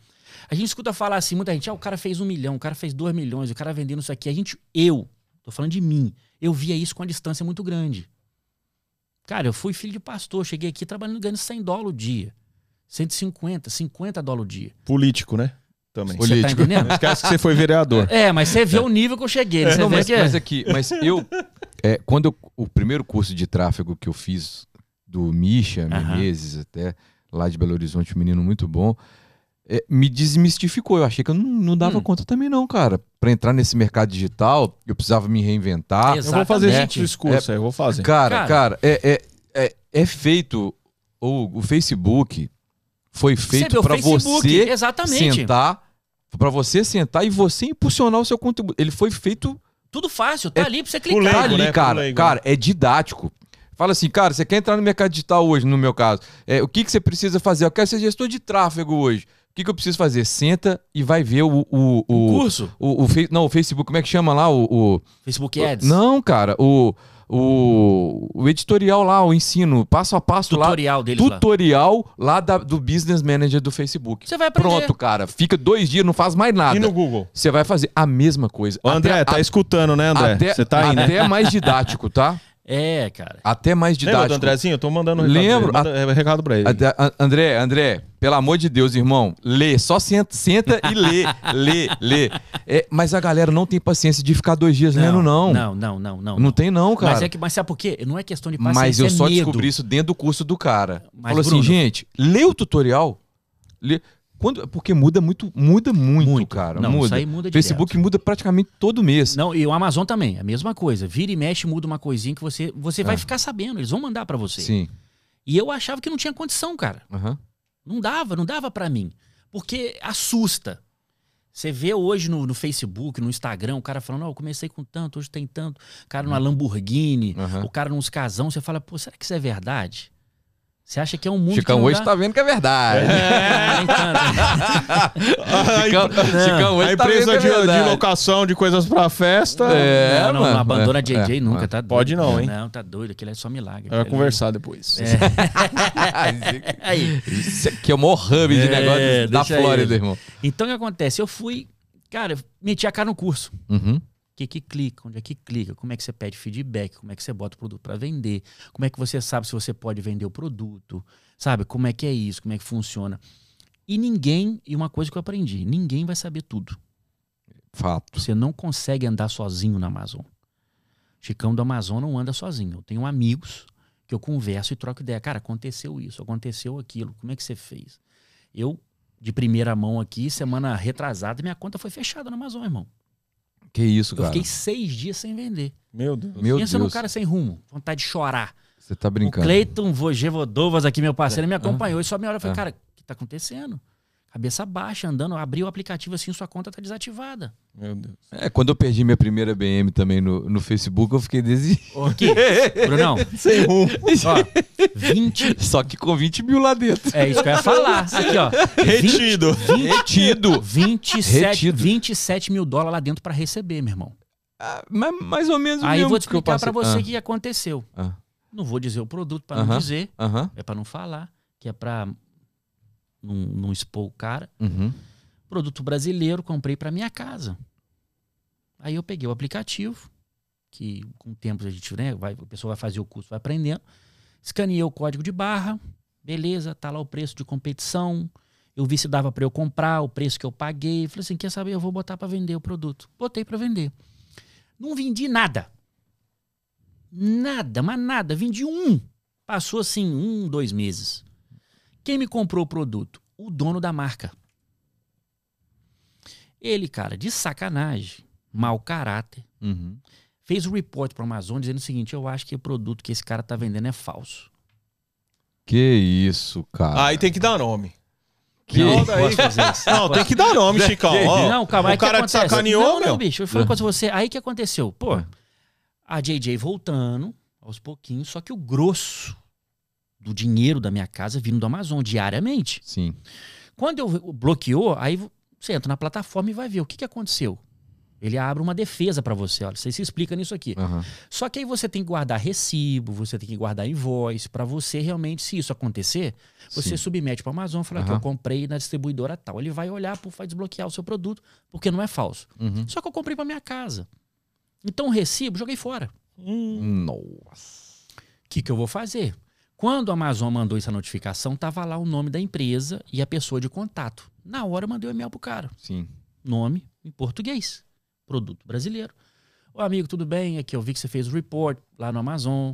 Speaker 3: A gente escuta falar assim, muita gente, ah, o cara fez um milhão, o cara fez dois milhões, o cara vendendo isso aqui. A gente, eu, tô falando de mim, eu via isso com uma distância muito grande. Cara, eu fui filho de pastor, cheguei aqui trabalhando ganhando 100 dólares o dia. 150, 50 dólares o dia.
Speaker 1: Político, né? Também.
Speaker 2: Olha-
Speaker 3: Você tá
Speaker 2: Político.
Speaker 3: entendendo?
Speaker 1: Não esquece que você foi
Speaker 3: <laughs>
Speaker 1: vereador.
Speaker 3: É, mas você vê o nível que eu cheguei. né? Você
Speaker 2: Não,
Speaker 3: vê
Speaker 2: mas,
Speaker 3: que é-
Speaker 2: mas aqui, mas eu. é, quando eu- o primeiro curso de tráfego que eu fiz do Misha
Speaker 3: Aham.
Speaker 2: Menezes até, lá de Belo Horizonte, um menino muito bom, é, me desmistificou. Eu achei que eu não, não dava
Speaker 3: Hum.
Speaker 2: conta também, não, cara. Pra entrar nesse mercado digital, eu precisava me reinventar.
Speaker 1: Eu vou fazer
Speaker 3: Exatamente.
Speaker 1: esse discurso aí, eu vou fazer.
Speaker 2: Cara,
Speaker 3: Cara.
Speaker 2: cara, é, é, é, é feito. Ou o Facebook foi feito
Speaker 3: vê o
Speaker 2: pra
Speaker 3: Facebook,
Speaker 2: você
Speaker 3: Exatamente.
Speaker 2: sentar, pra você sentar e você impulsionar o seu conteúdo. Ele foi feito
Speaker 3: Tudo fácil, tá ali pra você
Speaker 1: Pro
Speaker 2: tá
Speaker 3: clicar.
Speaker 1: leigo,
Speaker 2: ali,
Speaker 1: né? Pro
Speaker 2: cara.
Speaker 1: leigo,
Speaker 2: Cara, é didático. Fala assim, cara, você quer entrar no mercado digital hoje, no meu caso? É, o que, que você precisa fazer? Eu quero ser gestor de tráfego hoje. O que, que eu preciso fazer? Senta e vai ver o. o,
Speaker 1: Um
Speaker 2: o, o,
Speaker 3: Curso,
Speaker 2: o, Face- não, o Facebook, como é que chama lá? O, o-
Speaker 3: Facebook Ads,
Speaker 2: Não, cara, o, o, o editorial lá, o ensino, passo a passo
Speaker 3: tutorial deles
Speaker 2: lá.
Speaker 3: lá.
Speaker 2: Tutorial lá da- do Business Manager do Facebook.
Speaker 3: Você vai aprender.
Speaker 2: Pronto, cara. Fica dois dias, não faz mais nada.
Speaker 1: E no Google?
Speaker 2: Você vai fazer a mesma coisa.
Speaker 1: Ô, André,
Speaker 2: Até-
Speaker 1: tá escutando, né, André?
Speaker 2: até,
Speaker 1: Você tá aí, né?
Speaker 2: até é mais didático, tá?
Speaker 3: É, cara.
Speaker 2: Até mais
Speaker 1: Lembra do
Speaker 2: didático.
Speaker 1: Andrezinho? Eu tô mandando um recado
Speaker 2: Lembro.
Speaker 1: pra ele. Manda, é, recado pra <laughs> ele.
Speaker 2: Até- A- André, André, pelo amor de Deus, irmão, lê, só senta, senta e
Speaker 3: <laughs>
Speaker 2: lê, lê, lê. É, mas a galera não tem paciência de ficar dois dias lendo, não.
Speaker 3: Não, não, não, não.
Speaker 2: Não tem, não, cara.
Speaker 3: Mas é que, mas sabe por quê? Não é questão de paciência,
Speaker 2: Mas eu
Speaker 3: é
Speaker 2: só
Speaker 3: medo.
Speaker 2: descobri isso dentro do curso do cara.
Speaker 3: Mas,
Speaker 2: Falou assim,
Speaker 3: Bruno-
Speaker 2: gente, lê o tutorial. Lê. Quando, porque muda muito, muda muito,
Speaker 3: Muito.
Speaker 2: cara.
Speaker 3: Não, isso
Speaker 2: muda.
Speaker 3: aí muda direto.
Speaker 2: Facebook muda praticamente todo mês.
Speaker 3: Não, e o Amazon também, é a mesma coisa. Vira e mexe, muda uma coisinha que você, você vai
Speaker 2: É.
Speaker 3: ficar sabendo, eles vão mandar pra você.
Speaker 2: Sim.
Speaker 3: E eu achava que não tinha condição, cara.
Speaker 2: Aham.
Speaker 3: Não dava, não dava pra mim. Porque assusta. Você vê hoje no, no Facebook, no Instagram, o cara falando, ó, eu comecei com tanto, hoje tem tanto. O cara
Speaker 2: Uhum.
Speaker 3: numa Lamborghini,
Speaker 2: Aham.
Speaker 3: o cara nos casão. Você fala, pô, será que isso é verdade? Você acha que é um mundo que
Speaker 2: Chicão
Speaker 3: não
Speaker 2: hoje
Speaker 3: dá?
Speaker 2: tá vendo que é verdade.
Speaker 3: <laughs> É, nem tanto.
Speaker 1: A,
Speaker 2: <laughs> Chicão,
Speaker 3: É.
Speaker 2: <laughs> Chicão
Speaker 1: a
Speaker 2: hoje tá vendo que
Speaker 1: empresa
Speaker 2: é
Speaker 1: de, de
Speaker 2: verdade.
Speaker 1: locação de coisas pra festa. É.
Speaker 2: É,
Speaker 3: não, não,
Speaker 2: mano.
Speaker 3: não abandona JJ
Speaker 2: É,
Speaker 3: nunca,
Speaker 2: é.
Speaker 3: tá doido.
Speaker 1: Pode não, hein?
Speaker 3: Não, tá doido, aquilo é só milagre.
Speaker 1: Vai
Speaker 3: Aquilo-
Speaker 1: conversar depois.
Speaker 3: Aí.
Speaker 2: <laughs> Isso aqui é o maior hub de
Speaker 3: É,
Speaker 2: negócio da
Speaker 3: deixa
Speaker 2: Flórida,
Speaker 3: ele.
Speaker 2: irmão.
Speaker 3: Então o que acontece? Eu fui, cara, eu meti a cara no curso.
Speaker 2: Uhum.
Speaker 3: O que, que clica? Onde é que clica? Como é que você pede feedback? Como é que você bota o produto para vender? Como é que você sabe se você pode vender o produto? Sabe? Como é que é isso? Como é que funciona? E ninguém, e uma coisa que eu aprendi, ninguém vai saber tudo.
Speaker 2: Fato.
Speaker 3: Você não consegue andar sozinho na Amazon. Chicão do Amazon não anda sozinho. Eu tenho amigos que eu converso e troco ideia. Cara, aconteceu isso, aconteceu aquilo, como é que você fez? Eu, de primeira mão aqui, semana retrasada, minha conta foi fechada na Amazon, irmão.
Speaker 2: Que isso,
Speaker 3: Eu
Speaker 2: cara.
Speaker 3: fiquei seis dias sem vender.
Speaker 1: Meu Deus.
Speaker 2: Meu
Speaker 3: Pensa num
Speaker 2: Deus.
Speaker 3: cara sem rumo, vontade de chorar.
Speaker 2: Você tá brincando.
Speaker 3: O Cleiton Vojevodovas aqui, meu parceiro, me acompanhou e só me olha e falou,
Speaker 2: Ah.
Speaker 3: cara, o que tá acontecendo? Cabeça baixa, andando, abriu o aplicativo assim, sua conta tá <laughs> desativada.
Speaker 1: Meu Deus.
Speaker 2: É, quando eu perdi minha primeira BM também no, no Facebook, eu fiquei
Speaker 3: <laughs>
Speaker 2: desistindo.
Speaker 3: Ô, Aqui, Brunão,
Speaker 1: Sem rumo.
Speaker 3: ó, 20...
Speaker 2: Só que com 20 mil lá dentro.
Speaker 3: É isso que eu ia falar. Aqui, ó. 20,
Speaker 1: Retido.
Speaker 3: <laughs>
Speaker 2: Retido.
Speaker 3: 27,
Speaker 2: Retido.
Speaker 3: 27 mil dólares lá dentro pra receber, meu irmão.
Speaker 2: Ah, mas mais ou menos o
Speaker 3: Aí eu
Speaker 2: mesmo
Speaker 3: vou te
Speaker 2: que eu
Speaker 3: explicar pra
Speaker 2: passei.
Speaker 3: você o que aconteceu.
Speaker 2: Ah,
Speaker 3: Não vou dizer o produto pra não
Speaker 2: Aham.
Speaker 3: dizer,
Speaker 2: ah, aham,
Speaker 3: é pra não falar, que é pra não, não expor o cara.
Speaker 2: uhum.
Speaker 3: produto brasileiro, comprei para minha casa. Aí eu peguei o aplicativo, que com o tempo a gente, né, vai, a pessoa vai fazer o curso, vai aprendendo. Escaneei o código de barra, beleza, tá lá o preço de competição. Eu vi se dava para eu comprar, o preço que eu paguei. Falei assim, quer saber, eu vou botar para vender o produto. Botei para vender. Não vendi nada. Nada, mas nada. Vendi um. Passou assim, um, dois meses. Quem me comprou o produto? O dono da marca. Ele, cara, de sacanagem, mau caráter,
Speaker 2: Uhum.
Speaker 3: fez o report para Amazon dizendo o seguinte: eu acho que o produto que esse cara tá vendendo é falso.
Speaker 2: Que isso, cara.
Speaker 3: Ah,
Speaker 1: Aí tem que dar nome.
Speaker 2: Que-
Speaker 1: Não, daí- Ah, Não, tem que dar <laughs> nome, Chicão. ó.
Speaker 3: não, calma, aí
Speaker 1: o
Speaker 3: que
Speaker 1: cara te
Speaker 3: acontece?
Speaker 1: sacaneou,
Speaker 3: não,
Speaker 1: meu. É.
Speaker 3: Não, bicho, eu falei com você. Aí que aconteceu? Pô, a JJ voltando aos pouquinhos, só que o grosso do dinheiro da minha casa vindo do Amazon diariamente.
Speaker 2: Sim.
Speaker 3: Quando eu bloqueou, aí você entra na plataforma e vai ver o que, que aconteceu. Ele abre uma defesa para você, olha, você se explica nisso aqui.
Speaker 2: aham.
Speaker 3: Só que aí você tem que guardar recibo, você tem que guardar invoice, pra você realmente, se isso acontecer, você
Speaker 2: Sim.
Speaker 3: submete para Amazon, fala que
Speaker 2: Aham.
Speaker 3: eu comprei na distribuidora tal. Ele vai olhar, pô, vai desbloquear o seu produto, porque não é falso.
Speaker 2: Uhum.
Speaker 3: Só que eu comprei pra minha casa. Então o recibo, joguei fora.
Speaker 1: Hum.
Speaker 2: Nossa.
Speaker 3: O que, que eu vou fazer? Quando a Amazon mandou essa notificação, tava lá o nome da empresa e a pessoa de contato. Na hora eu mandei o e-mail pro cara.
Speaker 2: Sim.
Speaker 3: Nome em português. Produto brasileiro. Ô amigo, tudo bem? Aqui eu vi que você fez o report lá no Amazon.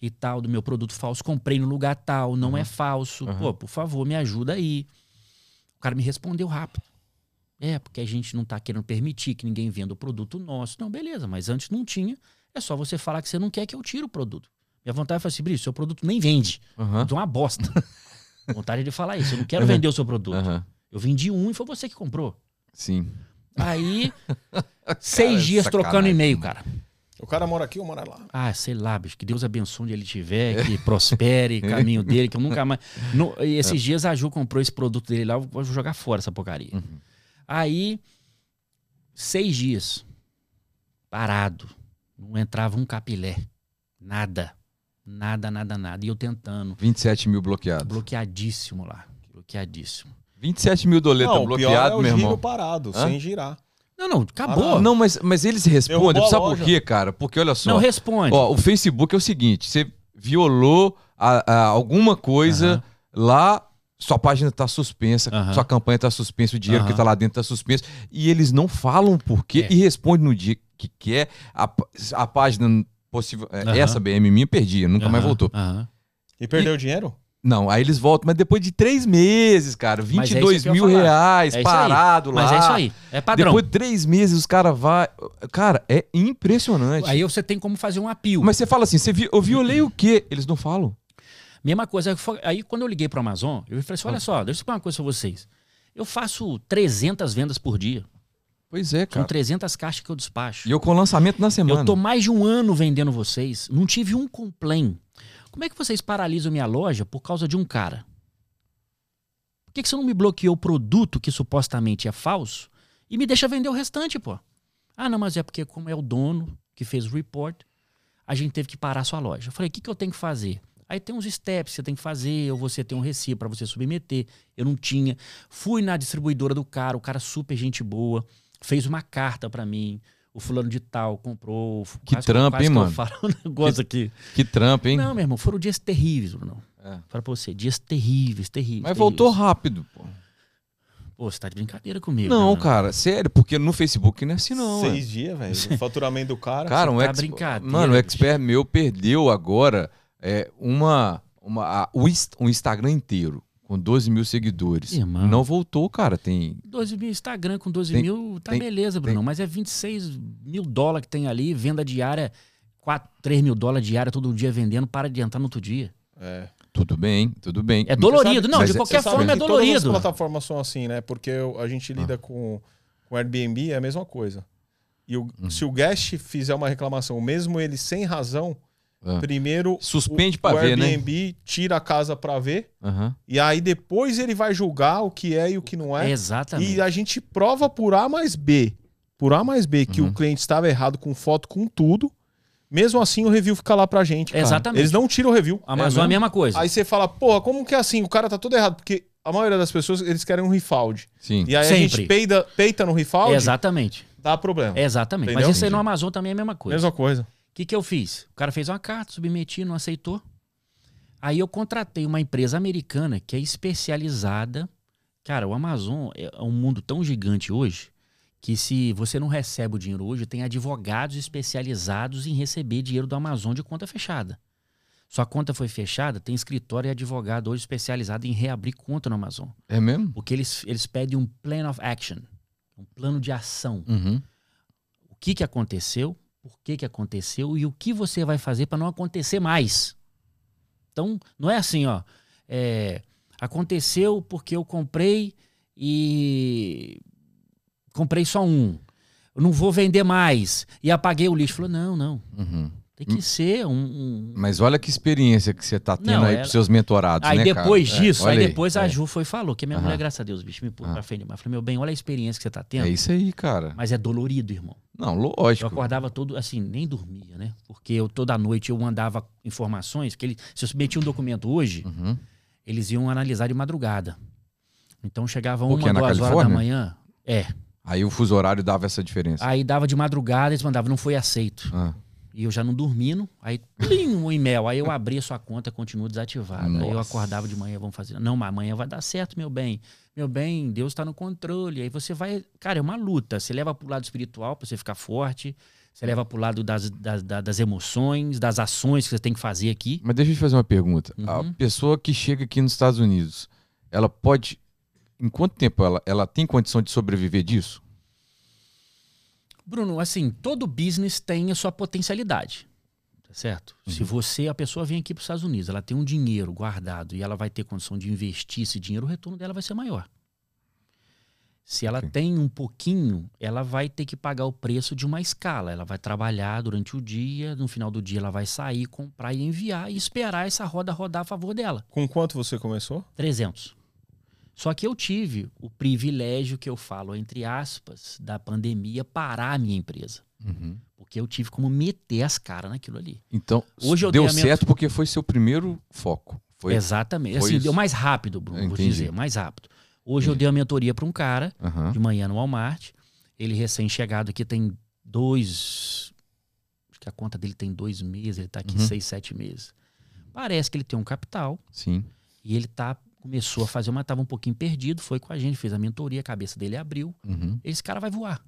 Speaker 3: e tal, do meu produto falso, comprei no lugar tal, não
Speaker 2: Uhum.
Speaker 3: é falso.
Speaker 2: Uhum.
Speaker 3: Pô, por favor, me ajuda aí. O cara me respondeu rápido. É, porque a gente não tá querendo permitir que ninguém venda o produto nosso. Não, beleza, mas antes não tinha. É só você falar que você não quer que eu tire o produto. Minha vontade foi assim, Brito, seu produto nem vende.
Speaker 2: Aham.
Speaker 3: Então é uma
Speaker 2: <laughs>
Speaker 3: bosta. vontade de falar isso. Eu não quero
Speaker 2: Uhum.
Speaker 3: vender o seu produto.
Speaker 2: Aham.
Speaker 3: Eu vendi um e foi você que comprou.
Speaker 2: Sim.
Speaker 3: Aí, seis
Speaker 2: Cara,
Speaker 3: dias
Speaker 2: sacanagem,
Speaker 3: trocando e-mail,
Speaker 2: mano.
Speaker 3: cara.
Speaker 1: O cara mora aqui ou mora lá?
Speaker 3: Ah, sei lá, bicho, que Deus abençoe onde ele estiver,
Speaker 2: <laughs>
Speaker 3: que prospere o caminho dele, que eu nunca mais. No-
Speaker 2: É.
Speaker 3: e esses dias a Ju comprou esse produto dele lá, eu vou jogar fora essa porcaria.
Speaker 2: Uhum.
Speaker 3: Aí, seis dias, parado, não entrava um capilé, nada, nada, nada, nada. E eu tentando,
Speaker 2: 27 mil bloqueados.
Speaker 3: bloqueadíssimo lá, bloqueadíssimo.
Speaker 2: 27 mil doleta
Speaker 1: não, o pior é
Speaker 2: bloqueado,
Speaker 1: o
Speaker 2: meu
Speaker 1: giro
Speaker 2: irmão.
Speaker 1: parado,
Speaker 2: Hã?
Speaker 1: sem girar.
Speaker 3: Não, não, acabou.
Speaker 1: Parado.
Speaker 3: não,
Speaker 2: Ah, Não, mas, mas eles
Speaker 1: Derrubou
Speaker 2: respondem.
Speaker 1: a
Speaker 2: Sabe por
Speaker 1: loja.
Speaker 2: quê, cara? Porque olha só.
Speaker 3: responde.
Speaker 2: Ó, o Facebook é o seguinte: você violou a- a alguma coisa lá, sua página tá suspensa,
Speaker 3: Aham.
Speaker 2: sua campanha tá suspensa, o dinheiro que
Speaker 3: Aham.
Speaker 2: tá lá dentro tá suspenso. E eles não falam por quê
Speaker 3: É.
Speaker 2: e respondem no dia que quer. A, p- a página possível. é,
Speaker 3: Aham.
Speaker 2: Essa BM minha perdi, nunca mais
Speaker 3: Aham,
Speaker 2: voltou.
Speaker 3: aham.
Speaker 1: E perdeu o dinheiro?
Speaker 2: Não, aí eles voltam, mas depois de três meses, cara,
Speaker 3: Mas é
Speaker 2: 22
Speaker 3: isso que eu
Speaker 2: mil
Speaker 3: ia falar.
Speaker 2: reais
Speaker 3: É isso aí.
Speaker 2: parado lá.
Speaker 3: Mas é isso aí, é padrão.
Speaker 2: Depois de três meses, os caras vão. Cara, é impressionante.
Speaker 3: Aí você tem como fazer um apio.
Speaker 2: Mas você fala assim, você vi- eu violei o quê? Eles não falam.
Speaker 3: Mesma coisa. foi- Aí, quando eu liguei para Amazon, eu falei
Speaker 2: Ah.
Speaker 3: assim: olha só, deixa eu explicar uma coisa para vocês. Eu faço 300 vendas por dia.
Speaker 2: Pois é,
Speaker 3: São
Speaker 2: cara.
Speaker 3: 300 caixas que eu despacho.
Speaker 2: E eu com lançamento na semana.
Speaker 3: Eu tô mais de um ano vendendo vocês, não tive um complaint. Como é que vocês paralisam minha loja por causa de um cara? Por que, que você não me bloqueou o produto que supostamente é falso e me deixa vender o restante, pô? Ah, não, mas é porque como é o dono que fez o report, a gente teve que parar a sua loja. Eu falei, o que, que eu tenho que fazer? Aí tem uns steps que você tem que fazer, ou você tem um recibo pra você submeter. Eu não tinha. Fui na distribuidora do cara, o cara super gente boa, fez uma carta pra mim. O fulano de tal comprou.
Speaker 2: Que
Speaker 3: quase eu-
Speaker 2: trampo,
Speaker 3: quase
Speaker 2: hein,
Speaker 3: que eu
Speaker 2: mano?
Speaker 3: falo um <laughs> negócio aqui.
Speaker 2: Que trampo, hein?
Speaker 3: Não, meu irmão, foram dias terríveis, Bruno.
Speaker 2: É.
Speaker 3: Fala pra você, dias terríveis, terríveis.
Speaker 2: Mas
Speaker 3: terríveis.
Speaker 2: voltou rápido. pô.
Speaker 3: Pô, você tá de brincadeira comigo.
Speaker 2: Não,
Speaker 3: né,
Speaker 2: cara, sério, porque no Facebook não é assim, não.
Speaker 1: Seis dias, velho. O faturamento do cara.
Speaker 2: Cara, um
Speaker 3: tá
Speaker 2: ex...
Speaker 3: brincadeira,
Speaker 2: Mano, o
Speaker 3: bicho.
Speaker 2: expert meu perdeu agora é, uma, uma, a- o inst- um Instagram inteiro, com 12 mil seguidores.
Speaker 3: Irmão.
Speaker 2: Não voltou, cara. Tem.
Speaker 3: 12 mil Instagram com 12
Speaker 2: Tem-
Speaker 3: mil, tá
Speaker 2: tem-
Speaker 3: beleza, Bruno. Mas é 26 mil dólares que tem ali, venda diária, 4, 3 mil dólares diária todo dia vendendo, para de entrar no outro dia.
Speaker 1: É.
Speaker 2: Tudo bem, tudo bem.
Speaker 3: É dolorido,
Speaker 1: sabe-
Speaker 3: não,
Speaker 2: mas
Speaker 3: de
Speaker 2: é-
Speaker 3: qualquer
Speaker 2: você
Speaker 1: sabe
Speaker 3: forma é
Speaker 1: que Todas as
Speaker 3: dolorido.
Speaker 1: plataformas são assim, né? Porque eu- a gente lida com, com Airbnb, é a mesma coisa. E o- se o guest fizer uma reclamação, mesmo ele sem razão,
Speaker 2: Ah.
Speaker 1: primeiro
Speaker 2: Suspende
Speaker 1: o,
Speaker 2: pra
Speaker 1: o
Speaker 2: ver, né?
Speaker 1: Airbnb tira a casa pra ver,
Speaker 2: Aham.
Speaker 1: e aí depois ele vai julgar o que é e o que não é.
Speaker 3: Exatamente.
Speaker 1: E a gente prova por A mais B, por A mais B, que
Speaker 2: Uhum.
Speaker 1: o cliente estava errado com foto, com tudo. Mesmo assim, o review fica lá pra gente. cara.
Speaker 3: Exatamente.
Speaker 1: Eles não tiram o review.
Speaker 3: Amazon é a mesma coisa.
Speaker 1: Aí você fala, porra, como que é assim? O cara tá todo errado. Porque a maioria das pessoas, eles querem um refund.
Speaker 2: Sim.
Speaker 1: E aí a
Speaker 3: Sempre.
Speaker 1: gente peida, peita no refund,
Speaker 3: Exatamente.
Speaker 1: dá problema.
Speaker 3: Exatamente.
Speaker 1: Entendeu?
Speaker 3: Mas isso aí no
Speaker 2: Entendi.
Speaker 3: Amazon também é a mesma coisa.
Speaker 1: Mesma coisa.
Speaker 3: O que, que eu fiz? O cara fez uma carta, submeti, não aceitou. Aí eu contratei uma empresa americana que é especializada. Cara, o Amazon é um mundo tão gigante hoje que se você não recebe o dinheiro hoje, tem advogados especializados em receber dinheiro do Amazon de conta fechada. Sua conta foi fechada, tem escritório e advogado hoje especializado em reabrir conta no Amazon.
Speaker 2: É mesmo?
Speaker 3: Porque eles, eles pedem um plan of action, um plano de ação
Speaker 2: Uhum.
Speaker 3: o que, que aconteceu, por que, que aconteceu e o que você vai fazer para não acontecer mais. Então, não é assim, ó. é, aconteceu porque eu comprei e comprei só um. Eu não vou vender mais. E apaguei o lixo. Falou, não, não.
Speaker 2: Uhum.
Speaker 3: Tem que ser um. um-
Speaker 2: Mas olha que experiência que você tá tendo
Speaker 3: Não,
Speaker 2: aí
Speaker 3: ela-
Speaker 2: pros seus mentorados,
Speaker 3: Aí
Speaker 2: né, cara?
Speaker 3: depois
Speaker 2: É,
Speaker 3: disso, aí
Speaker 2: olha
Speaker 3: depois a
Speaker 2: é.
Speaker 3: Ju foi e falou, que a minha
Speaker 2: Aham.
Speaker 3: mulher, graças a Deus, bicho, me pôs
Speaker 2: Aham.
Speaker 3: pra frente. Mas eu falei, meu bem, olha a experiência que você tá tendo.
Speaker 2: É isso aí, cara.
Speaker 3: Mas é dolorido, irmão.
Speaker 2: Não,
Speaker 3: Eu
Speaker 2: lógico.
Speaker 3: acordava todo, assim, nem dormia, né? Porque eu toda noite eu mandava informações, porque ele, se eu submetia um documento hoje,
Speaker 2: Uhum.
Speaker 3: eles iam analisar de madrugada. Então chegava uma,
Speaker 2: Porque é na
Speaker 3: duas horas da
Speaker 2: Califórnia?
Speaker 3: manhã. É.
Speaker 2: Aí o fuso horário dava essa diferença.
Speaker 3: Aí dava de madrugada, eles mandavam, não foi aceito.
Speaker 2: Ah.
Speaker 3: E eu já não dormindo, aí plim, um e-mail. Aí eu abria sua conta, continua desativar Aí eu
Speaker 2: Nossa.
Speaker 3: acordava de manhã, vamos fazer. Não, mas amanhã vai dar certo, meu bem. Meu bem, tá Deus está no controle. Aí você vai. Cara, é uma luta. Você leva pro lado espiritual pra você ficar forte. Você leva pro lado das, das, da- das emoções, das ações que você tem que fazer aqui.
Speaker 2: Mas deixa eu te fazer uma pergunta.
Speaker 3: Uhum.
Speaker 2: A pessoa que chega aqui nos Estados Unidos, ela pode. Em quanto tempo ela, ela tem condição de sobreviver disso?
Speaker 3: Bruno, assim, todo business tem a sua potencialidade, tá certo? Se você, a pessoa vem aqui para os Estados Unidos, ela tem um dinheiro guardado e ela vai ter condição de investir esse dinheiro, o retorno dela vai ser maior. Se ela
Speaker 2: Ok.
Speaker 3: tem um pouquinho, ela vai ter que pagar o preço de uma escala. Ela vai trabalhar durante o dia, no final do dia ela vai sair, comprar e enviar e esperar essa roda rodar a favor dela.
Speaker 1: Com quanto você começou?
Speaker 3: 300. Só que eu tive o privilégio que eu falo, entre aspas, da pandemia parar a minha empresa.
Speaker 2: Uhum.
Speaker 3: Porque eu tive como meter as caras naquilo ali.
Speaker 2: Então,
Speaker 3: Hoje eu
Speaker 2: deu
Speaker 3: dei a minha-
Speaker 2: certo porque foi seu primeiro foco. Foi.
Speaker 3: Exatamente.
Speaker 2: foi
Speaker 3: assim,
Speaker 2: isso.
Speaker 3: deu mais rápido, Bruno, vou te
Speaker 2: Entendi.
Speaker 3: dizer, mais rápido. Hoje eu
Speaker 2: Entendi.
Speaker 3: dei uma mentoria para um cara,
Speaker 2: Aham.
Speaker 3: de manhã no Walmart. Ele recém-chegado aqui tem dois. Acho que a conta dele tem dois meses, ele tá aqui
Speaker 2: Uhum.
Speaker 3: seis, sete meses. Parece que ele tem um capital.
Speaker 2: Sim.
Speaker 3: E ele tá, começou a fazer uma, tava um pouquinho perdido, foi com a gente, fez a mentoria, a cabeça dele abriu.
Speaker 2: Uhum.
Speaker 3: Esse cara vai voar,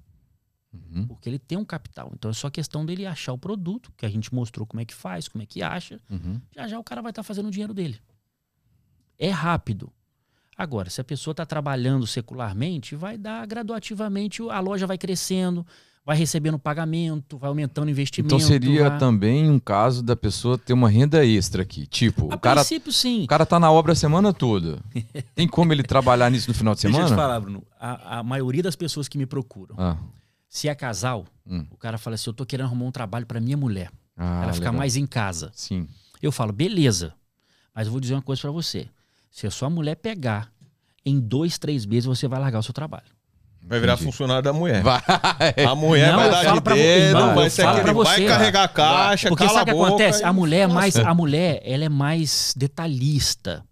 Speaker 2: Uhum.
Speaker 3: porque ele tem um capital. Então é só questão dele achar o produto, que a gente mostrou como é que faz, como é que acha.
Speaker 2: Uhum.
Speaker 3: Já já o cara vai estar fazendo o dinheiro dele. É rápido. Agora, se a pessoa está trabalhando secularmente, vai dar graduativamente, a loja vai crescendo, vai recebendo pagamento, vai aumentando o investimento.
Speaker 2: Então seria
Speaker 3: vai-
Speaker 2: também um caso da pessoa ter uma renda extra aqui. Tipo,
Speaker 3: A
Speaker 2: o cara,
Speaker 3: princípio, sim.
Speaker 2: o cara tá na obra a semana
Speaker 3: <laughs>
Speaker 2: toda. Tem como ele trabalhar nisso no final de
Speaker 3: Deixa eu te
Speaker 2: semana?
Speaker 3: falar, Bruno. A, a maioria das pessoas que me procuram,
Speaker 2: Ah,
Speaker 3: se é casal,
Speaker 2: hum.
Speaker 3: O cara fala assim: eu tô querendo arrumar um trabalho pra minha mulher.
Speaker 2: Ah,
Speaker 3: ela ficar
Speaker 2: legal.
Speaker 3: mais em casa.
Speaker 2: Sim. <laughs>
Speaker 3: Eu falo, beleza. Mas eu vou dizer uma coisa pra você. Se a sua mulher pegar, em dois, três meses você vai largar o seu trabalho.
Speaker 1: Vai virar
Speaker 2: Entendi.
Speaker 1: funcionário da mulher.
Speaker 2: Vai.
Speaker 1: A mulher
Speaker 3: Não,
Speaker 1: vai
Speaker 3: eu
Speaker 1: dar
Speaker 3: falo
Speaker 1: de
Speaker 3: pra vo-
Speaker 1: dedo,
Speaker 3: irmão,
Speaker 1: vai
Speaker 3: eu
Speaker 1: ser
Speaker 3: falo
Speaker 1: aquele,
Speaker 3: pra
Speaker 1: vai
Speaker 3: você,
Speaker 1: carregar a caixa,
Speaker 3: Porque
Speaker 1: cala
Speaker 3: sabe
Speaker 1: a
Speaker 3: o que
Speaker 1: boca.
Speaker 3: acontece?
Speaker 1: e-
Speaker 3: A mulher é mais, a mulher, ela é mais detalhista.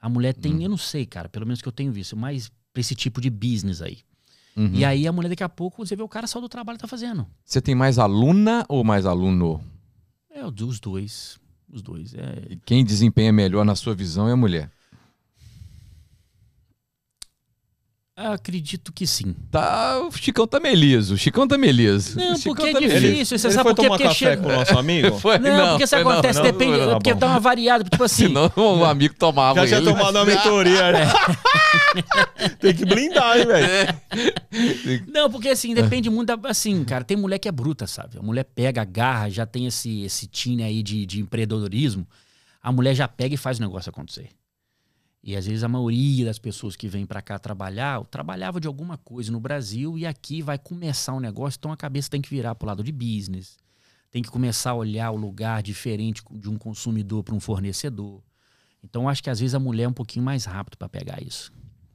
Speaker 3: A mulher tem,
Speaker 2: Hum.
Speaker 3: eu não sei, cara, pelo menos que eu tenho visto, mais pra esse tipo de business aí.
Speaker 2: Uhum.
Speaker 3: E aí a mulher daqui a pouco você vê o cara só do trabalho e tá fazendo.
Speaker 2: Você tem mais aluna ou mais aluno?
Speaker 3: É os dois, os dois. É,
Speaker 2: E quem desempenha melhor na sua visão é a mulher.
Speaker 3: acredito que sim.
Speaker 2: Tá, o Chicão tá meliso. O Chicão tá meliso.
Speaker 3: Não,
Speaker 2: o Chicão tá
Speaker 3: porque é
Speaker 2: meliso. <laughs>
Speaker 1: Ele,
Speaker 3: Isso, você
Speaker 1: ele
Speaker 3: sabe
Speaker 1: foi
Speaker 3: por quê?
Speaker 1: tomar
Speaker 3: Porque
Speaker 1: café
Speaker 3: chega-
Speaker 1: com o nosso <laughs> amigo?
Speaker 2: Foi,
Speaker 3: Não, porque isso
Speaker 2: foi não,
Speaker 3: acontece,
Speaker 2: não,
Speaker 3: depende.
Speaker 2: não, não,
Speaker 3: porque
Speaker 2: bom.
Speaker 3: dá uma variada,
Speaker 2: <laughs>
Speaker 3: tipo assim.
Speaker 2: Senão o amigo tomava
Speaker 1: Já tinha
Speaker 2: ele.
Speaker 1: tomado a mentoria. É. né? <laughs> Tem que blindar, hein, velho?
Speaker 3: Não, porque assim, depende muito da. Assim, cara, tem mulher que é bruta, sabe? A mulher pega, agarra, já tem esse, esse time aí de, de empreendedorismo. A mulher já pega e faz o negócio acontecer. E às vezes a maioria das pessoas que vêm pra cá trabalhar, ou trabalhava de alguma coisa no Brasil e aqui vai começar um negócio, então a cabeça tem que virar pro lado de business. Tem que começar a olhar o lugar diferente de um consumidor para um fornecedor. Então acho que às vezes a mulher é um pouquinho mais rápido pra pegar isso.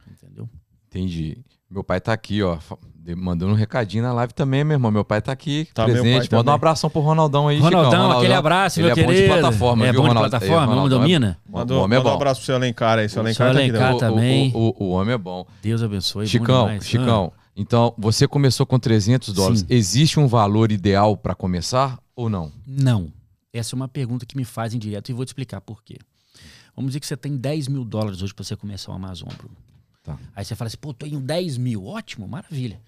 Speaker 3: Entendeu?
Speaker 2: Entendi. Meu pai tá aqui, ó. fa- de- Mandando um recadinho na live também, meu irmão. Meu pai tá aqui,
Speaker 1: Tá, meu pai
Speaker 2: presente. Manda
Speaker 1: também.
Speaker 2: um abração pro Ronaldão aí,
Speaker 3: Ronaldão,
Speaker 2: Chicão.
Speaker 3: aquele abraço,
Speaker 2: Ele
Speaker 3: meu
Speaker 2: é bom de
Speaker 3: querido.
Speaker 2: plataforma,
Speaker 3: é
Speaker 2: viu,
Speaker 3: bom de
Speaker 2: Ronaldo? Aí,
Speaker 3: plataforma, o homem
Speaker 2: Ronaldão, é-
Speaker 3: domina.
Speaker 2: o
Speaker 1: Mandou,
Speaker 2: homem é
Speaker 1: mandou um
Speaker 2: bom.
Speaker 1: abraço pro seu Alencar aí. Seu Alencar
Speaker 3: Seu
Speaker 1: tá aqui
Speaker 2: O-
Speaker 1: também.
Speaker 3: Alencar.
Speaker 2: o-
Speaker 3: também.
Speaker 2: O, o- o homem é bom.
Speaker 3: Deus abençoe. bom
Speaker 2: Chicão,
Speaker 3: demais. Ah.
Speaker 2: Chicão. Então, você começou com 300 dólares.
Speaker 3: Sim.
Speaker 2: Existe um valor ideal pra começar ou não?
Speaker 3: Ah, Não. Essa é uma pergunta que me fazem direto e vou te explicar por quê. Vamos dizer que você tem 10 mil dólares hoje para você começar o Amazon, Bruno.
Speaker 2: Tá.
Speaker 3: Aí você fala assim, pô, tô em 10 mil. Ótimo, maravilha.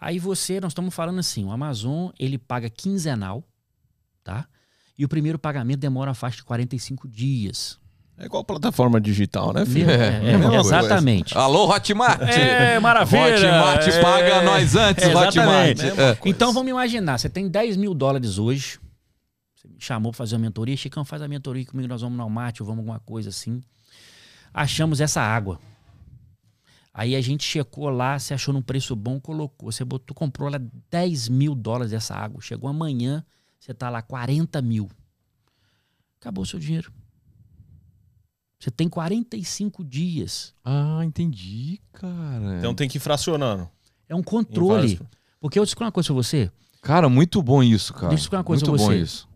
Speaker 3: Aí você, nós estamos falando assim, o Amazon, ele paga quinzenal, tá? E o primeiro pagamento demora a faixa de 45 dias.
Speaker 1: É igual plataforma digital, né, filho?
Speaker 3: É, é,
Speaker 1: mesma coisa.
Speaker 3: exatamente.
Speaker 2: Alô, Hotmart!
Speaker 3: É, maravilha!
Speaker 2: Hotmart,
Speaker 3: É.
Speaker 2: Ah, paga nós antes, Hotmart.
Speaker 3: Exatamente.
Speaker 2: É.
Speaker 3: Então vamos imaginar, você tem 10 mil dólares hoje, você me chamou pra fazer uma mentoria, Chicão, faz a mentoria comigo, nós vamos no Almart ou vamos alguma coisa assim. Achamos essa água. Aí a gente checou lá, você achou num preço bom, colocou, você botou, comprou lá 10 mil dólares dessa água. Chegou amanhã, você tá lá 40 mil. Acabou o seu dinheiro. Você tem 45 dias.
Speaker 2: Ah, entendi, cara.
Speaker 1: Então tem que ir fracionando.
Speaker 3: É um
Speaker 1: em vários-
Speaker 3: controle. Porque eu te uma coisa pra você.
Speaker 2: Cara, muito bom isso, cara.
Speaker 3: Deixa eu explicar uma coisa
Speaker 2: muito
Speaker 3: pra
Speaker 2: bom
Speaker 3: você.
Speaker 2: isso.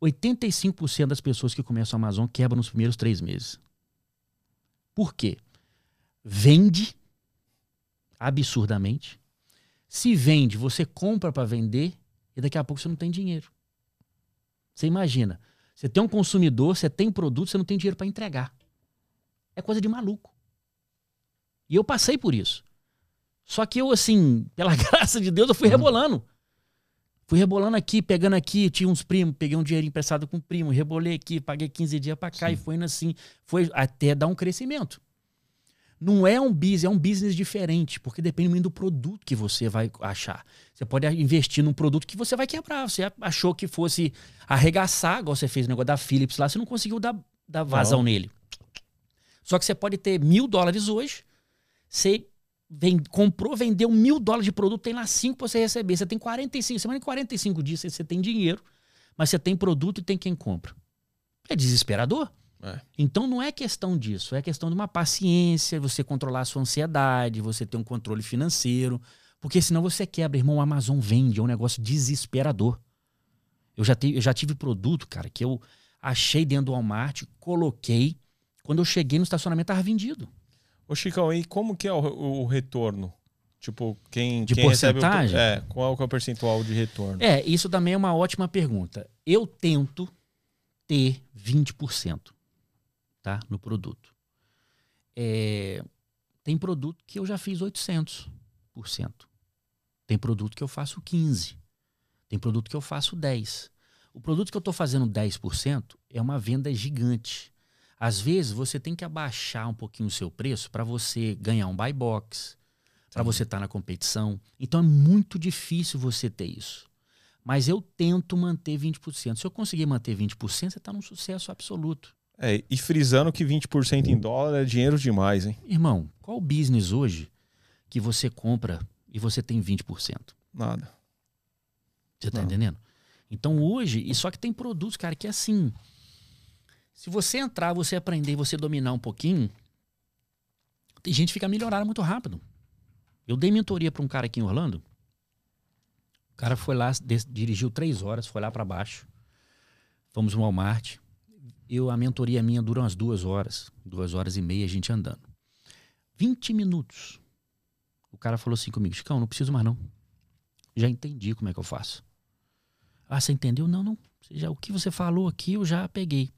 Speaker 3: 85% das pessoas que começam a Amazon quebram nos primeiros três meses. Por quê? Vende absurdamente. Se vende, você compra para vender e daqui a pouco você não tem dinheiro. Você imagina, você tem um consumidor, você tem um produto, você não tem dinheiro para entregar. É coisa de maluco. E eu passei <laughs> por isso. Só que eu, assim, pela graça de Deus, eu fui
Speaker 2: Uhum.
Speaker 3: rebolando. Fui rebolando aqui, pegando aqui, tinha uns primos, peguei um dinheiro emprestado com um primo, rebolei aqui, paguei 15 dias pra cá e foi indo assim. Foi até dar um crescimento. Não é um business, é um business diferente, porque depende muito do produto que você vai achar. Você pode investir num produto que você vai quebrar. Você achou que fosse arregaçar, igual você fez o negócio da Philips lá, você não conseguiu dar, dar vazão
Speaker 1: Não.
Speaker 3: nele. Só que você pode ter mil dólares hoje, você vem- comprou, vendeu mil dólares de produto, tem lá cinco pra você receber. Você tem 45, semana em 45 dias você- você tem dinheiro, mas você tem produto e tem quem compra. É desesperador.
Speaker 1: É.
Speaker 3: Então não é questão disso, é questão de uma paciência, você controlar a sua ansiedade, você ter um controle financeiro, porque senão você quebra, irmão, a Amazon vende, é um negócio desesperador. Eu já, te- eu já tive produto, cara, que eu achei dentro do Walmart, coloquei, quando eu cheguei no estacionamento tava vendido.
Speaker 1: Ô, Chicão, e como que é o, o retorno? Tipo, quem,
Speaker 3: De
Speaker 1: quem recebe o-
Speaker 3: porcentagem?
Speaker 1: É, qual que é o percentual de retorno?
Speaker 3: É, isso também é uma ótima pergunta. Eu tento ter 20% tá, no produto. É, tem produto que eu já fiz 800%. Tem produto que eu faço 15%. Tem produto que eu faço 10%. O produto que eu estou fazendo 10% é uma venda gigante. Às vezes você tem que abaixar um pouquinho o seu preço para você ganhar um buy box, para você estar na competição. Então é muito difícil você ter isso. Mas eu tento manter 20%. Se eu conseguir manter 20%, você está num sucesso absoluto.
Speaker 1: É, e frisando que 20% em dólar é dinheiro demais, hein?
Speaker 3: Irmão, qual business hoje que você compra e você tem 20%?
Speaker 1: Nada.
Speaker 3: Você tá
Speaker 1: Não.
Speaker 3: entendendo? Então hoje, e só que tem produtos, cara, que é assim. Se você entrar, você aprender, você dominar um pouquinho, tem gente que fica milionário muito rápido. Eu dei mentoria pra um cara aqui em Orlando. O cara foi lá, des- dirigiu três horas, foi lá pra baixo. Fomos no Walmart. Eu, a mentoria minha dura umas duas horas, duas horas e meia a gente andando. 20 minutos. O cara falou assim comigo, Chicão, não preciso mais não já entendi como é que eu faço. Ah, você entendeu? Não, não. Você já, o que você falou aqui, eu já peguei.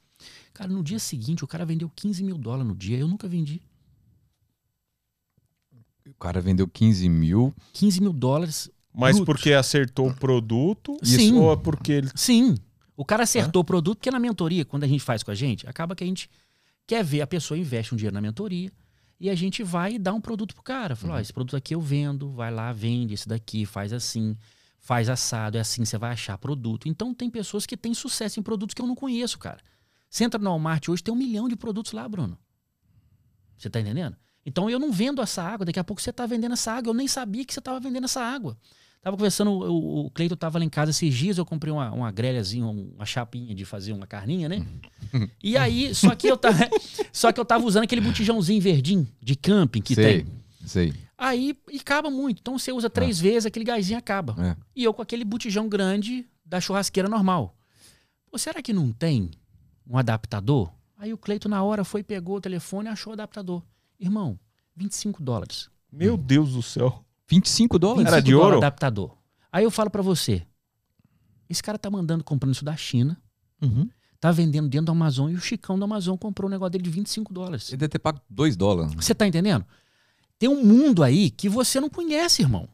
Speaker 3: Cara, no dia seguinte, o cara vendeu 15 mil dólares no dia. Eu nunca vendi.
Speaker 2: O cara vendeu 15 mil.
Speaker 3: 15 mil dólares,
Speaker 1: Mas
Speaker 3: Bruto.
Speaker 1: porque acertou o produto
Speaker 3: Sim.
Speaker 1: ou é porque ele.
Speaker 3: sim. O cara acertou o produto, porque na mentoria, quando a gente faz com a gente, acaba que a gente quer ver, a pessoa investe um dinheiro na mentoria e a gente vai e dá um produto pro cara. Fala, ó, esse produto aqui eu vendo, vai lá, vende esse daqui, faz assim, faz assado, é assim, você vai achar produto. Então tem pessoas que têm sucesso em produtos que eu não conheço, cara. Você entra no Walmart hoje, tem um milhão de produtos lá, Bruno. Você tá entendendo? Então eu não vendo essa água, daqui a pouco você tá vendendo essa água, eu nem sabia que você tava vendendo essa água. Tava conversando, o, o Cleiton tava lá em casa esses dias, eu comprei uma, uma grelhazinha, um, uma chapinha de fazer uma carninha, né? E aí, só que eu tava, só que eu tava usando aquele botijãozinho verdinho de camping que
Speaker 2: sei,
Speaker 3: tem.
Speaker 2: sei.
Speaker 3: Aí e acaba muito. Então você
Speaker 1: É.
Speaker 3: usa três vezes, aquele gásinho acaba.
Speaker 2: É.
Speaker 3: E eu com aquele botijão grande da churrasqueira normal. Pô, será que não tem um adaptador? Aí o Cleito na hora foi, pegou o telefone e achou o adaptador. Irmão, 25 dólares.
Speaker 1: Meu Deus do céu.
Speaker 2: 25
Speaker 3: 25
Speaker 2: dólares?
Speaker 1: Era de
Speaker 3: dólares
Speaker 1: ouro?
Speaker 3: adaptador. Aí eu falo pra você, esse cara tá mandando comprando isso da China,
Speaker 2: Uhum.
Speaker 3: tá vendendo dentro do Amazon e o Chicão do Amazon comprou um negócio dele de 25 dólares.
Speaker 2: Ele deve ter pago 2 dólares.
Speaker 3: Você tá entendendo? Tem um mundo aí que você não conhece, irmão.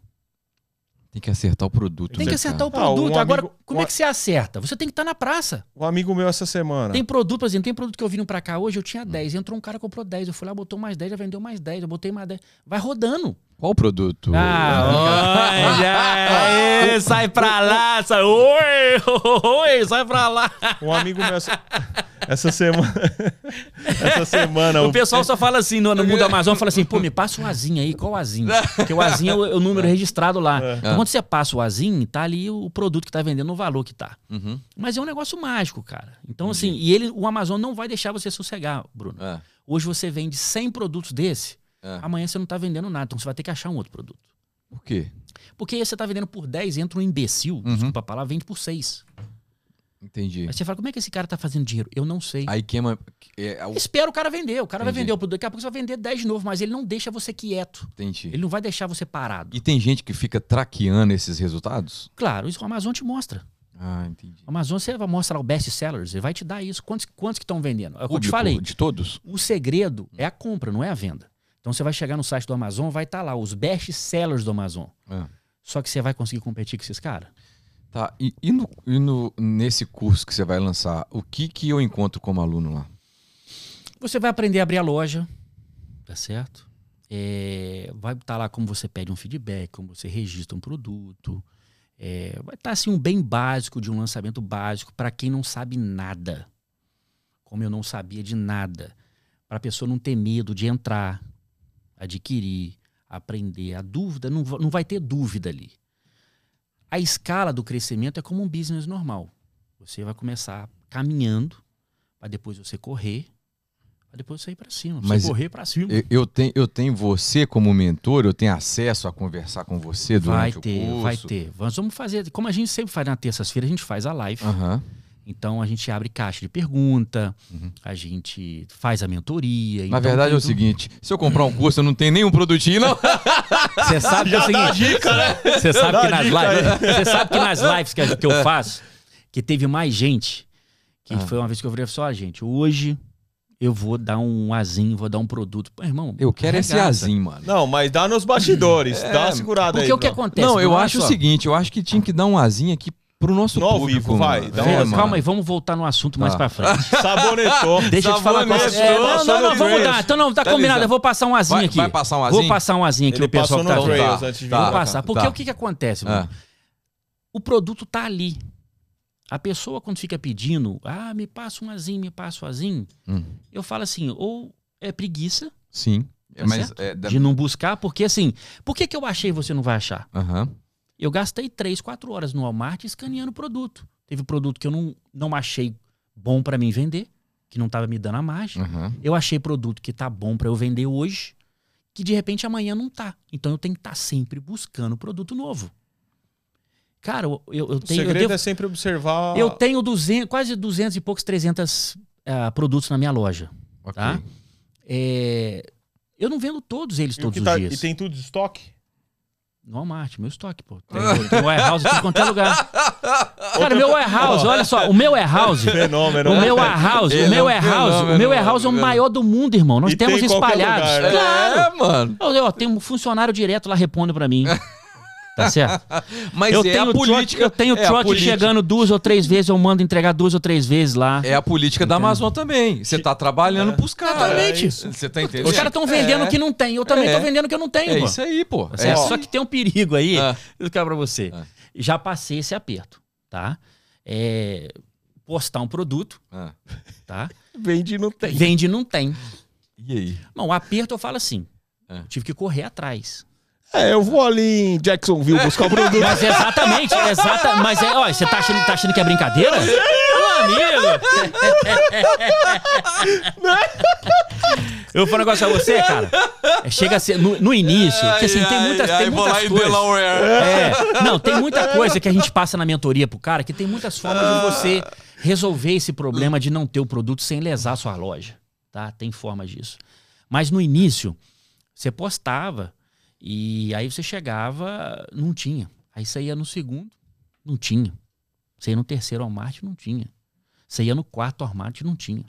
Speaker 2: Tem que acertar o produto.
Speaker 3: Tem
Speaker 2: né,
Speaker 3: que acertar
Speaker 2: cara?
Speaker 3: o produto.
Speaker 1: Ah, um
Speaker 3: Agora,
Speaker 1: amigo-
Speaker 3: como
Speaker 1: um-
Speaker 3: é que você acerta? Você tem que estar na praça.
Speaker 1: Um amigo meu essa semana.
Speaker 3: Tem produto, por exemplo, tem produto que eu vim pra cá hoje, eu tinha 10. Entrou um cara, comprou 10. Eu fui lá, botou mais 10, já vendeu mais 10. Eu botei mais 10. Vai rodando.
Speaker 2: Qual o produto? <laughs>
Speaker 3: Ah, <laughs> olha, sai pra lá. Sai, oi, <laughs> oi, sai pra lá.
Speaker 1: Um amigo meu essa, <laughs> essa
Speaker 3: <laughs>
Speaker 1: semana. essa semana.
Speaker 3: O pessoal só fala assim no, no mundo Amazônia, fala assim, pô, me passa o azinho aí, qual o azinho? Porque o azinho é o, é o número registrado lá.
Speaker 2: É.
Speaker 3: Então, quando você passa o azinho, tá ali o produto que tá vendendo, o valor que tá.
Speaker 2: Uhum.
Speaker 3: Mas é um negócio mágico, cara. Então, assim, e ele, o Amazon não vai deixar você sossegar, Bruno.
Speaker 2: É,
Speaker 3: Hoje você vende 100 produtos desse,
Speaker 2: é.
Speaker 3: amanhã você não tá vendendo nada, então você vai ter que achar um outro produto.
Speaker 2: Por quê?
Speaker 3: Porque aí você tá vendendo por 10, entra um imbecil,
Speaker 2: Uhum.
Speaker 3: desculpa a palavra, vende por 6.
Speaker 2: Entendi.
Speaker 3: Aí você fala, como é que esse cara tá fazendo dinheiro? Eu não sei.
Speaker 2: Aí queima. É, é, o-
Speaker 3: Espera o cara vender, o cara vai
Speaker 2: Entendi.
Speaker 3: vender o produto, daqui a pouco você vai vender 10 de novo, mas ele não deixa você quieto.
Speaker 2: Entendi.
Speaker 3: Ele não vai deixar você parado.
Speaker 2: E tem gente que fica traqueando esses resultados?
Speaker 3: Claro, isso o Amazon te mostra.
Speaker 2: Ah, entendi.
Speaker 3: O Amazon você vai mostrar o best sellers, ele vai te dar isso. Quantos, quantos que estão vendendo? É o que eu te
Speaker 2: Público,
Speaker 3: falei.
Speaker 2: De todos?
Speaker 3: O segredo é a compra, não é a venda. Então você vai chegar no site do tá Amazon, vai estar lá os best sellers do Amazon.
Speaker 2: É.
Speaker 3: Só que você vai conseguir competir com esses caras?
Speaker 2: Tá, e, e no- e no- nesse curso que você vai lançar, o que, que eu encontro como aluno lá?
Speaker 3: Você vai aprender a abrir a loja, tá certo? É, vai estar lá como você pede um feedback, como você registra um produto. É, vai estar assim um bem básico de um lançamento básico para quem não sabe nada. Como eu não sabia de nada. Para a pessoa não ter medo de entrar, adquirir, aprender. A dúvida, não, va- não vai ter dúvida ali. A escala do crescimento é como um business normal. Você vai começar caminhando, para depois você correr, para depois você ir para cima. Pra
Speaker 2: Mas
Speaker 3: você correr para cima.
Speaker 2: Eu, eu tenho, eu tenho você como mentor, eu tenho acesso a conversar com você
Speaker 3: Vai
Speaker 2: durante o
Speaker 3: ter,
Speaker 2: curso?
Speaker 3: vai ter. Vamos vamos fazer, como a gente sempre faz na terça-feira, a gente faz a live.
Speaker 2: Aham.
Speaker 3: Então a gente abre caixa de pergunta,
Speaker 2: Uhum.
Speaker 3: a gente faz a mentoria. então
Speaker 2: Na verdade é o seguinte, se eu comprar um curso, eu não tenho nenhum produtinho,
Speaker 3: <laughs>
Speaker 2: não.
Speaker 3: você sabe que é o seguinte, você sabe
Speaker 1: Dá
Speaker 3: que
Speaker 1: a
Speaker 3: nas
Speaker 1: dica
Speaker 3: lives,
Speaker 2: né?
Speaker 3: você sabe que nas lives que, a- que eu faço, que teve mais gente, que
Speaker 2: É. Ah.
Speaker 3: foi uma vez que eu falei só, gente, hoje eu vou dar um azinho, vou dar um produto, Pô, irmão.
Speaker 2: Eu quero esse
Speaker 3: arregata.
Speaker 2: azinho, mano.
Speaker 1: Não, mas dá nos bastidores, dá uma segurada
Speaker 3: É, Porque
Speaker 1: aí.
Speaker 3: o que
Speaker 1: Bruno.
Speaker 3: acontece?
Speaker 2: Não, eu
Speaker 3: Olha
Speaker 2: acho o
Speaker 3: só.
Speaker 2: seguinte, eu acho que tinha que dar um azinho aqui pro nosso
Speaker 1: No ao
Speaker 2: público.
Speaker 1: vivo, vai,
Speaker 2: mano.
Speaker 1: dá um
Speaker 2: É,
Speaker 3: Calma,
Speaker 1: azinho.
Speaker 2: mano.
Speaker 3: Calma aí, vamos voltar no assunto mais
Speaker 2: Tá.
Speaker 3: pra frente.
Speaker 1: Sabonetou.
Speaker 3: <laughs> Deixa eu te falar uma
Speaker 1: Sabonetou,
Speaker 3: coisa. É, não, não, não, vamos
Speaker 1: Trails.
Speaker 3: dar. Então não, tá
Speaker 2: Beleza.
Speaker 3: combinado. Eu vou passar um azinho
Speaker 2: Vai-
Speaker 3: aqui.
Speaker 2: vai passar um azinho?
Speaker 3: Vou passar um azinho aqui
Speaker 1: Ele
Speaker 3: pro pessoal
Speaker 1: passou no
Speaker 3: que tá
Speaker 2: Então
Speaker 3: vendo.
Speaker 1: Trails
Speaker 2: tá,
Speaker 1: antes de
Speaker 2: tá.
Speaker 1: vir.
Speaker 3: Vou passar. Porque
Speaker 2: tá.
Speaker 3: o que que acontece,
Speaker 2: Ah.
Speaker 3: mano? O produto tá ali. A pessoa, quando fica pedindo, ah, me passa um azinho, me passa um azinho,
Speaker 2: Hum,
Speaker 3: eu falo assim, ou é preguiça
Speaker 2: Sim. É,
Speaker 3: Tá
Speaker 2: mas
Speaker 3: certo?
Speaker 2: é, da-
Speaker 3: de não buscar, porque assim, por que, que eu achei e você não vai achar?
Speaker 2: Aham.
Speaker 3: Eu gastei 3, 4 horas no Walmart escaneando o produto. Teve produto que eu não, não achei bom pra mim vender, que não tava me dando a margem.
Speaker 2: aham.
Speaker 3: Eu achei produto que tá bom pra eu vender hoje, que de repente amanhã não tá. Então eu tenho que estar sempre buscando produto novo. Cara, eu, eu- eu
Speaker 1: O
Speaker 3: tenho eu,
Speaker 1: segredo
Speaker 3: devo-
Speaker 1: é sempre observar.
Speaker 3: eu tenho 200, quase 200 e poucos 300 ah, produtos na minha loja.
Speaker 2: Ok.
Speaker 3: Tá? É, eu não vendo todos eles
Speaker 1: E o
Speaker 3: todos
Speaker 1: que
Speaker 3: os
Speaker 1: tá-
Speaker 3: dias.
Speaker 1: E tem tudo de estoque? <laughs>
Speaker 3: No Walmart, meu estoque, pô. Tem, tem warehouse em tudo quanto é lugar. Cara, meu warehouse, olha só, o meu warehouse
Speaker 1: <laughs> Fenômeno.
Speaker 3: O
Speaker 1: né?
Speaker 3: meu warehouse,
Speaker 2: Ele
Speaker 3: o meu
Speaker 2: é um
Speaker 3: warehouse, o
Speaker 2: fenômeno,
Speaker 3: meu warehouse é o
Speaker 2: velho.
Speaker 3: maior do mundo, irmão. Nós
Speaker 1: E
Speaker 3: temos
Speaker 1: tem em qualquer
Speaker 3: espalhados.
Speaker 1: lugar, né?
Speaker 3: Claro.
Speaker 2: É, mano.
Speaker 3: Eu, eu tenho um funcionário direto lá repondo
Speaker 2: <laughs>
Speaker 3: pra mim. Tá certo?
Speaker 2: Mas
Speaker 3: eu,
Speaker 2: é
Speaker 3: tenho
Speaker 2: a política.
Speaker 3: trote, eu tenho
Speaker 2: é a
Speaker 3: trote
Speaker 2: política.
Speaker 3: chegando duas ou três vezes, eu mando entregar duas ou três vezes lá.
Speaker 2: É a política da Amazon também. Você tá trabalhando pros caras.
Speaker 3: Exatamente.
Speaker 2: É isso. Você tá entendendo?
Speaker 3: Os caras estão vendendo o que não tem. Eu também
Speaker 2: É.
Speaker 3: tô vendendo o que eu não tenho,
Speaker 2: É
Speaker 3: pô.
Speaker 2: isso aí, pô. É
Speaker 3: Tá certo?
Speaker 2: isso
Speaker 3: Só
Speaker 2: aí.
Speaker 3: que tem um perigo aí.
Speaker 2: Ah.
Speaker 3: Eu quero pra você.
Speaker 2: Ah.
Speaker 3: Já passei esse aperto, tá? É, postar um produto,
Speaker 2: Ah.
Speaker 3: tá?
Speaker 1: Vende não tem.
Speaker 3: Vende e não tem.
Speaker 2: E aí?
Speaker 3: Não, o aperto eu falo assim.
Speaker 2: Ah.
Speaker 3: Tive que correr atrás.
Speaker 1: É, eu vou ali em Jacksonville buscar o produto.
Speaker 3: <laughs> Mas exatamente, exata, mas é, ó, você tá achando, tá achando que é brincadeira? Meu amigo! Eu vou falar um negócio pra você, cara. É, Chega a ser, no, no início, porque assim, tem muitas, tem muitas coisas.
Speaker 2: Delaware.
Speaker 3: É, não, tem muita coisa que a gente passa na mentoria pro cara que tem muitas formas de você resolver esse problema de não ter o produto sem lesar a sua loja, tá? Tem formas disso. Mas no início, você postava e aí você chegava, não tinha. Aí você ia no segundo, não tinha. Você ia no terceiro Walmart, não tinha. Você ia no quarto Walmart, não tinha.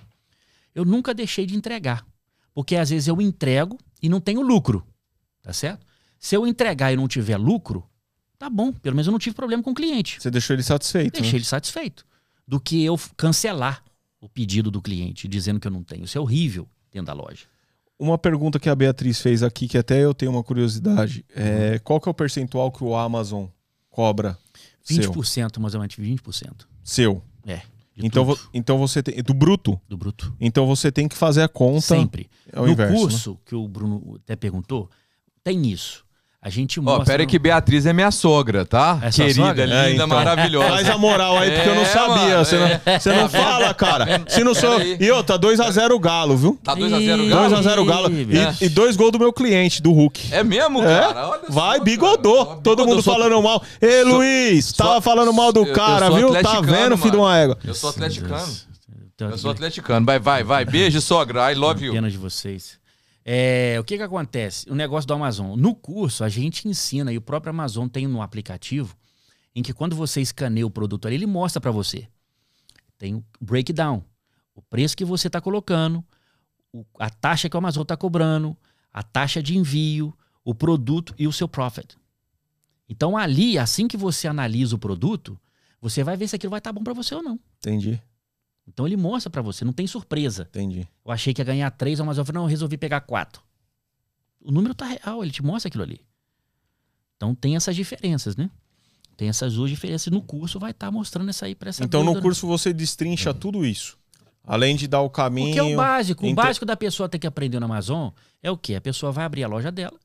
Speaker 3: Eu nunca deixei de entregar. Porque às vezes eu entrego e não tenho lucro, tá certo? Se eu entregar e não tiver lucro, tá bom. Pelo menos eu não tive problema com o cliente.
Speaker 1: Você deixou ele satisfeito. né?
Speaker 3: Deixei ele satisfeito. Do que eu f- cancelar o pedido do cliente, dizendo que eu não tenho. Isso é horrível dentro da loja.
Speaker 1: Uma pergunta que a Beatriz fez aqui, que até eu tenho uma curiosidade. É, qual que é o percentual que o Amazon cobra? Seu.
Speaker 3: 20%, mais ou menos 20%.
Speaker 1: Seu.
Speaker 3: É. de
Speaker 1: Então,
Speaker 3: tudo,
Speaker 1: vo- então você tem. Do bruto.
Speaker 3: do bruto.
Speaker 1: Então você tem que fazer a conta
Speaker 3: Sempre.
Speaker 1: ao
Speaker 3: no
Speaker 1: inverso. né?
Speaker 3: curso que o Bruno até perguntou, tem isso. A gente
Speaker 2: Ó,
Speaker 3: mostra.
Speaker 2: pera aí que Beatriz é minha sogra, tá?
Speaker 3: É sua
Speaker 2: Querida,
Speaker 3: sogra?
Speaker 2: linda,
Speaker 1: É, então.
Speaker 2: maravilhosa.
Speaker 1: Faz a moral aí, porque eu não
Speaker 2: É,
Speaker 1: sabia.
Speaker 2: mano, é.
Speaker 1: você não, você não fala, cara. Se não sou.
Speaker 2: Peraí.
Speaker 1: E outra, 2x0 o Galo, viu?
Speaker 2: Tá 2x0 Galo?
Speaker 1: 2x0 o Galo.
Speaker 3: bicho.
Speaker 1: E, e dois gols do meu cliente, do Hulk.
Speaker 2: É mesmo, cara? Olha
Speaker 1: Vai,
Speaker 2: só,
Speaker 1: bigodô.
Speaker 2: cara.
Speaker 1: Todo
Speaker 2: Bigodô,
Speaker 1: mundo
Speaker 2: sou-
Speaker 1: falando mal. Ei, Luiz, tava falando mal do
Speaker 2: eu- eu
Speaker 1: cara,
Speaker 2: sou
Speaker 1: viu? Tá
Speaker 2: atleticano,
Speaker 1: vendo, filho de
Speaker 2: mano.
Speaker 1: uma égua?
Speaker 2: Eu sou
Speaker 3: Meu Deus.
Speaker 2: atleticano.
Speaker 3: Então,
Speaker 2: Eu sou atleticano. Vai, vai, vai. Beijo, sogra. I love you.
Speaker 3: Pena de vocês. É, o que que acontece? O negócio do Amazon. No curso, a gente ensina, e o próprio Amazon tem um aplicativo, em que quando você escaneia o produto ali, ele mostra pra você. Tem o breakdown. O preço que você tá colocando, o- a taxa que o Amazon tá cobrando, a taxa de envio, o produto e o seu profit. Então ali, assim que você analisa o produto, Você vai ver se aquilo vai estar bom pra você ou não.
Speaker 1: Entendi,
Speaker 3: Então ele mostra pra você, não tem surpresa.
Speaker 1: entendi.
Speaker 3: Eu achei que ia ganhar três, mas eu falei, não, eu resolvi pegar quatro. O número tá real, ele te mostra aquilo ali. Então tem essas diferenças, né? Tem essas duas diferenças. No curso vai estar mostrando isso aí pra essa
Speaker 1: Então no
Speaker 3: dúvida, né?
Speaker 1: curso você destrincha
Speaker 3: Uhum.
Speaker 1: tudo isso. Além de dar o caminho.
Speaker 3: Porque é o básico. O
Speaker 1: entre-
Speaker 3: básico da pessoa ter que aprender no Amazon é o quê? A pessoa vai abrir a loja dela,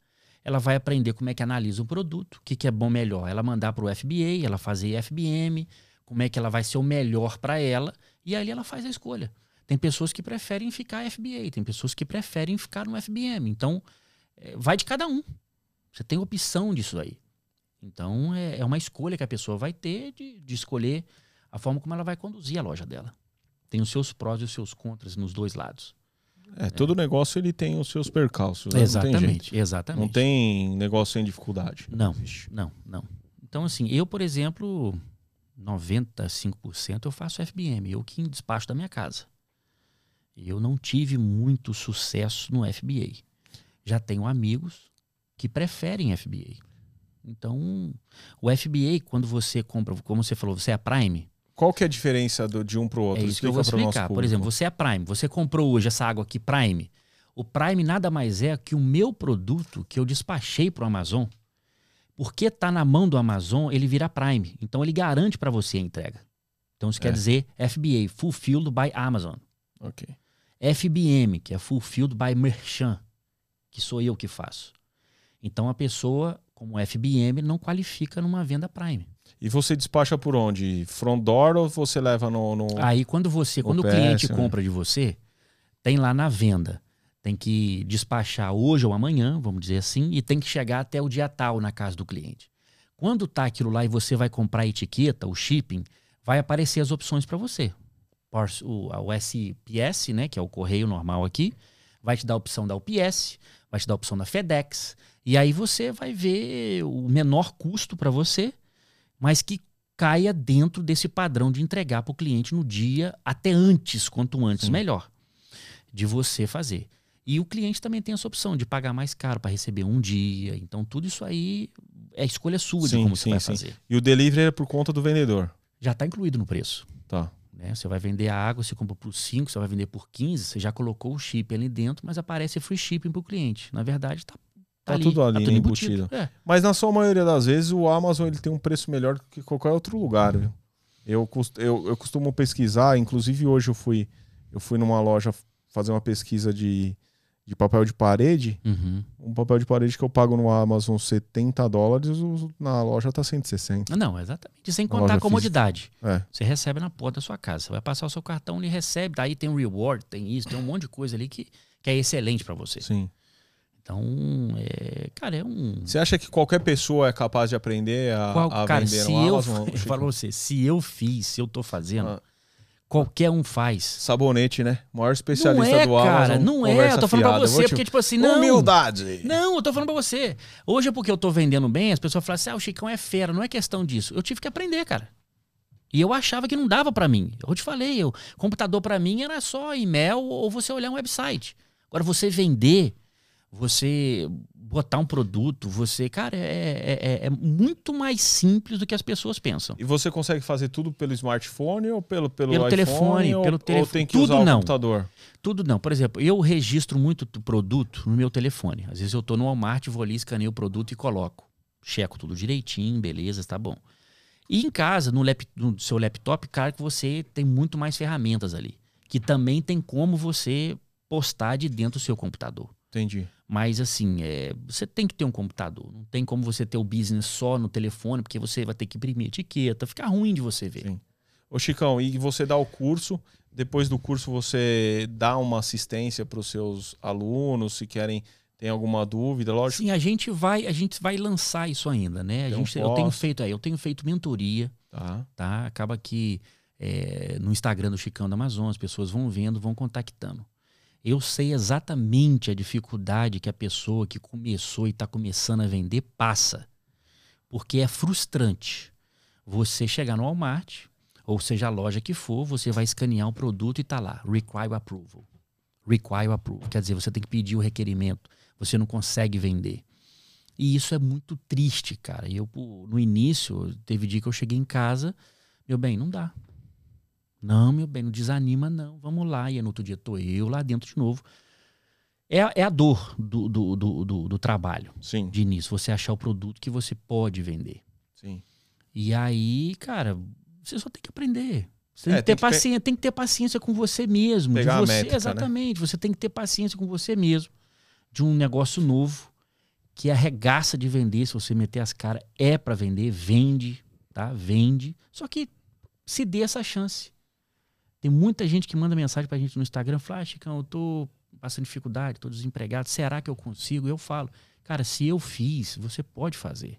Speaker 3: ela vai aprender como é que analisa um produto, o que, que é bom melhor. Ela mandar para o FBA, ela fazer FBM, como é que ela vai ser o melhor para ela, e ali ela faz a escolha. Tem pessoas que preferem ficar FBA, tem pessoas que preferem ficar no FBM. Então, é, vai de cada um. Você tem opção disso aí. Então, é, é uma escolha que a pessoa vai ter de- de escolher a forma como ela vai conduzir a loja dela tem os seus prós e os seus contras nos dois lados.
Speaker 1: É, todo negócio ele tem os seus percalços. né? Não tem, jeito.
Speaker 3: exatamente.
Speaker 1: não tem negócio sem dificuldade.
Speaker 3: Não,
Speaker 1: existe.
Speaker 3: não, não. Então, assim, eu, por exemplo, 95% eu faço FBM, eu que despacho da minha casa. Eu não tive muito sucesso no FBA. Já tenho amigos que preferem FBA. Então, o FBA, quando você compra, como você falou, você é a Prime,
Speaker 1: Qual que é a diferença do- de um pro outro?
Speaker 3: É isso que eu vou
Speaker 1: Explica pro nosso
Speaker 3: explicar. Por
Speaker 1: público.
Speaker 3: exemplo, você é Prime. Você comprou hoje essa água aqui Prime. O Prime nada mais é que o meu produto que eu despachei para o Amazon. Porque tá na mão do Amazon, ele vira Prime. Então ele garante para você a entrega. Então isso
Speaker 1: É.
Speaker 3: quer dizer FBA, Fulfilled by Amazon.
Speaker 1: Ok.
Speaker 3: FBM, que é Fulfilled by Merchant, que sou eu que faço. Então a pessoa, como FBM, não qualifica numa venda Prime.
Speaker 1: E você despacha por onde? Front door ou você leva no. no-
Speaker 3: Aí quando você, quando o
Speaker 1: OPS,
Speaker 3: cliente
Speaker 1: né?
Speaker 3: compra de você, tem lá na venda. Tem que despachar hoje ou amanhã, vamos dizer assim, e tem que chegar até o dia tal na casa do cliente. Quando tá aquilo lá e você vai comprar a etiqueta, o shipping, vai aparecer as opções para você. Pars- O, a- o SPS, né, que é o correio normal aqui, vai te dar a opção da UPS, vai te dar a opção da FedEx, e aí você vai ver o menor custo para você, mas que caia dentro desse padrão de entregar para o cliente no dia, até antes, quanto antes,
Speaker 1: Sim.
Speaker 3: melhor, de você fazer. E o cliente também tem essa opção de pagar mais caro para receber um dia. Então, tudo isso aí é escolha sua
Speaker 1: Sim,
Speaker 3: de como
Speaker 1: sim,
Speaker 3: você vai
Speaker 1: sim.
Speaker 3: fazer.
Speaker 1: E o delivery é por conta do vendedor.
Speaker 3: Já está incluído no preço.
Speaker 1: Tá.
Speaker 3: Né? Você vai vender a água, você compra por 5, você vai vender por 15, você já colocou o chip ali dentro, mas aparece free shipping para o cliente. Na verdade, tá, tá,
Speaker 1: Tá tudo ali, né,
Speaker 3: É.
Speaker 1: Mas na sua maioria das vezes o Amazon ele tem um preço melhor do que qualquer outro lugar, viu? Eu, cust- eu, eu costumo pesquisar, inclusive hoje eu fui, eu fui numa loja fazer uma pesquisa de, de papel de parede.
Speaker 3: Uhum.
Speaker 1: Um papel de parede que eu pago no Amazon 70 dólares, o- na loja tá 160.
Speaker 3: Ah, Não, exatamente. Sem
Speaker 1: Na
Speaker 3: contar
Speaker 1: loja
Speaker 3: a comodidade.
Speaker 1: É.
Speaker 3: Você recebe na porta da sua casa. Você vai passar o seu cartão, ele recebe. Daí tem um reward, tem isso, tem um monte de coisa ali que, que é excelente para você.
Speaker 1: Sim.
Speaker 3: Então, é, cara, é um.
Speaker 1: Você acha que qualquer pessoa é capaz de aprender a,
Speaker 3: Qual,
Speaker 1: a
Speaker 3: cara,
Speaker 1: vender
Speaker 3: se
Speaker 1: no
Speaker 3: eu. <laughs>
Speaker 1: Amazon?
Speaker 3: Eu
Speaker 1: Chico?
Speaker 3: falo pra você, se eu fiz, se eu tô fazendo,
Speaker 1: Ah.
Speaker 3: qualquer um faz.
Speaker 1: Sabonete, né? O maior
Speaker 3: Não
Speaker 1: especialista
Speaker 3: é,
Speaker 1: do Amazon.
Speaker 3: cara, não é. Eu tô falando pra você, porque, tipo assim, não.
Speaker 1: Humildade.
Speaker 3: Não, eu tô falando pra você. Hoje é porque eu tô vendendo bem, as pessoas falam assim, ah, o Chicão é fera, não é questão disso. Eu tive que aprender, cara. E eu achava que não dava pra mim. Eu te falei, eu, computador pra mim era só e-mail ou você olhar um website. Agora, você vender, você botar um produto, você, cara, é, é- é- é muito mais simples do que as pessoas pensam.
Speaker 1: E você consegue fazer tudo pelo smartphone ou pelo, pelo,
Speaker 3: Pelo
Speaker 1: iPhone,
Speaker 3: telefone,
Speaker 1: ou,
Speaker 3: pelo
Speaker 1: Ou
Speaker 3: telefone,
Speaker 1: tem que
Speaker 3: tudo
Speaker 1: usar o
Speaker 3: não.
Speaker 1: computador?
Speaker 3: Tudo não. Por exemplo, eu registro muito t- produto no meu telefone. Às vezes eu tô no Walmart, vou ali, escaneio o produto e coloco. Checo tudo direitinho, beleza, tá bom. E em casa, no, lap- no seu laptop, claro que você tem muito mais ferramentas ali. Que também tem como você postar de dentro do seu computador.
Speaker 1: Entendi.
Speaker 3: Mas assim, é, você tem que ter um computador. Não tem como você ter o business só no telefone, porque você vai ter que imprimir etiqueta. Fica ruim de você ver.
Speaker 1: Sim. Ô Chicão, e você dá o curso, depois do curso você dá uma assistência para os seus alunos, se querem, tem alguma dúvida, lógico.
Speaker 3: Sim, a gente vai, a gente vai lançar isso ainda, né? A
Speaker 1: Então,
Speaker 3: gente, eu tenho
Speaker 1: posso.
Speaker 3: feito, é, eu tenho feito mentoria,
Speaker 1: Tá.
Speaker 3: tá? Acaba que é, no Instagram do Chicão da Amazônia as pessoas vão vendo, vão contactando. Eu sei exatamente a dificuldade que a pessoa que começou e está começando a vender passa, porque é frustrante. Você chegar no Walmart, ou seja, a loja que for, você vai escanear um produto e tá lá, require approval. Require approval, quer dizer, você tem que pedir o requerimento, você não consegue vender. E isso é muito triste, cara. Eu pô, no início, teve dia que eu cheguei em casa, Meu bem, não dá. Não, meu bem, não desanima, não. Vamos lá. E aí, no outro dia tô eu lá dentro de novo. É, a- é a dor do, do, do, do, do trabalho
Speaker 1: Sim,
Speaker 3: de início, você achar o produto que você pode vender.
Speaker 1: sim.
Speaker 3: E aí, cara, você só tem que aprender. Você tem,
Speaker 1: É,
Speaker 3: que ter
Speaker 1: tem que pe-
Speaker 3: paciência, tem que ter paciência com você mesmo.
Speaker 1: Pegar a
Speaker 3: de você,
Speaker 1: métrica, né?
Speaker 3: exatamente. Você tem que ter paciência com você mesmo. De um negócio novo que arregaça de vender. Se você meter as caras, é pra vender, vende, tá? Vende. Só que se dê essa chance. Tem muita gente que manda mensagem pra gente no Instagram, fala, "Ah, Chicão, eu tô passando dificuldade, tô desempregado, será que eu consigo? Eu falo, cara, se eu fiz, você pode fazer.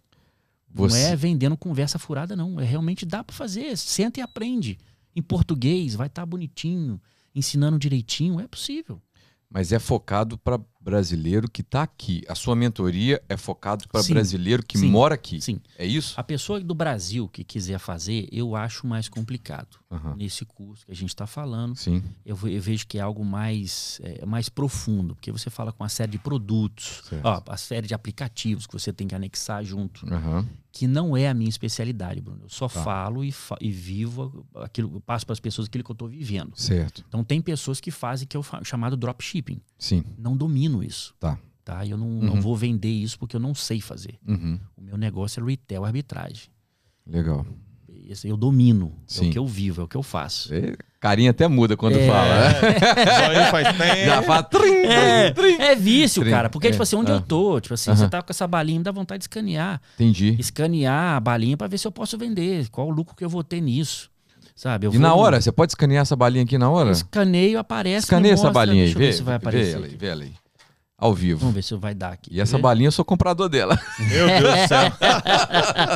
Speaker 2: Você-
Speaker 3: Não é vendendo conversa furada, não. É realmente dá pra fazer. Senta e aprende. Em português, vai estar bonitinho, ensinando direitinho, é possível.
Speaker 2: Mas é focado para brasileiro que tá aqui. A sua mentoria é focado para
Speaker 3: Sim.
Speaker 2: brasileiro que
Speaker 3: Sim.
Speaker 2: mora aqui.
Speaker 3: Sim.
Speaker 2: É isso?
Speaker 3: A pessoa do Brasil que quiser fazer, eu acho mais complicado.
Speaker 2: Aham.
Speaker 3: Nesse curso que a gente está falando,
Speaker 2: Uhum. Sim.
Speaker 3: eu, ve- eu vejo que é algo mais, é, mais profundo, porque você fala com uma série de produtos,
Speaker 2: Certo.
Speaker 3: ó, a série de aplicativos que você tem que anexar junto,
Speaker 2: Aham.
Speaker 3: que não é a minha especialidade, Bruno. Eu só
Speaker 2: Tá.
Speaker 3: falo e, fa- e vivo aquilo, eu passo para as pessoas aquilo que eu estou vivendo.
Speaker 2: Certo.
Speaker 3: Então tem pessoas que fazem que é o fa- chamado dropshipping.
Speaker 2: Sim.
Speaker 3: Não domino isso.
Speaker 2: Tá.
Speaker 3: Tá? Eu não, não
Speaker 2: Uhum.
Speaker 3: vou vender isso porque eu não sei fazer.
Speaker 2: Uhum.
Speaker 3: O meu negócio é retail arbitragem.
Speaker 2: Legal.
Speaker 3: Esse eu domino. É
Speaker 2: Sim.
Speaker 3: o que eu vivo, é o que eu faço.
Speaker 2: É, Carinha até muda quando
Speaker 3: É.
Speaker 2: fala. né?
Speaker 1: Só ele faz tempo.
Speaker 2: Já fala. trim,
Speaker 3: É,
Speaker 2: trim, trim.
Speaker 3: é vício,
Speaker 2: Trin-
Speaker 3: cara. Porque,
Speaker 2: é,
Speaker 3: tipo assim, onde
Speaker 2: ah.
Speaker 3: eu tô, tipo assim,
Speaker 2: Aham.
Speaker 3: você tá com essa balinha, me dá vontade de escanear.
Speaker 2: Entendi.
Speaker 3: Escanear a balinha pra ver se eu posso vender. Qual o lucro que eu vou ter nisso. Sabe? Eu
Speaker 2: E
Speaker 3: vou-
Speaker 2: na hora, você pode escanear essa balinha aqui na hora?
Speaker 3: Escaneio, aparece.
Speaker 2: Escaneia
Speaker 3: me
Speaker 2: essa
Speaker 3: mostra,
Speaker 2: balinha aí.
Speaker 3: deixa eu ver
Speaker 2: Vê,
Speaker 3: se vai
Speaker 2: vê
Speaker 3: aparecer.
Speaker 2: ela aí,
Speaker 3: aqui.
Speaker 2: vê ela aí. Ao vivo.
Speaker 3: Vamos ver se vai dar aqui.
Speaker 2: E essa
Speaker 3: Vê?
Speaker 2: balinha eu sou comprador dela.
Speaker 1: Meu
Speaker 2: <laughs>
Speaker 1: Deus do céu.
Speaker 3: <laughs>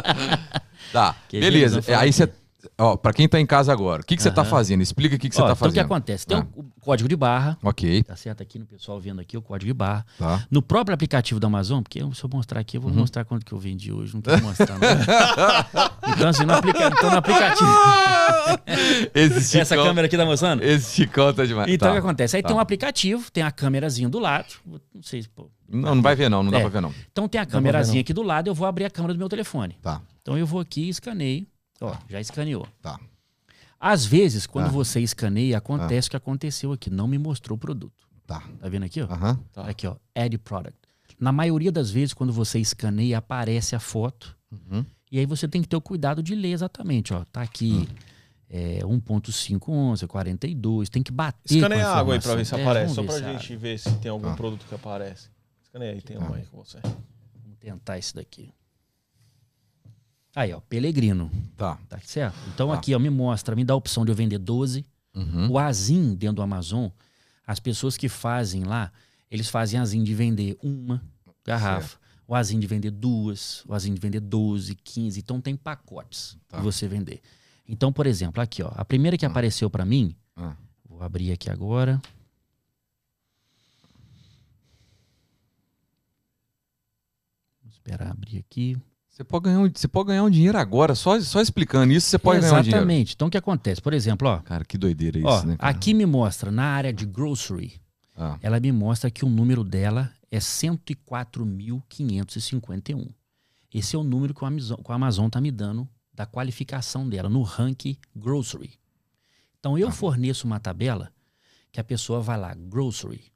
Speaker 2: Tá,
Speaker 3: Que
Speaker 2: beleza.
Speaker 3: beleza,
Speaker 2: É, Aí
Speaker 3: vamos
Speaker 2: você. Ó, pra quem tá em casa agora, o que, que você tá
Speaker 3: Aham.
Speaker 2: fazendo? Explica o que, que você
Speaker 3: Ó,
Speaker 2: tá
Speaker 3: então o que
Speaker 2: fazendo.
Speaker 3: acontece? Tem
Speaker 2: Ah.
Speaker 3: o- o código de barra.
Speaker 2: Ok,
Speaker 3: tá certo? Aqui no pessoal vendo aqui o código de barra.
Speaker 2: tá. Uhum.
Speaker 3: No próprio aplicativo da Amazon, porque eu- se eu mostrar aqui, eu vou mostrar quanto que eu vendi hoje, não quero mostrar.
Speaker 2: <laughs>
Speaker 3: Não. então, assim, no, aplica- então, no aplicativo.
Speaker 2: <laughs> Esse Chicão,
Speaker 3: Essa câmera aqui da Amazon?
Speaker 2: Esse Chicão tá demais.
Speaker 3: Então, o que
Speaker 2: Tá.
Speaker 3: acontece? Aí
Speaker 2: tá.
Speaker 3: tem um aplicativo, tem a câmerazinha do lado. Não sei se. Pô.
Speaker 2: Não, não vai ver não, não dá
Speaker 3: É.
Speaker 2: pra ver não.
Speaker 3: Então, tem a
Speaker 1: pra ver, não.
Speaker 3: câmerazinha aqui do lado, eu vou abrir a câmera do meu telefone.
Speaker 2: Tá.
Speaker 3: Então, eu vou aqui e escaneio. Ó, já escaneou.
Speaker 2: Tá.
Speaker 3: Às vezes, quando
Speaker 2: Tá.
Speaker 3: você escaneia, acontece o que aconteceu aqui. Não me mostrou o produto.
Speaker 2: Tá.
Speaker 3: Tá vendo aqui, ó?
Speaker 2: Aham.
Speaker 1: Tá.
Speaker 3: Aqui, ó. Add product. Na maioria das vezes, quando você escaneia, aparece a foto.
Speaker 2: Uhum.
Speaker 3: E aí você tem que ter o cuidado de ler exatamente, ó. Tá aqui. É, 1.5 onça, 42, tem que bater.
Speaker 1: Escaneia
Speaker 3: com
Speaker 1: a
Speaker 3: a
Speaker 1: água aí pra
Speaker 3: informação.
Speaker 1: ver se
Speaker 3: É,
Speaker 1: aparece.
Speaker 3: vamos
Speaker 1: Só
Speaker 3: ver
Speaker 1: pra
Speaker 3: se
Speaker 1: gente
Speaker 3: abre.
Speaker 1: ver se tem algum
Speaker 2: Tá.
Speaker 1: produto que aparece. Escaneia aí, tem
Speaker 2: Tá.
Speaker 1: um aí com você.
Speaker 3: Vamos tentar isso daqui. Aí, ó, Pelegrino,
Speaker 2: Tá.
Speaker 3: tá certo? Então
Speaker 2: Tá.
Speaker 3: aqui, ó, me mostra, me dá a opção de eu vender 12.
Speaker 2: Uhum.
Speaker 3: O Azim dentro do Amazon, as pessoas que fazem lá, eles fazem Azim de vender uma garrafa, o Azim de vender duas, o Azim de vender 12, 15. Então tem pacotes
Speaker 2: Tá. Hum.
Speaker 3: pra você vender. Então, por exemplo, aqui, ó, a primeira que apareceu pra mim,
Speaker 2: Ah.
Speaker 3: vou abrir aqui agora. Vou esperar abrir aqui.
Speaker 2: Você pode ganhar um, você pode ganhar um dinheiro agora, só, só explicando isso você pode
Speaker 3: Exatamente.
Speaker 2: ganhar um dinheiro.
Speaker 3: Então o que acontece? Por exemplo, ó,
Speaker 2: Cara, que doideira isso,
Speaker 3: ó
Speaker 2: né? cara?
Speaker 3: aqui me mostra na área de grocery.
Speaker 2: Ah,
Speaker 3: ela me mostra que o número dela é 104.551. Esse é o número que o Amazon- que a Amazon está me dando da qualificação dela no ranking grocery. Então eu
Speaker 2: Tá.
Speaker 3: forneço uma tabela que a pessoa vai lá, grocery.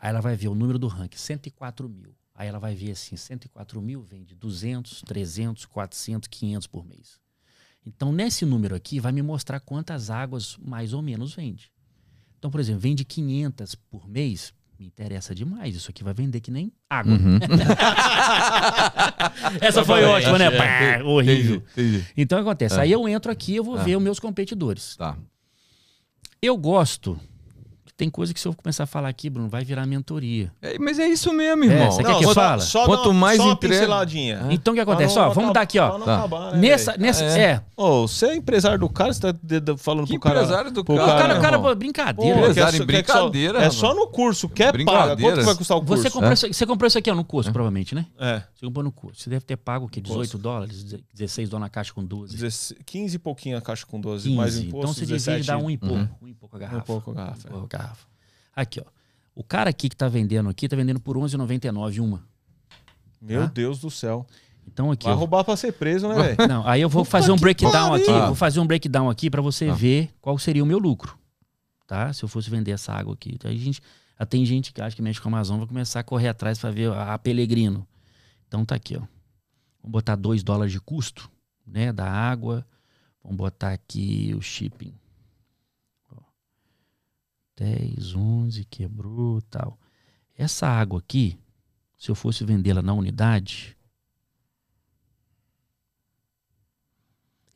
Speaker 3: Aí ela vai ver o número do ranking, 104 mil. Aí ela vai ver assim, 104 mil vende 200, 300, 400, 500 por mês. Então nesse número aqui vai me mostrar quantas águas mais ou menos vende. Então, por exemplo, vende 500 por mês, me interessa demais. Isso aqui vai vender que nem
Speaker 2: <laughs>
Speaker 3: água.
Speaker 2: uhum.
Speaker 3: Essa foi
Speaker 2: Tá bem,
Speaker 3: ótima, né?
Speaker 2: achei.
Speaker 3: Pá, horrível.
Speaker 2: Entendi, entendi.
Speaker 3: Então, o que acontece.
Speaker 2: Ah.
Speaker 3: Aí eu entro aqui e eu vou
Speaker 2: Ah.
Speaker 3: ver os meus competidores.
Speaker 2: Tá.
Speaker 3: Eu gosto. Tem coisa que se eu começar a falar aqui, Bruno, vai virar mentoria.
Speaker 2: É, mas é isso mesmo,
Speaker 3: É,
Speaker 2: irmão.
Speaker 3: você quer que
Speaker 1: só,
Speaker 3: eu fale?
Speaker 1: Só
Speaker 2: Quanto
Speaker 1: dá uma-
Speaker 2: mais
Speaker 1: só uma
Speaker 2: entrega-
Speaker 1: pinceladinha.
Speaker 2: Ah.
Speaker 3: Então, o que acontece?
Speaker 1: Pra
Speaker 3: Ó,
Speaker 1: não
Speaker 3: vamos dar
Speaker 1: acab-
Speaker 3: aqui, ó.
Speaker 1: pra não
Speaker 2: Tá.
Speaker 1: acabar, né,
Speaker 3: Nessa,
Speaker 1: velho?
Speaker 3: nessa,
Speaker 2: É.
Speaker 3: é.
Speaker 1: Ô, você é empresário do cara, você tá de- de- falando
Speaker 2: Que
Speaker 1: pro cara.
Speaker 2: empresário do
Speaker 1: pro
Speaker 2: cara,
Speaker 3: O cara, o
Speaker 2: meu
Speaker 3: cara,
Speaker 2: irmão.
Speaker 1: Pô,
Speaker 3: pô, brincadeira.
Speaker 2: Porra,
Speaker 1: quer
Speaker 2: Empresário
Speaker 1: só- quer só-
Speaker 2: em brincadeira,
Speaker 1: É
Speaker 2: mano.
Speaker 1: só no curso, quer paga. Quanto que vai custar o curso?
Speaker 3: você, comprou isso, você comprou isso aqui ó, no curso, provavelmente, né?
Speaker 1: É,
Speaker 3: Você comprou no curso. Você deve ter pago o quê? 18 dólares, 16 dólares na caixa com 12.
Speaker 1: 16 15 e pouquinho a caixa com 12,
Speaker 3: 15.
Speaker 1: mais imposto.
Speaker 3: então você
Speaker 1: 17,
Speaker 3: divide dá um e
Speaker 2: Uhum.
Speaker 3: pouco. Um e pouco a
Speaker 1: Um
Speaker 3: garrafa.
Speaker 1: e pouco a garrafa,
Speaker 3: Um e pouco a garrafa. Aqui, ó. O cara aqui que tá vendendo aqui, tá vendendo por R$11,99 uma.
Speaker 1: Meu
Speaker 3: Tá?
Speaker 1: Deus do céu.
Speaker 3: Então aqui.
Speaker 1: Vai
Speaker 3: ó.
Speaker 1: roubar pra ser preso, né, velho?
Speaker 3: Não, aí eu vou fazer um
Speaker 1: que
Speaker 3: breakdown
Speaker 1: pariu!
Speaker 3: aqui.
Speaker 2: Ah.
Speaker 3: Vou fazer um breakdown aqui pra você
Speaker 2: Ah.
Speaker 3: ver qual seria o meu lucro. Tá? Se eu fosse vender essa água aqui. Aí, a gente, aí tem gente que acha que mexe com a Amazon, vai começar a correr atrás pra ver a, a Pelegrino. Então tá aqui, ó. Vamos botar 2 dólares de custo, né? Da água. Vamos botar aqui o shipping. Ó. 10, 11, quebrou tal. Essa água aqui, se eu fosse vendê-la na unidade,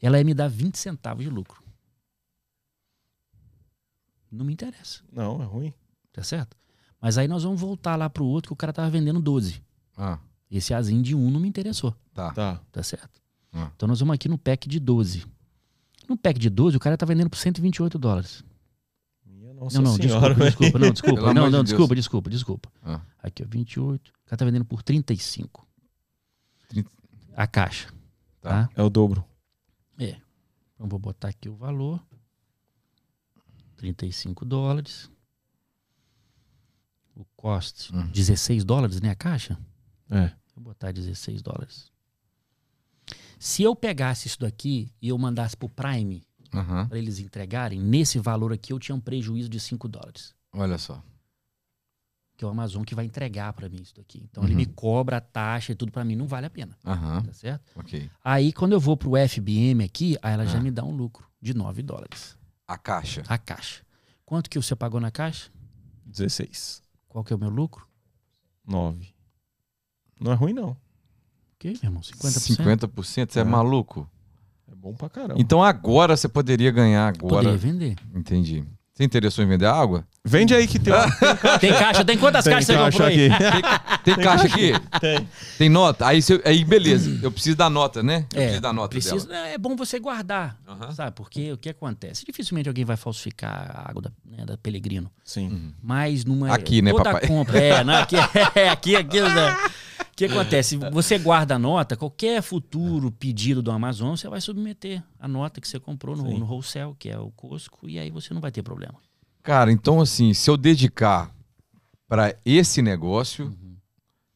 Speaker 3: ela ia me dar 20 centavos de lucro. Não me interessa,
Speaker 1: Não, é ruim.
Speaker 3: tá certo? Mas aí nós vamos voltar lá pro outro que o cara tava vendendo 12.
Speaker 2: Ah,
Speaker 3: Esse azinho de 1 não me interessou,
Speaker 2: tá.
Speaker 1: Tá.
Speaker 3: tá certo?
Speaker 2: Ah.
Speaker 3: Então nós vamos aqui no pack de 12. No pack de 12, o cara tá vendendo por 128 dólares.
Speaker 1: Minha nossa
Speaker 3: Não, não,
Speaker 1: senhora,
Speaker 3: desculpa,
Speaker 1: velho.
Speaker 3: desculpa, não, desculpa,
Speaker 2: Pelo amor
Speaker 3: não,
Speaker 2: de
Speaker 3: não,
Speaker 2: Deus.
Speaker 3: desculpa, desculpa, desculpa.
Speaker 2: Ah.
Speaker 3: Aqui, ó, 28. O cara tá vendendo por 35.
Speaker 2: Trinta-
Speaker 3: A caixa.
Speaker 2: Tá.
Speaker 3: Tá.
Speaker 1: É o dobro.
Speaker 3: Então vou botar aqui o valor. 35 dólares. O cost,
Speaker 2: Hum.
Speaker 3: 16 dólares, né, a caixa?
Speaker 1: É.
Speaker 3: Vou botar 16 dólares. Se eu pegasse isso daqui e eu mandasse pro Prime
Speaker 2: Aham.
Speaker 3: para eles entregarem, nesse valor aqui eu tinha um prejuízo de 5 dólares.
Speaker 2: Olha só.
Speaker 3: que é o Amazon que vai entregar pra mim isso daqui. Então
Speaker 2: Uhum. Ah.
Speaker 3: ele me cobra a taxa e tudo pra mim, não vale a pena,
Speaker 2: Aham.
Speaker 3: tá certo?
Speaker 2: Ok.
Speaker 3: Aí quando eu vou pro FBM aqui, aí ela
Speaker 2: Ah.
Speaker 3: já me dá um lucro de 9 dólares
Speaker 2: A caixa.
Speaker 3: a caixa. Quanto que você pagou na caixa?
Speaker 1: 16.
Speaker 3: Qual que é o meu lucro?
Speaker 1: 9. Não é ruim, não.
Speaker 3: O quê, meu irmão? 50%?
Speaker 2: 50%? Você é
Speaker 1: É.
Speaker 2: maluco?
Speaker 1: É bom pra caramba.
Speaker 2: Então agora você poderia ganhar agora.
Speaker 3: Poderia vender.
Speaker 2: Entendi. Você interessou em vender água?
Speaker 1: Vende aí que tem um uma
Speaker 3: Tem caixa, tem quantas Ah, caixas você comprou aí? <laughs>
Speaker 2: Tem caixa aqui?
Speaker 1: Tem.
Speaker 2: Tem nota? Aí, você- aí beleza. Eu preciso da nota, né? Eu
Speaker 3: É,
Speaker 2: preciso da nota
Speaker 3: Precisa,
Speaker 2: dela.
Speaker 3: não, é bom você guardar,
Speaker 2: Aham.
Speaker 3: sabe? Porque o que acontece? Dificilmente alguém vai falsificar a água da, né, da Pelegrino.
Speaker 1: Sim.
Speaker 3: Uhum. Mas numa.
Speaker 2: Aqui, né,
Speaker 3: toda
Speaker 2: papai?
Speaker 3: compra. É, não,
Speaker 2: <laughs>
Speaker 3: aqui, é, aqui, aqui. né? O que acontece? Você guarda a nota, qualquer futuro pedido do Amazon, você vai submeter a nota que você comprou no,
Speaker 1: Sim.
Speaker 3: no wholesale, que é o Costco, e aí você não vai ter problema.
Speaker 2: Cara, então assim, se eu dedicar pra esse negócio,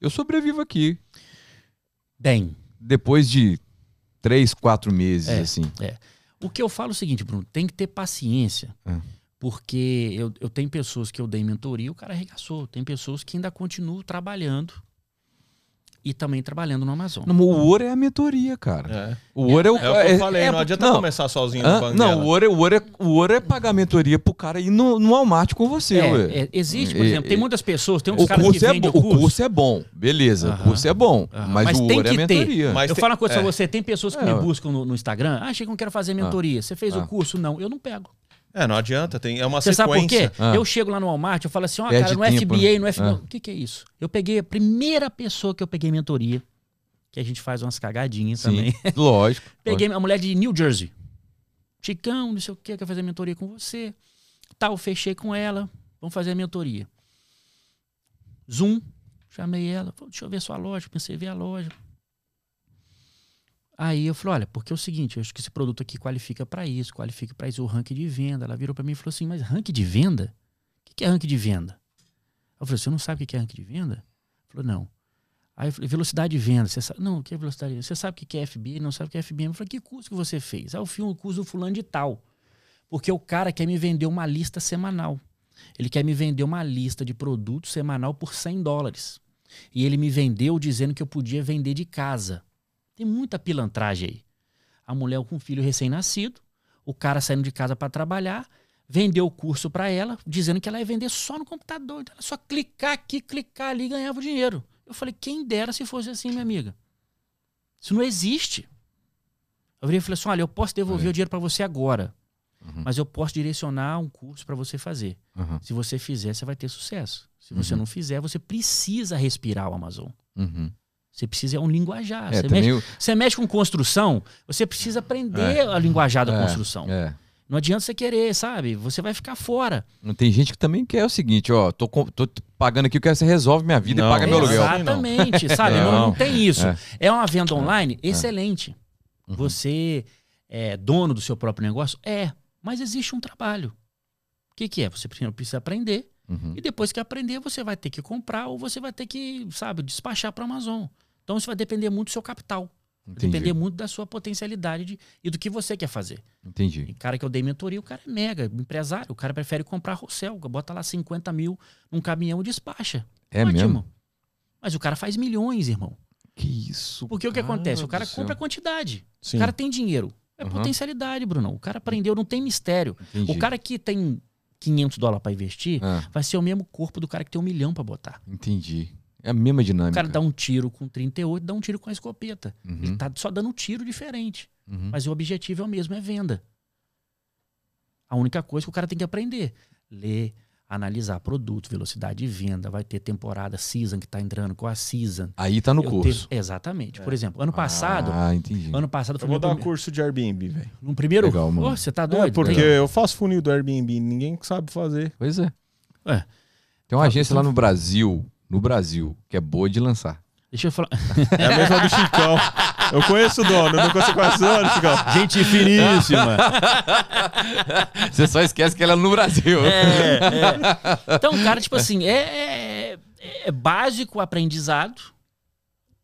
Speaker 2: eu sobrevivo aqui.
Speaker 3: Bem,
Speaker 2: Depois de três, quatro meses,
Speaker 3: É.
Speaker 2: assim.
Speaker 3: o que eu falo é o seguinte, Bruno, tem que ter paciência.
Speaker 2: É.
Speaker 3: Porque eu, eu tenho pessoas que eu dei mentoria e o cara arregaçou. Tem pessoas que ainda continuam trabalhando e também trabalhando no Amazon.
Speaker 2: Não, o ouro é a mentoria, cara.
Speaker 1: É.
Speaker 2: O ouro é o
Speaker 1: É o que eu falei,
Speaker 2: é-
Speaker 1: não adianta
Speaker 2: não.
Speaker 1: começar sozinho
Speaker 2: Hã?
Speaker 1: no banco.
Speaker 2: Não, o ouro, é, o, ouro é, o ouro é pagar a mentoria pro cara ir no, no Walmart com você, ué.
Speaker 3: É, é, existe, por
Speaker 2: E-
Speaker 3: exemplo, tem
Speaker 2: e-
Speaker 3: muitas pessoas, tem uns
Speaker 2: O
Speaker 3: Então, caras que
Speaker 2: curso, é
Speaker 3: vendem
Speaker 2: bom, o curso é bom, beleza, o
Speaker 3: Aham.
Speaker 2: curso é bom,
Speaker 3: Aham.
Speaker 2: mas,
Speaker 3: Mas
Speaker 2: o
Speaker 3: tem
Speaker 2: ouro é a
Speaker 3: que ter.
Speaker 2: mentoria.
Speaker 1: Mas
Speaker 3: eu
Speaker 1: tem-
Speaker 3: falo uma coisa
Speaker 1: é.
Speaker 3: pra você, tem pessoas que
Speaker 2: É,
Speaker 3: me
Speaker 2: ué.
Speaker 3: buscam no, no Instagram, ah, chega, eu quero fazer mentoria. Você fez
Speaker 2: Ah.
Speaker 3: o curso? Não, eu não pego.
Speaker 1: É, não adianta. Tem, é uma
Speaker 3: Você sabe por
Speaker 1: sequência.
Speaker 3: quê?
Speaker 2: Ah.
Speaker 3: Eu chego lá no Walmart, eu falo assim, ó,
Speaker 2: Perde
Speaker 3: cara, no
Speaker 2: tempo, né?
Speaker 3: FBA, no FBA,
Speaker 2: Ah.
Speaker 3: o que que é isso? Eu peguei a primeira pessoa que eu peguei mentoria, que a gente faz umas cagadinhas
Speaker 2: Sim,
Speaker 3: também.
Speaker 2: <laughs> lógico.
Speaker 3: <laughs> Peguei a mulher de New Jersey. Chicão, não sei o que, quer fazer mentoria com você. Tal, fechei com ela. Vamos fazer a mentoria. Zoom, chamei ela. Falei, deixa eu ver sua loja, pensei em ver a loja. Aí eu falei, olha, porque é o seguinte, eu acho que esse produto aqui qualifica pra isso, qualifica pra isso, o ranking de venda. Ela virou pra mim e falou assim, mas ranking de venda? O que que é ranking de venda? Eu falei, você não sabe o que que é ranking de venda? Ela falou, não. Aí eu falei, velocidade de venda. Você sabe, não, o que é velocidade de venda? Você sabe o que que é FB? Não sabe o que é FBM? Eu falei, que curso que você fez? Ah, eu fiz um curso do fulano de tal. Porque o cara quer me vender uma lista semanal. Ele quer me vender uma lista de produtos semanal por 100 dólares. E ele me vendeu dizendo que eu podia vender de casa. Tem muita pilantragem aí. A mulher com um filho recém-nascido, o cara saindo de casa para trabalhar, vendeu o curso para ela, dizendo que ela ia vender só no computador. Então, ela só clicar aqui, clicar ali e ganhava o dinheiro. Eu falei, quem dera se fosse assim, minha amiga. Isso não existe. Eu virei e falei assim: olha, eu posso devolver
Speaker 2: Olha.
Speaker 3: o dinheiro para você agora,
Speaker 2: É. Uhum.
Speaker 3: mas eu posso direcionar um curso para você fazer.
Speaker 2: Aham,
Speaker 3: Se você fizer, você vai ter sucesso. Se você
Speaker 2: Uhum.
Speaker 3: não fizer, você precisa respirar o Amazon.
Speaker 2: uhum.
Speaker 3: Você precisa, é um linguajar.
Speaker 2: É,
Speaker 3: você, mexe,
Speaker 2: também o-
Speaker 3: você mexe com construção, você precisa aprender a linguajar da
Speaker 2: É,
Speaker 3: construção.
Speaker 2: é.
Speaker 3: Não adianta você querer, sabe? Você vai ficar fora.
Speaker 2: Não Tem gente que também quer o seguinte, ó, tô, com- tô pagando aqui, eu quero que você resolve minha vida
Speaker 1: Não,
Speaker 2: e paga É meu aluguel.
Speaker 3: Exatamente, sabe? Não,
Speaker 2: Não.
Speaker 3: não tem isso.
Speaker 2: É. Uhum.
Speaker 3: É. uma venda online excelente. Você é dono do seu próprio negócio? É, mas existe um trabalho. O que, que é? Você primeiro precisa aprender.
Speaker 2: Uhum.
Speaker 3: E depois que aprender, você vai ter que comprar ou você vai ter que, sabe, despachar para Amazon. Então isso vai depender muito do seu capital. Vai depender
Speaker 2: Entendi.
Speaker 3: muito da sua potencialidade de- e do que você quer fazer. Tem
Speaker 2: Entendi.
Speaker 3: cara que eu dei mentoria, o cara é mega empresário. O cara prefere comprar Rossel, bota lá 50 mil num caminhão e despacha.
Speaker 2: É mesmo?
Speaker 3: Mas o cara faz milhões, irmão.
Speaker 2: Que isso.
Speaker 3: Porque o que
Speaker 2: cara
Speaker 3: acontece? O
Speaker 2: Ah, do
Speaker 3: cara
Speaker 2: céu.
Speaker 3: compra a quantidade.
Speaker 1: Sim.
Speaker 3: O cara tem dinheiro. É
Speaker 2: Aham.
Speaker 3: potencialidade, Bruno. O cara aprendeu, não tem mistério.
Speaker 2: Entendi.
Speaker 3: O cara que tem 500 dólares pra investir
Speaker 2: Ah,
Speaker 3: vai ser o mesmo corpo do cara que tem um milhão pra botar.
Speaker 2: entendi. É a mesma
Speaker 3: O
Speaker 2: dinâmica.
Speaker 3: cara dá um tiro com 38, dá um tiro com a escopeta.
Speaker 2: Uhum,
Speaker 3: Ele tá só dando um tiro diferente.
Speaker 2: uhum.
Speaker 3: Mas o objetivo é o mesmo, é venda. A única coisa que o cara tem que aprender: ler, analisar produto, velocidade de venda. Vai ter temporada season que tá entrando com a season.
Speaker 2: Aí tá no
Speaker 3: Eu
Speaker 2: curso.
Speaker 3: te- Exatamente. Por exemplo, ano passado,
Speaker 2: Ah, entendi.
Speaker 3: ano passado
Speaker 1: Eu
Speaker 3: foi
Speaker 1: vou
Speaker 3: meu
Speaker 1: dar
Speaker 3: prime-
Speaker 1: curso de Airbnb, velho.
Speaker 3: no primeiro.
Speaker 2: Legal, mano.
Speaker 3: Ô, você tá doido?
Speaker 1: É, porque
Speaker 3: Legal.
Speaker 1: eu faço funil do Airbnb, ninguém sabe fazer.
Speaker 2: Pois é.
Speaker 3: É.
Speaker 2: Tem uma agência
Speaker 3: então.
Speaker 2: lá no Brasil, no Brasil, que é boa de lançar.
Speaker 3: Deixa eu falar.
Speaker 1: É a mesma do Chicão. Eu conheço o dono, não consigo conhecer o dono, Chicão. Gente finíssima.
Speaker 2: Você só esquece que ela é no Brasil.
Speaker 3: É, é. <laughs> Então, cara, tipo assim, é, é- é básico o aprendizado,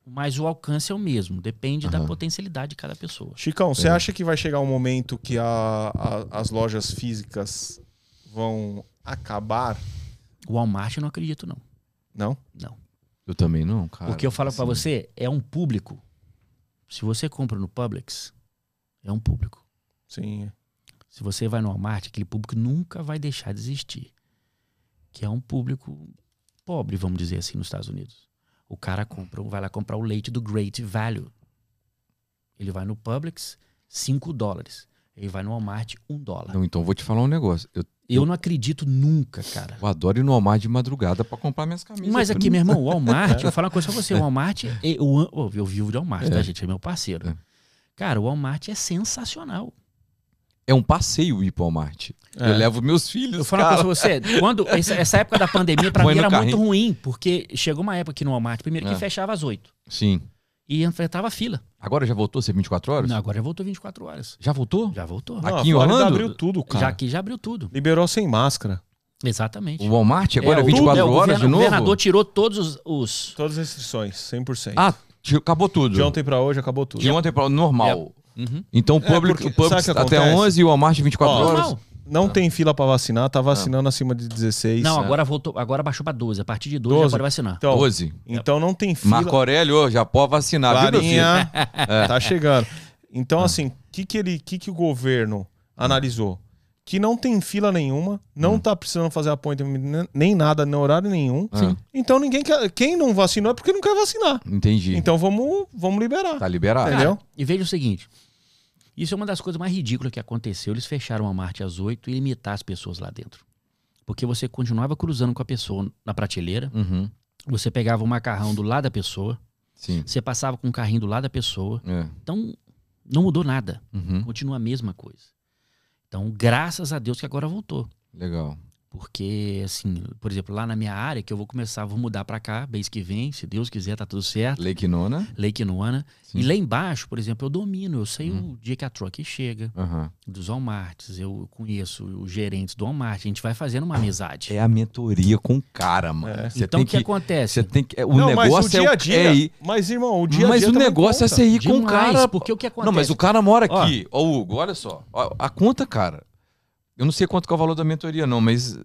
Speaker 3: mas o alcance é o mesmo. Depende da
Speaker 2: Aham.
Speaker 3: potencialidade de cada pessoa.
Speaker 1: Chicão, você acha que vai chegar um momento que a- a- as lojas físicas vão acabar?
Speaker 3: O Walmart eu não acredito, não.
Speaker 1: Não?
Speaker 3: Não.
Speaker 2: Eu também não, cara.
Speaker 3: o que eu falo pra
Speaker 2: Assim,
Speaker 3: você é um público. Se você compra no Publix, é um público.
Speaker 1: Sim.
Speaker 3: Se você vai no Walmart, aquele público nunca vai deixar de existir. Que é um público pobre, vamos dizer assim, nos Estados Unidos. O cara compra, um, vai lá comprar o leite do Great Value. Ele vai no Publix, 5 dólares. Ele vai no Walmart, 1 dólar.
Speaker 2: Não, então eu vou te falar um negócio. Eu,
Speaker 3: Eu não acredito nunca, cara.
Speaker 2: eu adoro ir no Walmart de madrugada pra comprar minhas camisas.
Speaker 3: Mas
Speaker 2: Eu
Speaker 3: aqui,
Speaker 2: não-
Speaker 3: meu irmão, o Walmart, eu vou falar uma coisa pra você, o Walmart, é, eu, am- eu, vivo de Walmart,
Speaker 2: É.
Speaker 3: tá, gente? É meu parceiro.
Speaker 2: É.
Speaker 3: Cara, o Walmart é sensacional.
Speaker 2: É um passeio ir pro Walmart.
Speaker 1: É.
Speaker 2: Eu levo meus filhos,
Speaker 3: Eu falo uma
Speaker 2: cara.
Speaker 3: coisa pra
Speaker 2: <laughs>
Speaker 3: você, quando, essa, essa época da pandemia pra
Speaker 2: Põe
Speaker 3: mim
Speaker 2: no
Speaker 3: era muito
Speaker 2: carrinho.
Speaker 3: ruim, porque chegou uma época aqui no Walmart, primeiro que
Speaker 2: É.
Speaker 3: fechava às 8
Speaker 2: Sim.
Speaker 3: e enfrentava a fila.
Speaker 2: Agora já voltou a ser 24 horas?
Speaker 3: Não, agora já voltou 24 horas.
Speaker 2: Já voltou?
Speaker 3: Já voltou.
Speaker 2: Aqui
Speaker 1: Não, a
Speaker 2: em
Speaker 1: Flórida
Speaker 2: Orlando?
Speaker 1: abriu tudo, cara.
Speaker 3: Já aqui já abriu tudo.
Speaker 1: Liberou sem máscara.
Speaker 3: Exatamente.
Speaker 2: O Walmart agora é,
Speaker 3: o-
Speaker 2: 24
Speaker 3: o
Speaker 2: horas de
Speaker 3: governa-
Speaker 2: novo?
Speaker 3: O governador tirou todos os- os
Speaker 1: Todas as restrições, 100%.
Speaker 2: Ah, ti- acabou tudo.
Speaker 1: De ontem pra hoje acabou tudo.
Speaker 2: De ontem pra normal.
Speaker 3: Uhum.
Speaker 2: Então o
Speaker 1: É,
Speaker 2: public,
Speaker 1: porque-
Speaker 2: o public
Speaker 1: sabe o que
Speaker 2: até
Speaker 1: acontece?
Speaker 2: 11 e o Walmart 24
Speaker 1: Ó,
Speaker 2: horas.
Speaker 3: Normal.
Speaker 1: Não tem fila pra vacinar, tá vacinando acima de 16.
Speaker 3: Não,
Speaker 2: é.
Speaker 3: agora voltou, agora baixou pra 12. A partir de 12,
Speaker 1: 12.
Speaker 3: já pode vacinar.
Speaker 1: Então,
Speaker 2: 12.
Speaker 1: então não tem fila.
Speaker 2: Marco Aurélio, ô, já pode vacinar, viu, meu filho?
Speaker 1: Clarinha,
Speaker 2: É.
Speaker 1: tá chegando. Então,
Speaker 2: Ah.
Speaker 1: assim, o que que, ele- que que o governo analisou? Que não tem fila nenhuma, não tá precisando fazer appointment ne- nem nada, nem horário nenhum.
Speaker 2: Hum. Ah, Sim.
Speaker 1: Então ninguém quer. Quem não vacinou é porque não quer vacinar.
Speaker 2: Entendi.
Speaker 1: Então vamos, vamos liberar.
Speaker 2: tá liberado.
Speaker 1: Entendeu?
Speaker 3: Cara, E veja o seguinte: isso é uma das coisas mais ridículas que aconteceu. Eles fecharam a Marte às 8 e limitar as pessoas lá dentro. Porque você continuava cruzando com a pessoa na prateleira,
Speaker 2: Uhum.
Speaker 3: você pegava o macarrão do lado da pessoa,
Speaker 2: Sim.
Speaker 3: você passava com o carrinho do lado da pessoa.
Speaker 2: É.
Speaker 3: Então, não mudou nada.
Speaker 2: Uhum.
Speaker 3: Continua a mesma coisa. Então, graças a Deus que agora voltou.
Speaker 2: Legal.
Speaker 3: Porque, assim, por exemplo, lá na minha área, que eu vou começar, vou mudar pra cá, mês que vem, se Deus quiser, tá tudo certo.
Speaker 2: Lake Nona.
Speaker 3: Lei Quinoana.
Speaker 2: Sim. Uhum.
Speaker 3: E lá embaixo, por exemplo, eu domino, eu sei o dia que a truck chega,
Speaker 2: Aham.
Speaker 3: dos Walmarts, eu conheço os gerentes do Walmart, a gente vai fazendo uma amizade.
Speaker 2: É a mentoria com o cara, mano.
Speaker 1: É.
Speaker 2: Você
Speaker 3: então, o
Speaker 2: tem
Speaker 3: que,
Speaker 2: que.
Speaker 3: acontece?
Speaker 2: Você tem que. é, O
Speaker 1: Não,
Speaker 2: negócio
Speaker 1: mas o dia
Speaker 2: é,
Speaker 1: a
Speaker 2: o-
Speaker 1: dia.
Speaker 2: é ir.
Speaker 1: Mas, irmão, o dia a
Speaker 2: mas
Speaker 1: dia.
Speaker 2: o
Speaker 1: também
Speaker 2: negócio é
Speaker 1: conta.
Speaker 2: você ir com o
Speaker 3: Demais,
Speaker 2: cara.
Speaker 3: porque o que acontece?
Speaker 2: Não, mas o cara mora aqui. Ó, Hugo, olha só. Ó, a conta, cara. Eu não sei quanto que é o valor da mentoria, não, mas eh,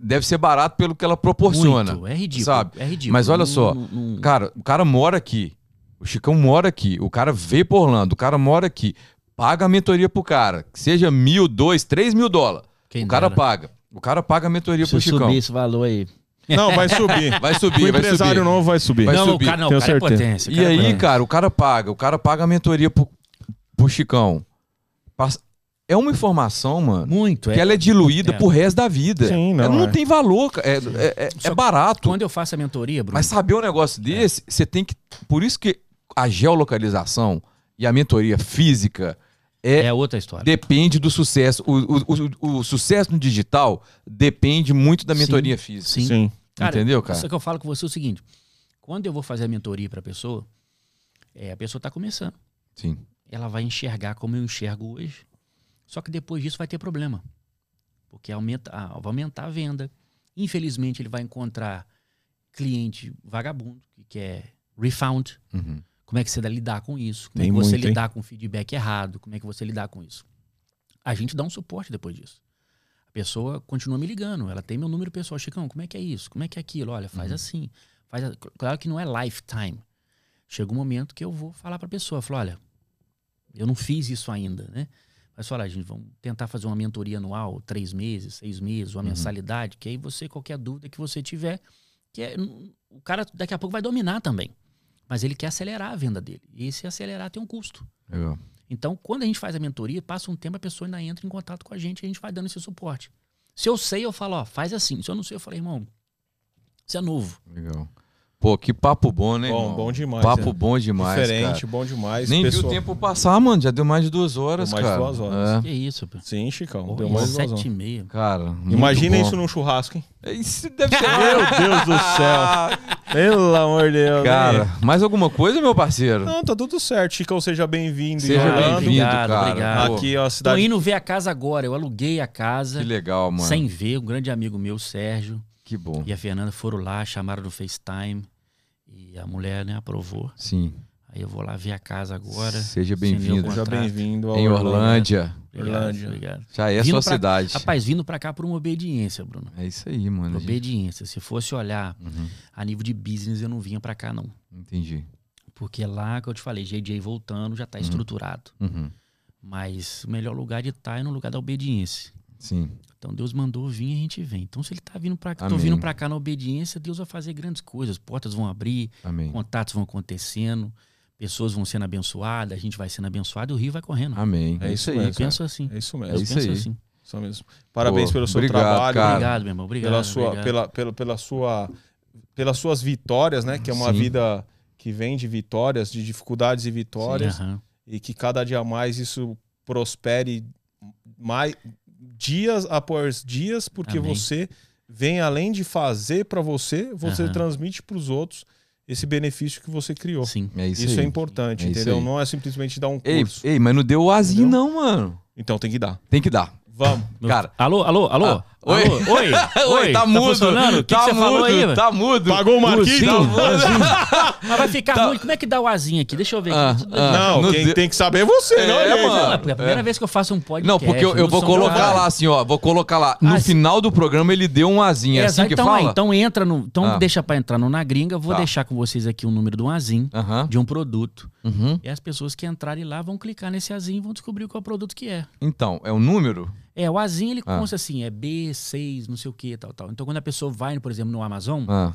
Speaker 2: deve ser barato pelo que ela proporciona.
Speaker 3: Muito, é ridículo,
Speaker 2: sabe?
Speaker 3: é ridículo.
Speaker 2: Mas olha só,
Speaker 3: não- não-
Speaker 2: Cara, o cara mora aqui. O Chicão mora aqui. O cara veio por Orlando. O cara mora aqui. Paga a mentoria pro cara. Que seja mil, dois, três mil dólares.
Speaker 3: quem né?
Speaker 2: O cara
Speaker 3: dera.
Speaker 2: paga. O cara paga a mentoria
Speaker 3: Se eu
Speaker 2: pro Chicão.
Speaker 3: subir esse valor aí.
Speaker 1: Não, vai subir.
Speaker 2: Vai
Speaker 1: o
Speaker 2: <laughs> subir, vai
Speaker 1: empresário
Speaker 2: subir.
Speaker 1: novo vai subir.
Speaker 2: Vai
Speaker 3: não,
Speaker 2: subir,
Speaker 3: o cara, não, o
Speaker 1: tenho
Speaker 3: cara é
Speaker 1: certeza.
Speaker 3: potência. o
Speaker 2: E
Speaker 3: cara é
Speaker 2: aí,
Speaker 3: potência.
Speaker 2: cara, o cara paga. O cara paga a mentoria pro, pro Chicão. Passa- É uma informação, mano,
Speaker 3: Muito, é.
Speaker 2: que ela é diluída
Speaker 3: É.
Speaker 2: pro resto da vida.
Speaker 1: Sim, não,
Speaker 2: ela não
Speaker 1: é.
Speaker 2: tem valor. ca- É, é, é- é
Speaker 3: Só-
Speaker 2: barato.
Speaker 3: Quando eu faço a mentoria, Bruno,
Speaker 2: Mas saber um negócio desse, você tem que. Por isso que a geolocalização e a mentoria física é,
Speaker 3: é outra história.
Speaker 2: depende do sucesso. O, o- o- o sucesso no digital depende muito da
Speaker 3: Sim,
Speaker 2: mentoria física.
Speaker 3: Sim.
Speaker 1: Sim.
Speaker 3: Cara,
Speaker 2: Entendeu, cara?
Speaker 3: Só que eu falo com você o seguinte: quando eu vou fazer a mentoria pra pessoa, é, a pessoa tá começando.
Speaker 2: Sim.
Speaker 3: ela vai enxergar como eu enxergo hoje. Só que depois disso vai ter problema. Porque aumenta, ah, vai aumentar a venda. Infelizmente, ele vai encontrar cliente vagabundo que quer refound.
Speaker 2: Uhum.
Speaker 3: Como é que você dá- lidar com isso? Como
Speaker 1: Tem
Speaker 3: é que você
Speaker 1: muito, hein?
Speaker 3: lidar com feedback errado? Como é que você lidar com isso? A gente dá um suporte depois disso. A pessoa continua me ligando, ela tem meu número pessoal. Chicão, como é que é isso? Como é que é aquilo? Olha,
Speaker 1: Uhum.
Speaker 3: faz assim. Faz a- Claro que não é lifetime. Chega um momento que eu vou falar para a pessoa, falar, olha, eu não fiz isso ainda, né? Mas fala, gente, vamos tentar fazer uma mentoria anual, três meses, seis meses, uma
Speaker 2: Uhum.
Speaker 3: mensalidade, que aí você, qualquer dúvida que você tiver, que é- o cara daqui a pouco vai dominar também. Mas ele quer acelerar a venda dele. E se acelerar tem um custo.
Speaker 2: Legal.
Speaker 3: Então, quando a gente faz a mentoria, passa um tempo, a pessoa ainda entra em contato com a gente, a gente vai dando esse suporte. Se eu sei, eu falo, ó, faz assim. Se eu não sei, eu falo, irmão, você é novo.
Speaker 2: Legal. Pô, que papo bom, né?
Speaker 1: Bom,
Speaker 2: irmão?
Speaker 1: bom demais,
Speaker 2: Papo
Speaker 1: né?
Speaker 2: bom demais,
Speaker 1: Diferente,
Speaker 2: cara.
Speaker 1: bom demais.
Speaker 2: Nem viu o
Speaker 1: Pessoa-
Speaker 2: tempo passar, mano. Já deu mais de duas horas,
Speaker 1: Deu mais de
Speaker 2: cara.
Speaker 1: duas horas.
Speaker 2: É.
Speaker 3: Que isso, pô.
Speaker 1: Sim, Chicão,
Speaker 3: Pô,
Speaker 1: Ah. deu
Speaker 3: e
Speaker 1: mais vazão.
Speaker 3: sete e meia.
Speaker 2: Cara, muito
Speaker 1: Imagina
Speaker 2: bom. É,
Speaker 1: isso num churrasco, hein?
Speaker 2: Isso deve ser...
Speaker 1: <laughs> Meu Deus do céu. Pelo amor de Deus.
Speaker 2: Cara,
Speaker 1: né?
Speaker 2: mais alguma coisa, meu parceiro?
Speaker 1: Não, tá tudo certo. Chicão, seja bem-vindo.
Speaker 2: Seja
Speaker 1: Orlando.
Speaker 3: obrigado,
Speaker 2: bem-vindo, cara.
Speaker 3: obrigado.
Speaker 2: Pô,
Speaker 1: Aqui, ó, a
Speaker 3: Tô
Speaker 1: cidade. é,
Speaker 3: indo ver a casa agora. Eu aluguei a casa
Speaker 2: Que legal, mano.
Speaker 3: sem ver. Um grande amigo meu, Sérgio,
Speaker 2: Que bom.
Speaker 3: e a Fernanda foram lá, chamaram no FaceTime. E a mulher, né, aprovou.
Speaker 2: Sim.
Speaker 3: Aí eu vou lá ver a casa agora.
Speaker 2: Seja
Speaker 3: Assinei o
Speaker 2: bem-vindo.
Speaker 1: Seja
Speaker 3: contrato.
Speaker 1: bem-vindo ao
Speaker 2: Em Orlândia.
Speaker 3: Obrigado,
Speaker 1: Orlândia.
Speaker 3: obrigado.
Speaker 2: Já é a
Speaker 3: Vindo
Speaker 2: sua
Speaker 3: pra-
Speaker 2: cidade.
Speaker 3: Rapaz, vindo pra cá por uma obediência, Bruno.
Speaker 2: É isso aí, mano. A gente-
Speaker 3: Obediência. Se fosse olhar
Speaker 2: Uhum.
Speaker 3: a nível de business, eu não vinha pra cá, não.
Speaker 2: Entendi.
Speaker 3: Porque lá que eu te falei, JJ voltando, já tá estruturado.
Speaker 2: Uhum.
Speaker 3: Mas o melhor lugar de estar é no lugar da obediência.
Speaker 2: Sim.
Speaker 3: Então Deus mandou vir e a gente vem. Então se ele tá vindo para cá, tô
Speaker 2: Amém.
Speaker 3: vindo para cá na obediência, Deus vai fazer grandes coisas, portas vão abrir,
Speaker 2: Amém.
Speaker 3: contatos vão acontecendo, pessoas vão sendo abençoadas, a gente vai sendo abençoado e o rio vai correndo.
Speaker 2: Amém.
Speaker 1: É isso
Speaker 3: eu
Speaker 1: mesmo. cara.
Speaker 3: penso assim.
Speaker 1: É isso
Speaker 3: eu
Speaker 1: mesmo.
Speaker 2: Ah, isso
Speaker 3: penso
Speaker 2: aí.
Speaker 3: assim.
Speaker 1: Isso mesmo. Parabéns
Speaker 2: Pô,
Speaker 1: pelo seu
Speaker 2: obrigado,
Speaker 1: trabalho.
Speaker 2: cara.
Speaker 3: obrigado, meu irmão. Obrigado.
Speaker 1: pela sua,
Speaker 3: obrigado.
Speaker 1: Pela, pela, pela sua, pelas suas vitórias, né? Que é uma
Speaker 2: Sim.
Speaker 1: vida que vem de vitórias, de dificuldades e vitórias,
Speaker 3: Sim, aham.
Speaker 1: e que cada dia mais isso prospere mais dias após dias, porque
Speaker 3: Amém.
Speaker 1: você vem além de fazer para você, você
Speaker 3: Aham.
Speaker 1: transmite para os outros esse benefício que você criou.
Speaker 3: Sim.
Speaker 2: É isso,
Speaker 1: Isso,
Speaker 2: aí.
Speaker 1: é importante,
Speaker 2: É isso
Speaker 1: entendeu?
Speaker 2: aí.
Speaker 1: Não é simplesmente dar um
Speaker 2: Ei,
Speaker 1: curso.
Speaker 2: ei, mas não deu o azinho, não, mano.
Speaker 1: Então tem que dar.
Speaker 2: Tem que dar.
Speaker 1: Vamos.
Speaker 3: Meu-
Speaker 2: Cara.
Speaker 3: Alô, alô, alô.
Speaker 2: Ah,
Speaker 3: Alô?
Speaker 2: oi.
Speaker 3: oi.
Speaker 2: <laughs>
Speaker 3: Oi,
Speaker 2: tá mudo.
Speaker 3: funcionando? O que,
Speaker 2: tá
Speaker 3: que você
Speaker 2: mudo,
Speaker 3: falou aí? velho?
Speaker 2: Tá mudo.
Speaker 1: Pagou o Marquinhos?
Speaker 3: Luzinho,
Speaker 2: Tá
Speaker 1: Não,
Speaker 2: mudo.
Speaker 3: luzinho. Mas vai ficar ruim. Como é que dá o azinho aqui? Deixa eu ver.
Speaker 2: tá- Ah,
Speaker 3: aqui.
Speaker 2: ah. Não
Speaker 1: quem
Speaker 2: deu-
Speaker 1: tem que saber é você,
Speaker 2: É,
Speaker 1: não é, ele.
Speaker 2: mano.
Speaker 3: Não, é porque é a primeira
Speaker 2: É.
Speaker 3: vez que eu faço um podcast.
Speaker 2: Não, porque eu, eu
Speaker 3: no
Speaker 2: vou
Speaker 3: som
Speaker 2: colocar
Speaker 3: gravado.
Speaker 2: lá assim, ó. Vou colocar lá. No
Speaker 3: Ah, se-
Speaker 2: final do programa ele deu um azinho. É assim
Speaker 3: Exato.
Speaker 2: que
Speaker 3: então,
Speaker 2: fala?
Speaker 3: aí, então entra no. Então
Speaker 2: Ah.
Speaker 3: deixa pra entrar no Na Gringa. Vou
Speaker 2: Tá.
Speaker 3: deixar com vocês aqui o número do Azim,
Speaker 2: Aham.
Speaker 3: de um produto.
Speaker 2: Uhum.
Speaker 3: E as pessoas que entrarem lá vão clicar nesse Azim e vão descobrir qual produto que é.
Speaker 2: Então, é um número?
Speaker 3: É, o Azim ele
Speaker 2: Ah.
Speaker 3: consta assim, é B6, não sei o que, tal, tal. Então quando a pessoa vai, por exemplo, no Amazon,
Speaker 2: Ah,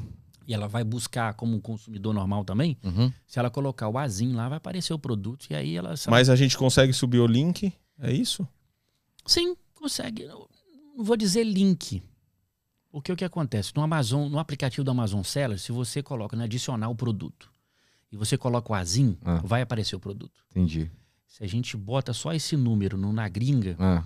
Speaker 3: e ela vai buscar como um consumidor normal também,
Speaker 2: uhum.
Speaker 3: se ela colocar o Azim lá, vai aparecer o produto. E aí ela. se ela-
Speaker 1: Mas a gente consegue subir o link? É isso?
Speaker 3: Sim, consegue. Eu Não vou dizer link. O que, o que acontece? No Amazon, no aplicativo do Amazon Seller, se você coloca, né, adicionar o produto, e você coloca o Azim,
Speaker 2: Ah.
Speaker 3: vai aparecer o produto.
Speaker 2: Entendi.
Speaker 3: Se a gente bota só esse número no, na gringa,
Speaker 2: Ah.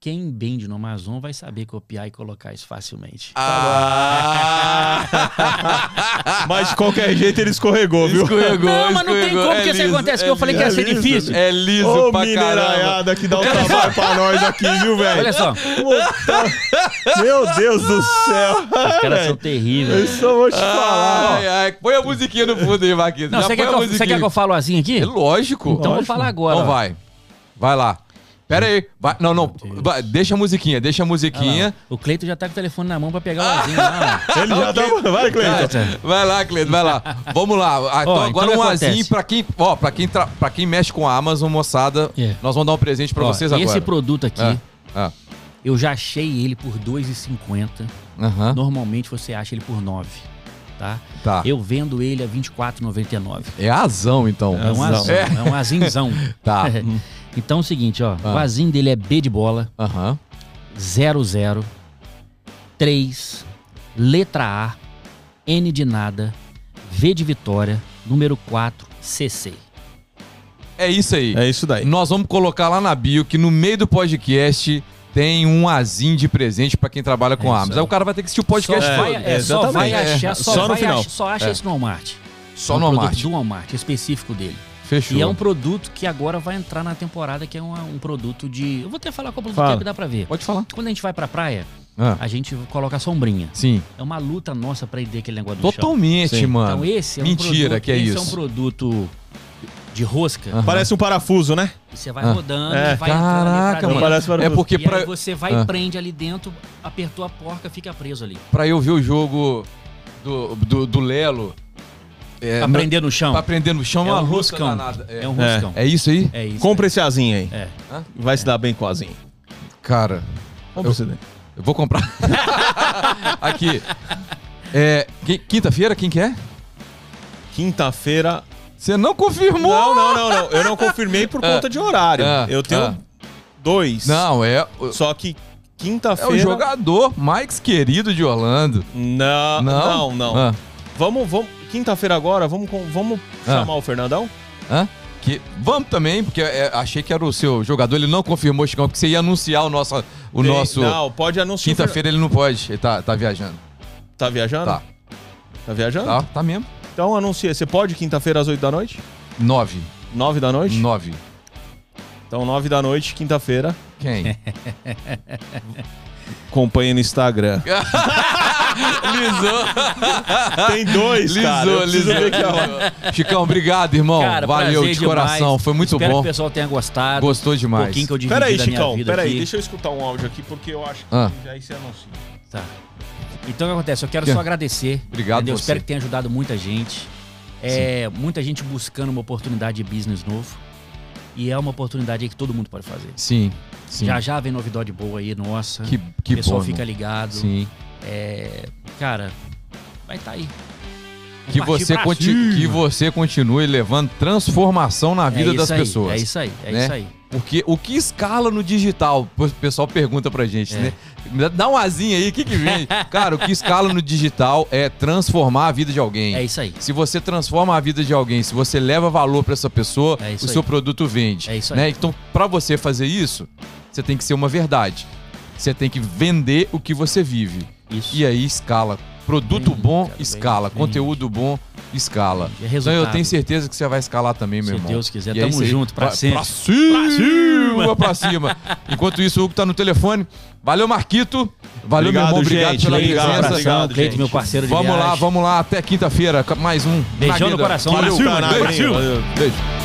Speaker 3: quem vende no Amazon vai saber copiar e colocar isso facilmente.
Speaker 2: Ah, Ah,
Speaker 1: Mas de qualquer jeito ele escorregou, viu?
Speaker 2: <laughs> Escorregou,
Speaker 3: Não, mas não tem
Speaker 2: escorregou.
Speaker 3: como,
Speaker 2: É
Speaker 3: porque se
Speaker 2: liso,
Speaker 3: acontece que
Speaker 2: é
Speaker 3: eu falei que
Speaker 1: ia
Speaker 2: liso.
Speaker 1: ser difícil.
Speaker 2: É liso
Speaker 1: Ô,
Speaker 2: pra caramba.
Speaker 1: mineraiada que dá o
Speaker 2: <laughs>
Speaker 1: trabalho pra nós aqui, viu,
Speaker 2: É.
Speaker 1: velho?
Speaker 3: Olha só,
Speaker 1: Puta- Meu Deus do céu.
Speaker 2: <laughs>
Speaker 3: os caras
Speaker 2: É,
Speaker 3: são
Speaker 1: velho. Eu
Speaker 3: terríveis.
Speaker 1: só vou te
Speaker 2: Ah,
Speaker 1: falar.
Speaker 2: Ai, ai, põe a musiquinha no fundo aí, Marquinhos.
Speaker 3: Não,
Speaker 2: Já
Speaker 3: você quer,
Speaker 2: põe
Speaker 3: que
Speaker 2: a
Speaker 3: eu, você
Speaker 2: musiquinha.
Speaker 3: quer que eu fale o Azim aqui?
Speaker 2: É lógico.
Speaker 3: Então eu vou
Speaker 1: lógico.
Speaker 3: falar agora.
Speaker 2: Então
Speaker 3: ó.
Speaker 2: vai. Vai lá. Pera aí. Vai- Não, não. Vai, deixa a musiquinha, deixa a
Speaker 3: Olha
Speaker 2: musiquinha.
Speaker 3: lá, O Cleito já tá com o telefone na mão pra pegar
Speaker 2: <laughs>
Speaker 3: o né, Azim lá. ó.
Speaker 1: ó. Ele já tá. Vai, Cleiton.
Speaker 2: Vai lá, Cleiton, vai
Speaker 3: <laughs>
Speaker 2: lá. Vamos lá. Ah, então
Speaker 3: Ó,
Speaker 2: agora
Speaker 3: então o
Speaker 2: um
Speaker 3: que acontece?
Speaker 2: azinho pra quem, ó, pra quem, tra- pra quem mexe com a Amazon, moçada.
Speaker 3: É.
Speaker 2: Nós vamos dar um presente pra
Speaker 3: Ó,
Speaker 2: vocês agora.
Speaker 3: Esse produto aqui,
Speaker 2: Ah, ah,
Speaker 3: eu já achei ele por 2,50.
Speaker 2: aham,
Speaker 3: Normalmente você acha ele por 9, tá?
Speaker 2: Tá.
Speaker 3: Eu vendo ele a 24,99.
Speaker 2: É azão, então.
Speaker 3: É um
Speaker 1: Azão.
Speaker 3: azão, é,
Speaker 2: <laughs>
Speaker 3: um azinzão. <laughs>
Speaker 2: Tá.
Speaker 3: então é o seguinte, ó, o
Speaker 2: Ah.
Speaker 3: azinho dele é B de bola,
Speaker 2: Aham.
Speaker 3: 00, 3, letra A, N de nada, V de vitória, número 4, CC.
Speaker 2: É isso aí.
Speaker 1: É isso daí.
Speaker 2: Nós vamos colocar lá na bio que no meio do podcast tem um azinho de presente pra quem trabalha com
Speaker 3: É isso
Speaker 2: Amazon. Aí
Speaker 3: aí.
Speaker 2: o cara vai ter que assistir o podcast
Speaker 3: só
Speaker 1: é,
Speaker 2: todo.
Speaker 3: vai, é, só vai
Speaker 1: exatamente.
Speaker 3: achar, só,
Speaker 1: Só no
Speaker 3: vai
Speaker 1: final.
Speaker 3: ach- só acha
Speaker 2: É.
Speaker 3: isso no Walmart.
Speaker 2: Só
Speaker 3: um
Speaker 2: no
Speaker 3: produto
Speaker 2: Walmart.
Speaker 3: Do Walmart, específico dele.
Speaker 2: Fechou.
Speaker 3: E é um produto que agora vai entrar na temporada, que é uma- um produto de. Eu vou até falar qual produto
Speaker 1: Fala.
Speaker 3: que é, que dá pra ver.
Speaker 2: Pode falar.
Speaker 3: Quando a gente vai pra praia,
Speaker 2: Ah,
Speaker 3: a gente coloca a sombrinha.
Speaker 2: sim.
Speaker 3: É uma luta nossa pra entender aquele negócio do chão.
Speaker 2: Totalmente,
Speaker 1: Sim.
Speaker 2: mano.
Speaker 3: Então esse é
Speaker 2: Mentira
Speaker 3: um produto,
Speaker 2: que é
Speaker 3: esse é um
Speaker 2: isso.
Speaker 3: produto de rosca.
Speaker 2: Aham.
Speaker 1: Parece um parafuso, né?
Speaker 3: E você vai
Speaker 2: Ah.
Speaker 3: rodando,
Speaker 1: É.
Speaker 3: e vai entrando ali pra
Speaker 2: Caraca,
Speaker 3: dentro.
Speaker 1: Não parece um
Speaker 2: É
Speaker 1: parafuso.
Speaker 2: porque
Speaker 3: E
Speaker 2: pra,
Speaker 3: aí você vai
Speaker 2: Ah.
Speaker 3: e prende ali dentro, apertou a porca, fica preso ali.
Speaker 2: pra eu ver o jogo do, do, do Lelo. É,
Speaker 3: pra
Speaker 2: não-
Speaker 3: prender no chão.
Speaker 2: pra prender no chão é
Speaker 3: é
Speaker 2: uma
Speaker 3: um
Speaker 2: luta
Speaker 3: roscão.
Speaker 2: danada.
Speaker 3: É.
Speaker 2: É,
Speaker 3: um roscão.
Speaker 2: é isso aí?
Speaker 3: É, isso.
Speaker 1: Compra esse azinho aí.
Speaker 3: É.
Speaker 1: Vai se dar bem com o azinho.
Speaker 2: Cara,
Speaker 1: Compra esse daí.
Speaker 2: eu
Speaker 1: <laughs>
Speaker 2: vou comprar. Aqui. É, qui- Quinta-feira, quem que é?
Speaker 1: Quinta-feira.
Speaker 2: Você não confirmou!
Speaker 1: Não, não, não, não. Eu não confirmei por conta de horário.
Speaker 2: Ah,
Speaker 1: Eu tenho
Speaker 2: ah.
Speaker 1: dois.
Speaker 2: Não, é,
Speaker 1: Só que
Speaker 2: é o
Speaker 1: quinta-feira.
Speaker 2: jogador mais querido de Orlando.
Speaker 1: Não,
Speaker 2: Não?
Speaker 1: não, não.
Speaker 2: Ah,
Speaker 1: Vamos, vamos. Quinta-feira agora, vamos, com- vamos
Speaker 2: Ah.
Speaker 1: chamar o Fernandão?
Speaker 2: hã? Que, vamos também, porque é, achei que era o seu jogador, ele não confirmou, Chicão, porque você ia anunciar o nosso. O
Speaker 1: Tem-
Speaker 2: nosso
Speaker 1: Não, pode anunciar. o
Speaker 2: Quinta-feira ele não pode, ele tá, tá viajando.
Speaker 1: Fernan- Tá viajando?
Speaker 2: Tá,
Speaker 1: Tá viajando?
Speaker 2: tá, tá mesmo.
Speaker 1: Então anuncia. Você pode quinta-feira às 8 da noite?
Speaker 2: Nove.
Speaker 1: 9 da noite?
Speaker 2: Nove.
Speaker 1: Então, 9 da noite, quinta-feira. <laughs>
Speaker 2: Quem?
Speaker 1: Acompanha no Instagram.
Speaker 2: <laughs>
Speaker 1: <laughs>
Speaker 2: Lisou,
Speaker 1: Tem dois, cara. Eu
Speaker 2: lisou,
Speaker 1: preciso
Speaker 2: lisou.
Speaker 1: ver que é uma-
Speaker 2: Chicão, obrigado, irmão. Valeu
Speaker 3: prazer
Speaker 2: de
Speaker 3: demais.
Speaker 2: coração, foi muito
Speaker 3: Espero
Speaker 2: bom.
Speaker 3: que o pessoal tenha gostado.
Speaker 2: Gostou demais.
Speaker 3: Um pouquinho que eu dividi
Speaker 1: Peraí,
Speaker 3: da minha
Speaker 1: Chicão,
Speaker 3: vida
Speaker 1: peraí,
Speaker 3: aqui.
Speaker 1: deixa eu escutar um áudio aqui, porque eu acho que é
Speaker 2: Ah.
Speaker 1: aí você anuncia.
Speaker 3: Tá. Então o que acontece? Eu quero
Speaker 2: Que-
Speaker 3: só agradecer.
Speaker 2: Obrigado
Speaker 3: entendeu?
Speaker 2: você.
Speaker 3: Espero que tenha ajudado muita gente. É, muita gente buscando uma oportunidade de business novo. E é uma oportunidade aí que todo mundo pode fazer.
Speaker 2: Sim, sim.
Speaker 3: Já já vem novidade boa aí, nossa.
Speaker 2: Que, que
Speaker 3: o pessoal
Speaker 2: bom.
Speaker 3: fica
Speaker 2: irmão.
Speaker 3: ligado.
Speaker 2: Sim.
Speaker 3: É, cara, vai estar tá aí. Vamos
Speaker 2: Que
Speaker 3: partir
Speaker 2: você,
Speaker 3: pra
Speaker 2: conti-
Speaker 3: cima.
Speaker 2: que você continue levando transformação na
Speaker 3: É
Speaker 2: vida
Speaker 3: isso
Speaker 2: das
Speaker 3: aí,
Speaker 2: pessoas.
Speaker 3: É isso aí, é
Speaker 2: né?
Speaker 3: isso aí.
Speaker 2: Porque o que escala no digital? O pessoal pergunta pra gente,
Speaker 3: É.
Speaker 2: né? Dá- Dá um asinho aí, o que, que
Speaker 3: <laughs>
Speaker 2: vem? Cara, o que escala no digital é transformar a vida de alguém.
Speaker 3: É isso aí.
Speaker 2: Se você transforma a vida de alguém, se você leva valor pra essa pessoa,
Speaker 3: É isso
Speaker 2: o seu
Speaker 3: aí.
Speaker 2: produto vende.
Speaker 3: É isso
Speaker 2: né? Então, pra você fazer isso, você tem que ser uma verdade. Você tem que vender o que você vive.
Speaker 3: Isso.
Speaker 2: E aí escala. Produto
Speaker 3: Vende,
Speaker 2: bom,
Speaker 3: cara,
Speaker 2: escala.
Speaker 3: vende, vende.
Speaker 2: Conteúdo bom, escala.
Speaker 3: É
Speaker 2: Então
Speaker 3: resultado.
Speaker 2: eu tenho certeza que você vai escalar também, meu
Speaker 3: Se
Speaker 2: irmão.
Speaker 3: Deus quiser,
Speaker 2: E é
Speaker 3: tamo
Speaker 2: isso aí.
Speaker 3: junto, pra
Speaker 2: Pra-
Speaker 3: sempre.
Speaker 2: Pra cima, pra cima. Enquanto isso, o Hugo tá no telefone. Valeu, Marquito. Valeu, meu irmão. Obrigado
Speaker 1: gente,
Speaker 2: pela
Speaker 1: obrigado,
Speaker 2: presença.
Speaker 1: obrigado,
Speaker 3: Cleito,
Speaker 1: gente.
Speaker 3: meu parceiro de
Speaker 2: Vamos lá,
Speaker 3: viagem.
Speaker 2: vamos lá. Até quinta-feira. Ca- Mais um.
Speaker 3: Beijão
Speaker 2: Na
Speaker 3: no
Speaker 2: vida.
Speaker 3: coração.
Speaker 2: Valeu.
Speaker 1: Pra cima,
Speaker 2: Beijo.
Speaker 1: Negrinho. Valeu.
Speaker 2: Beijo.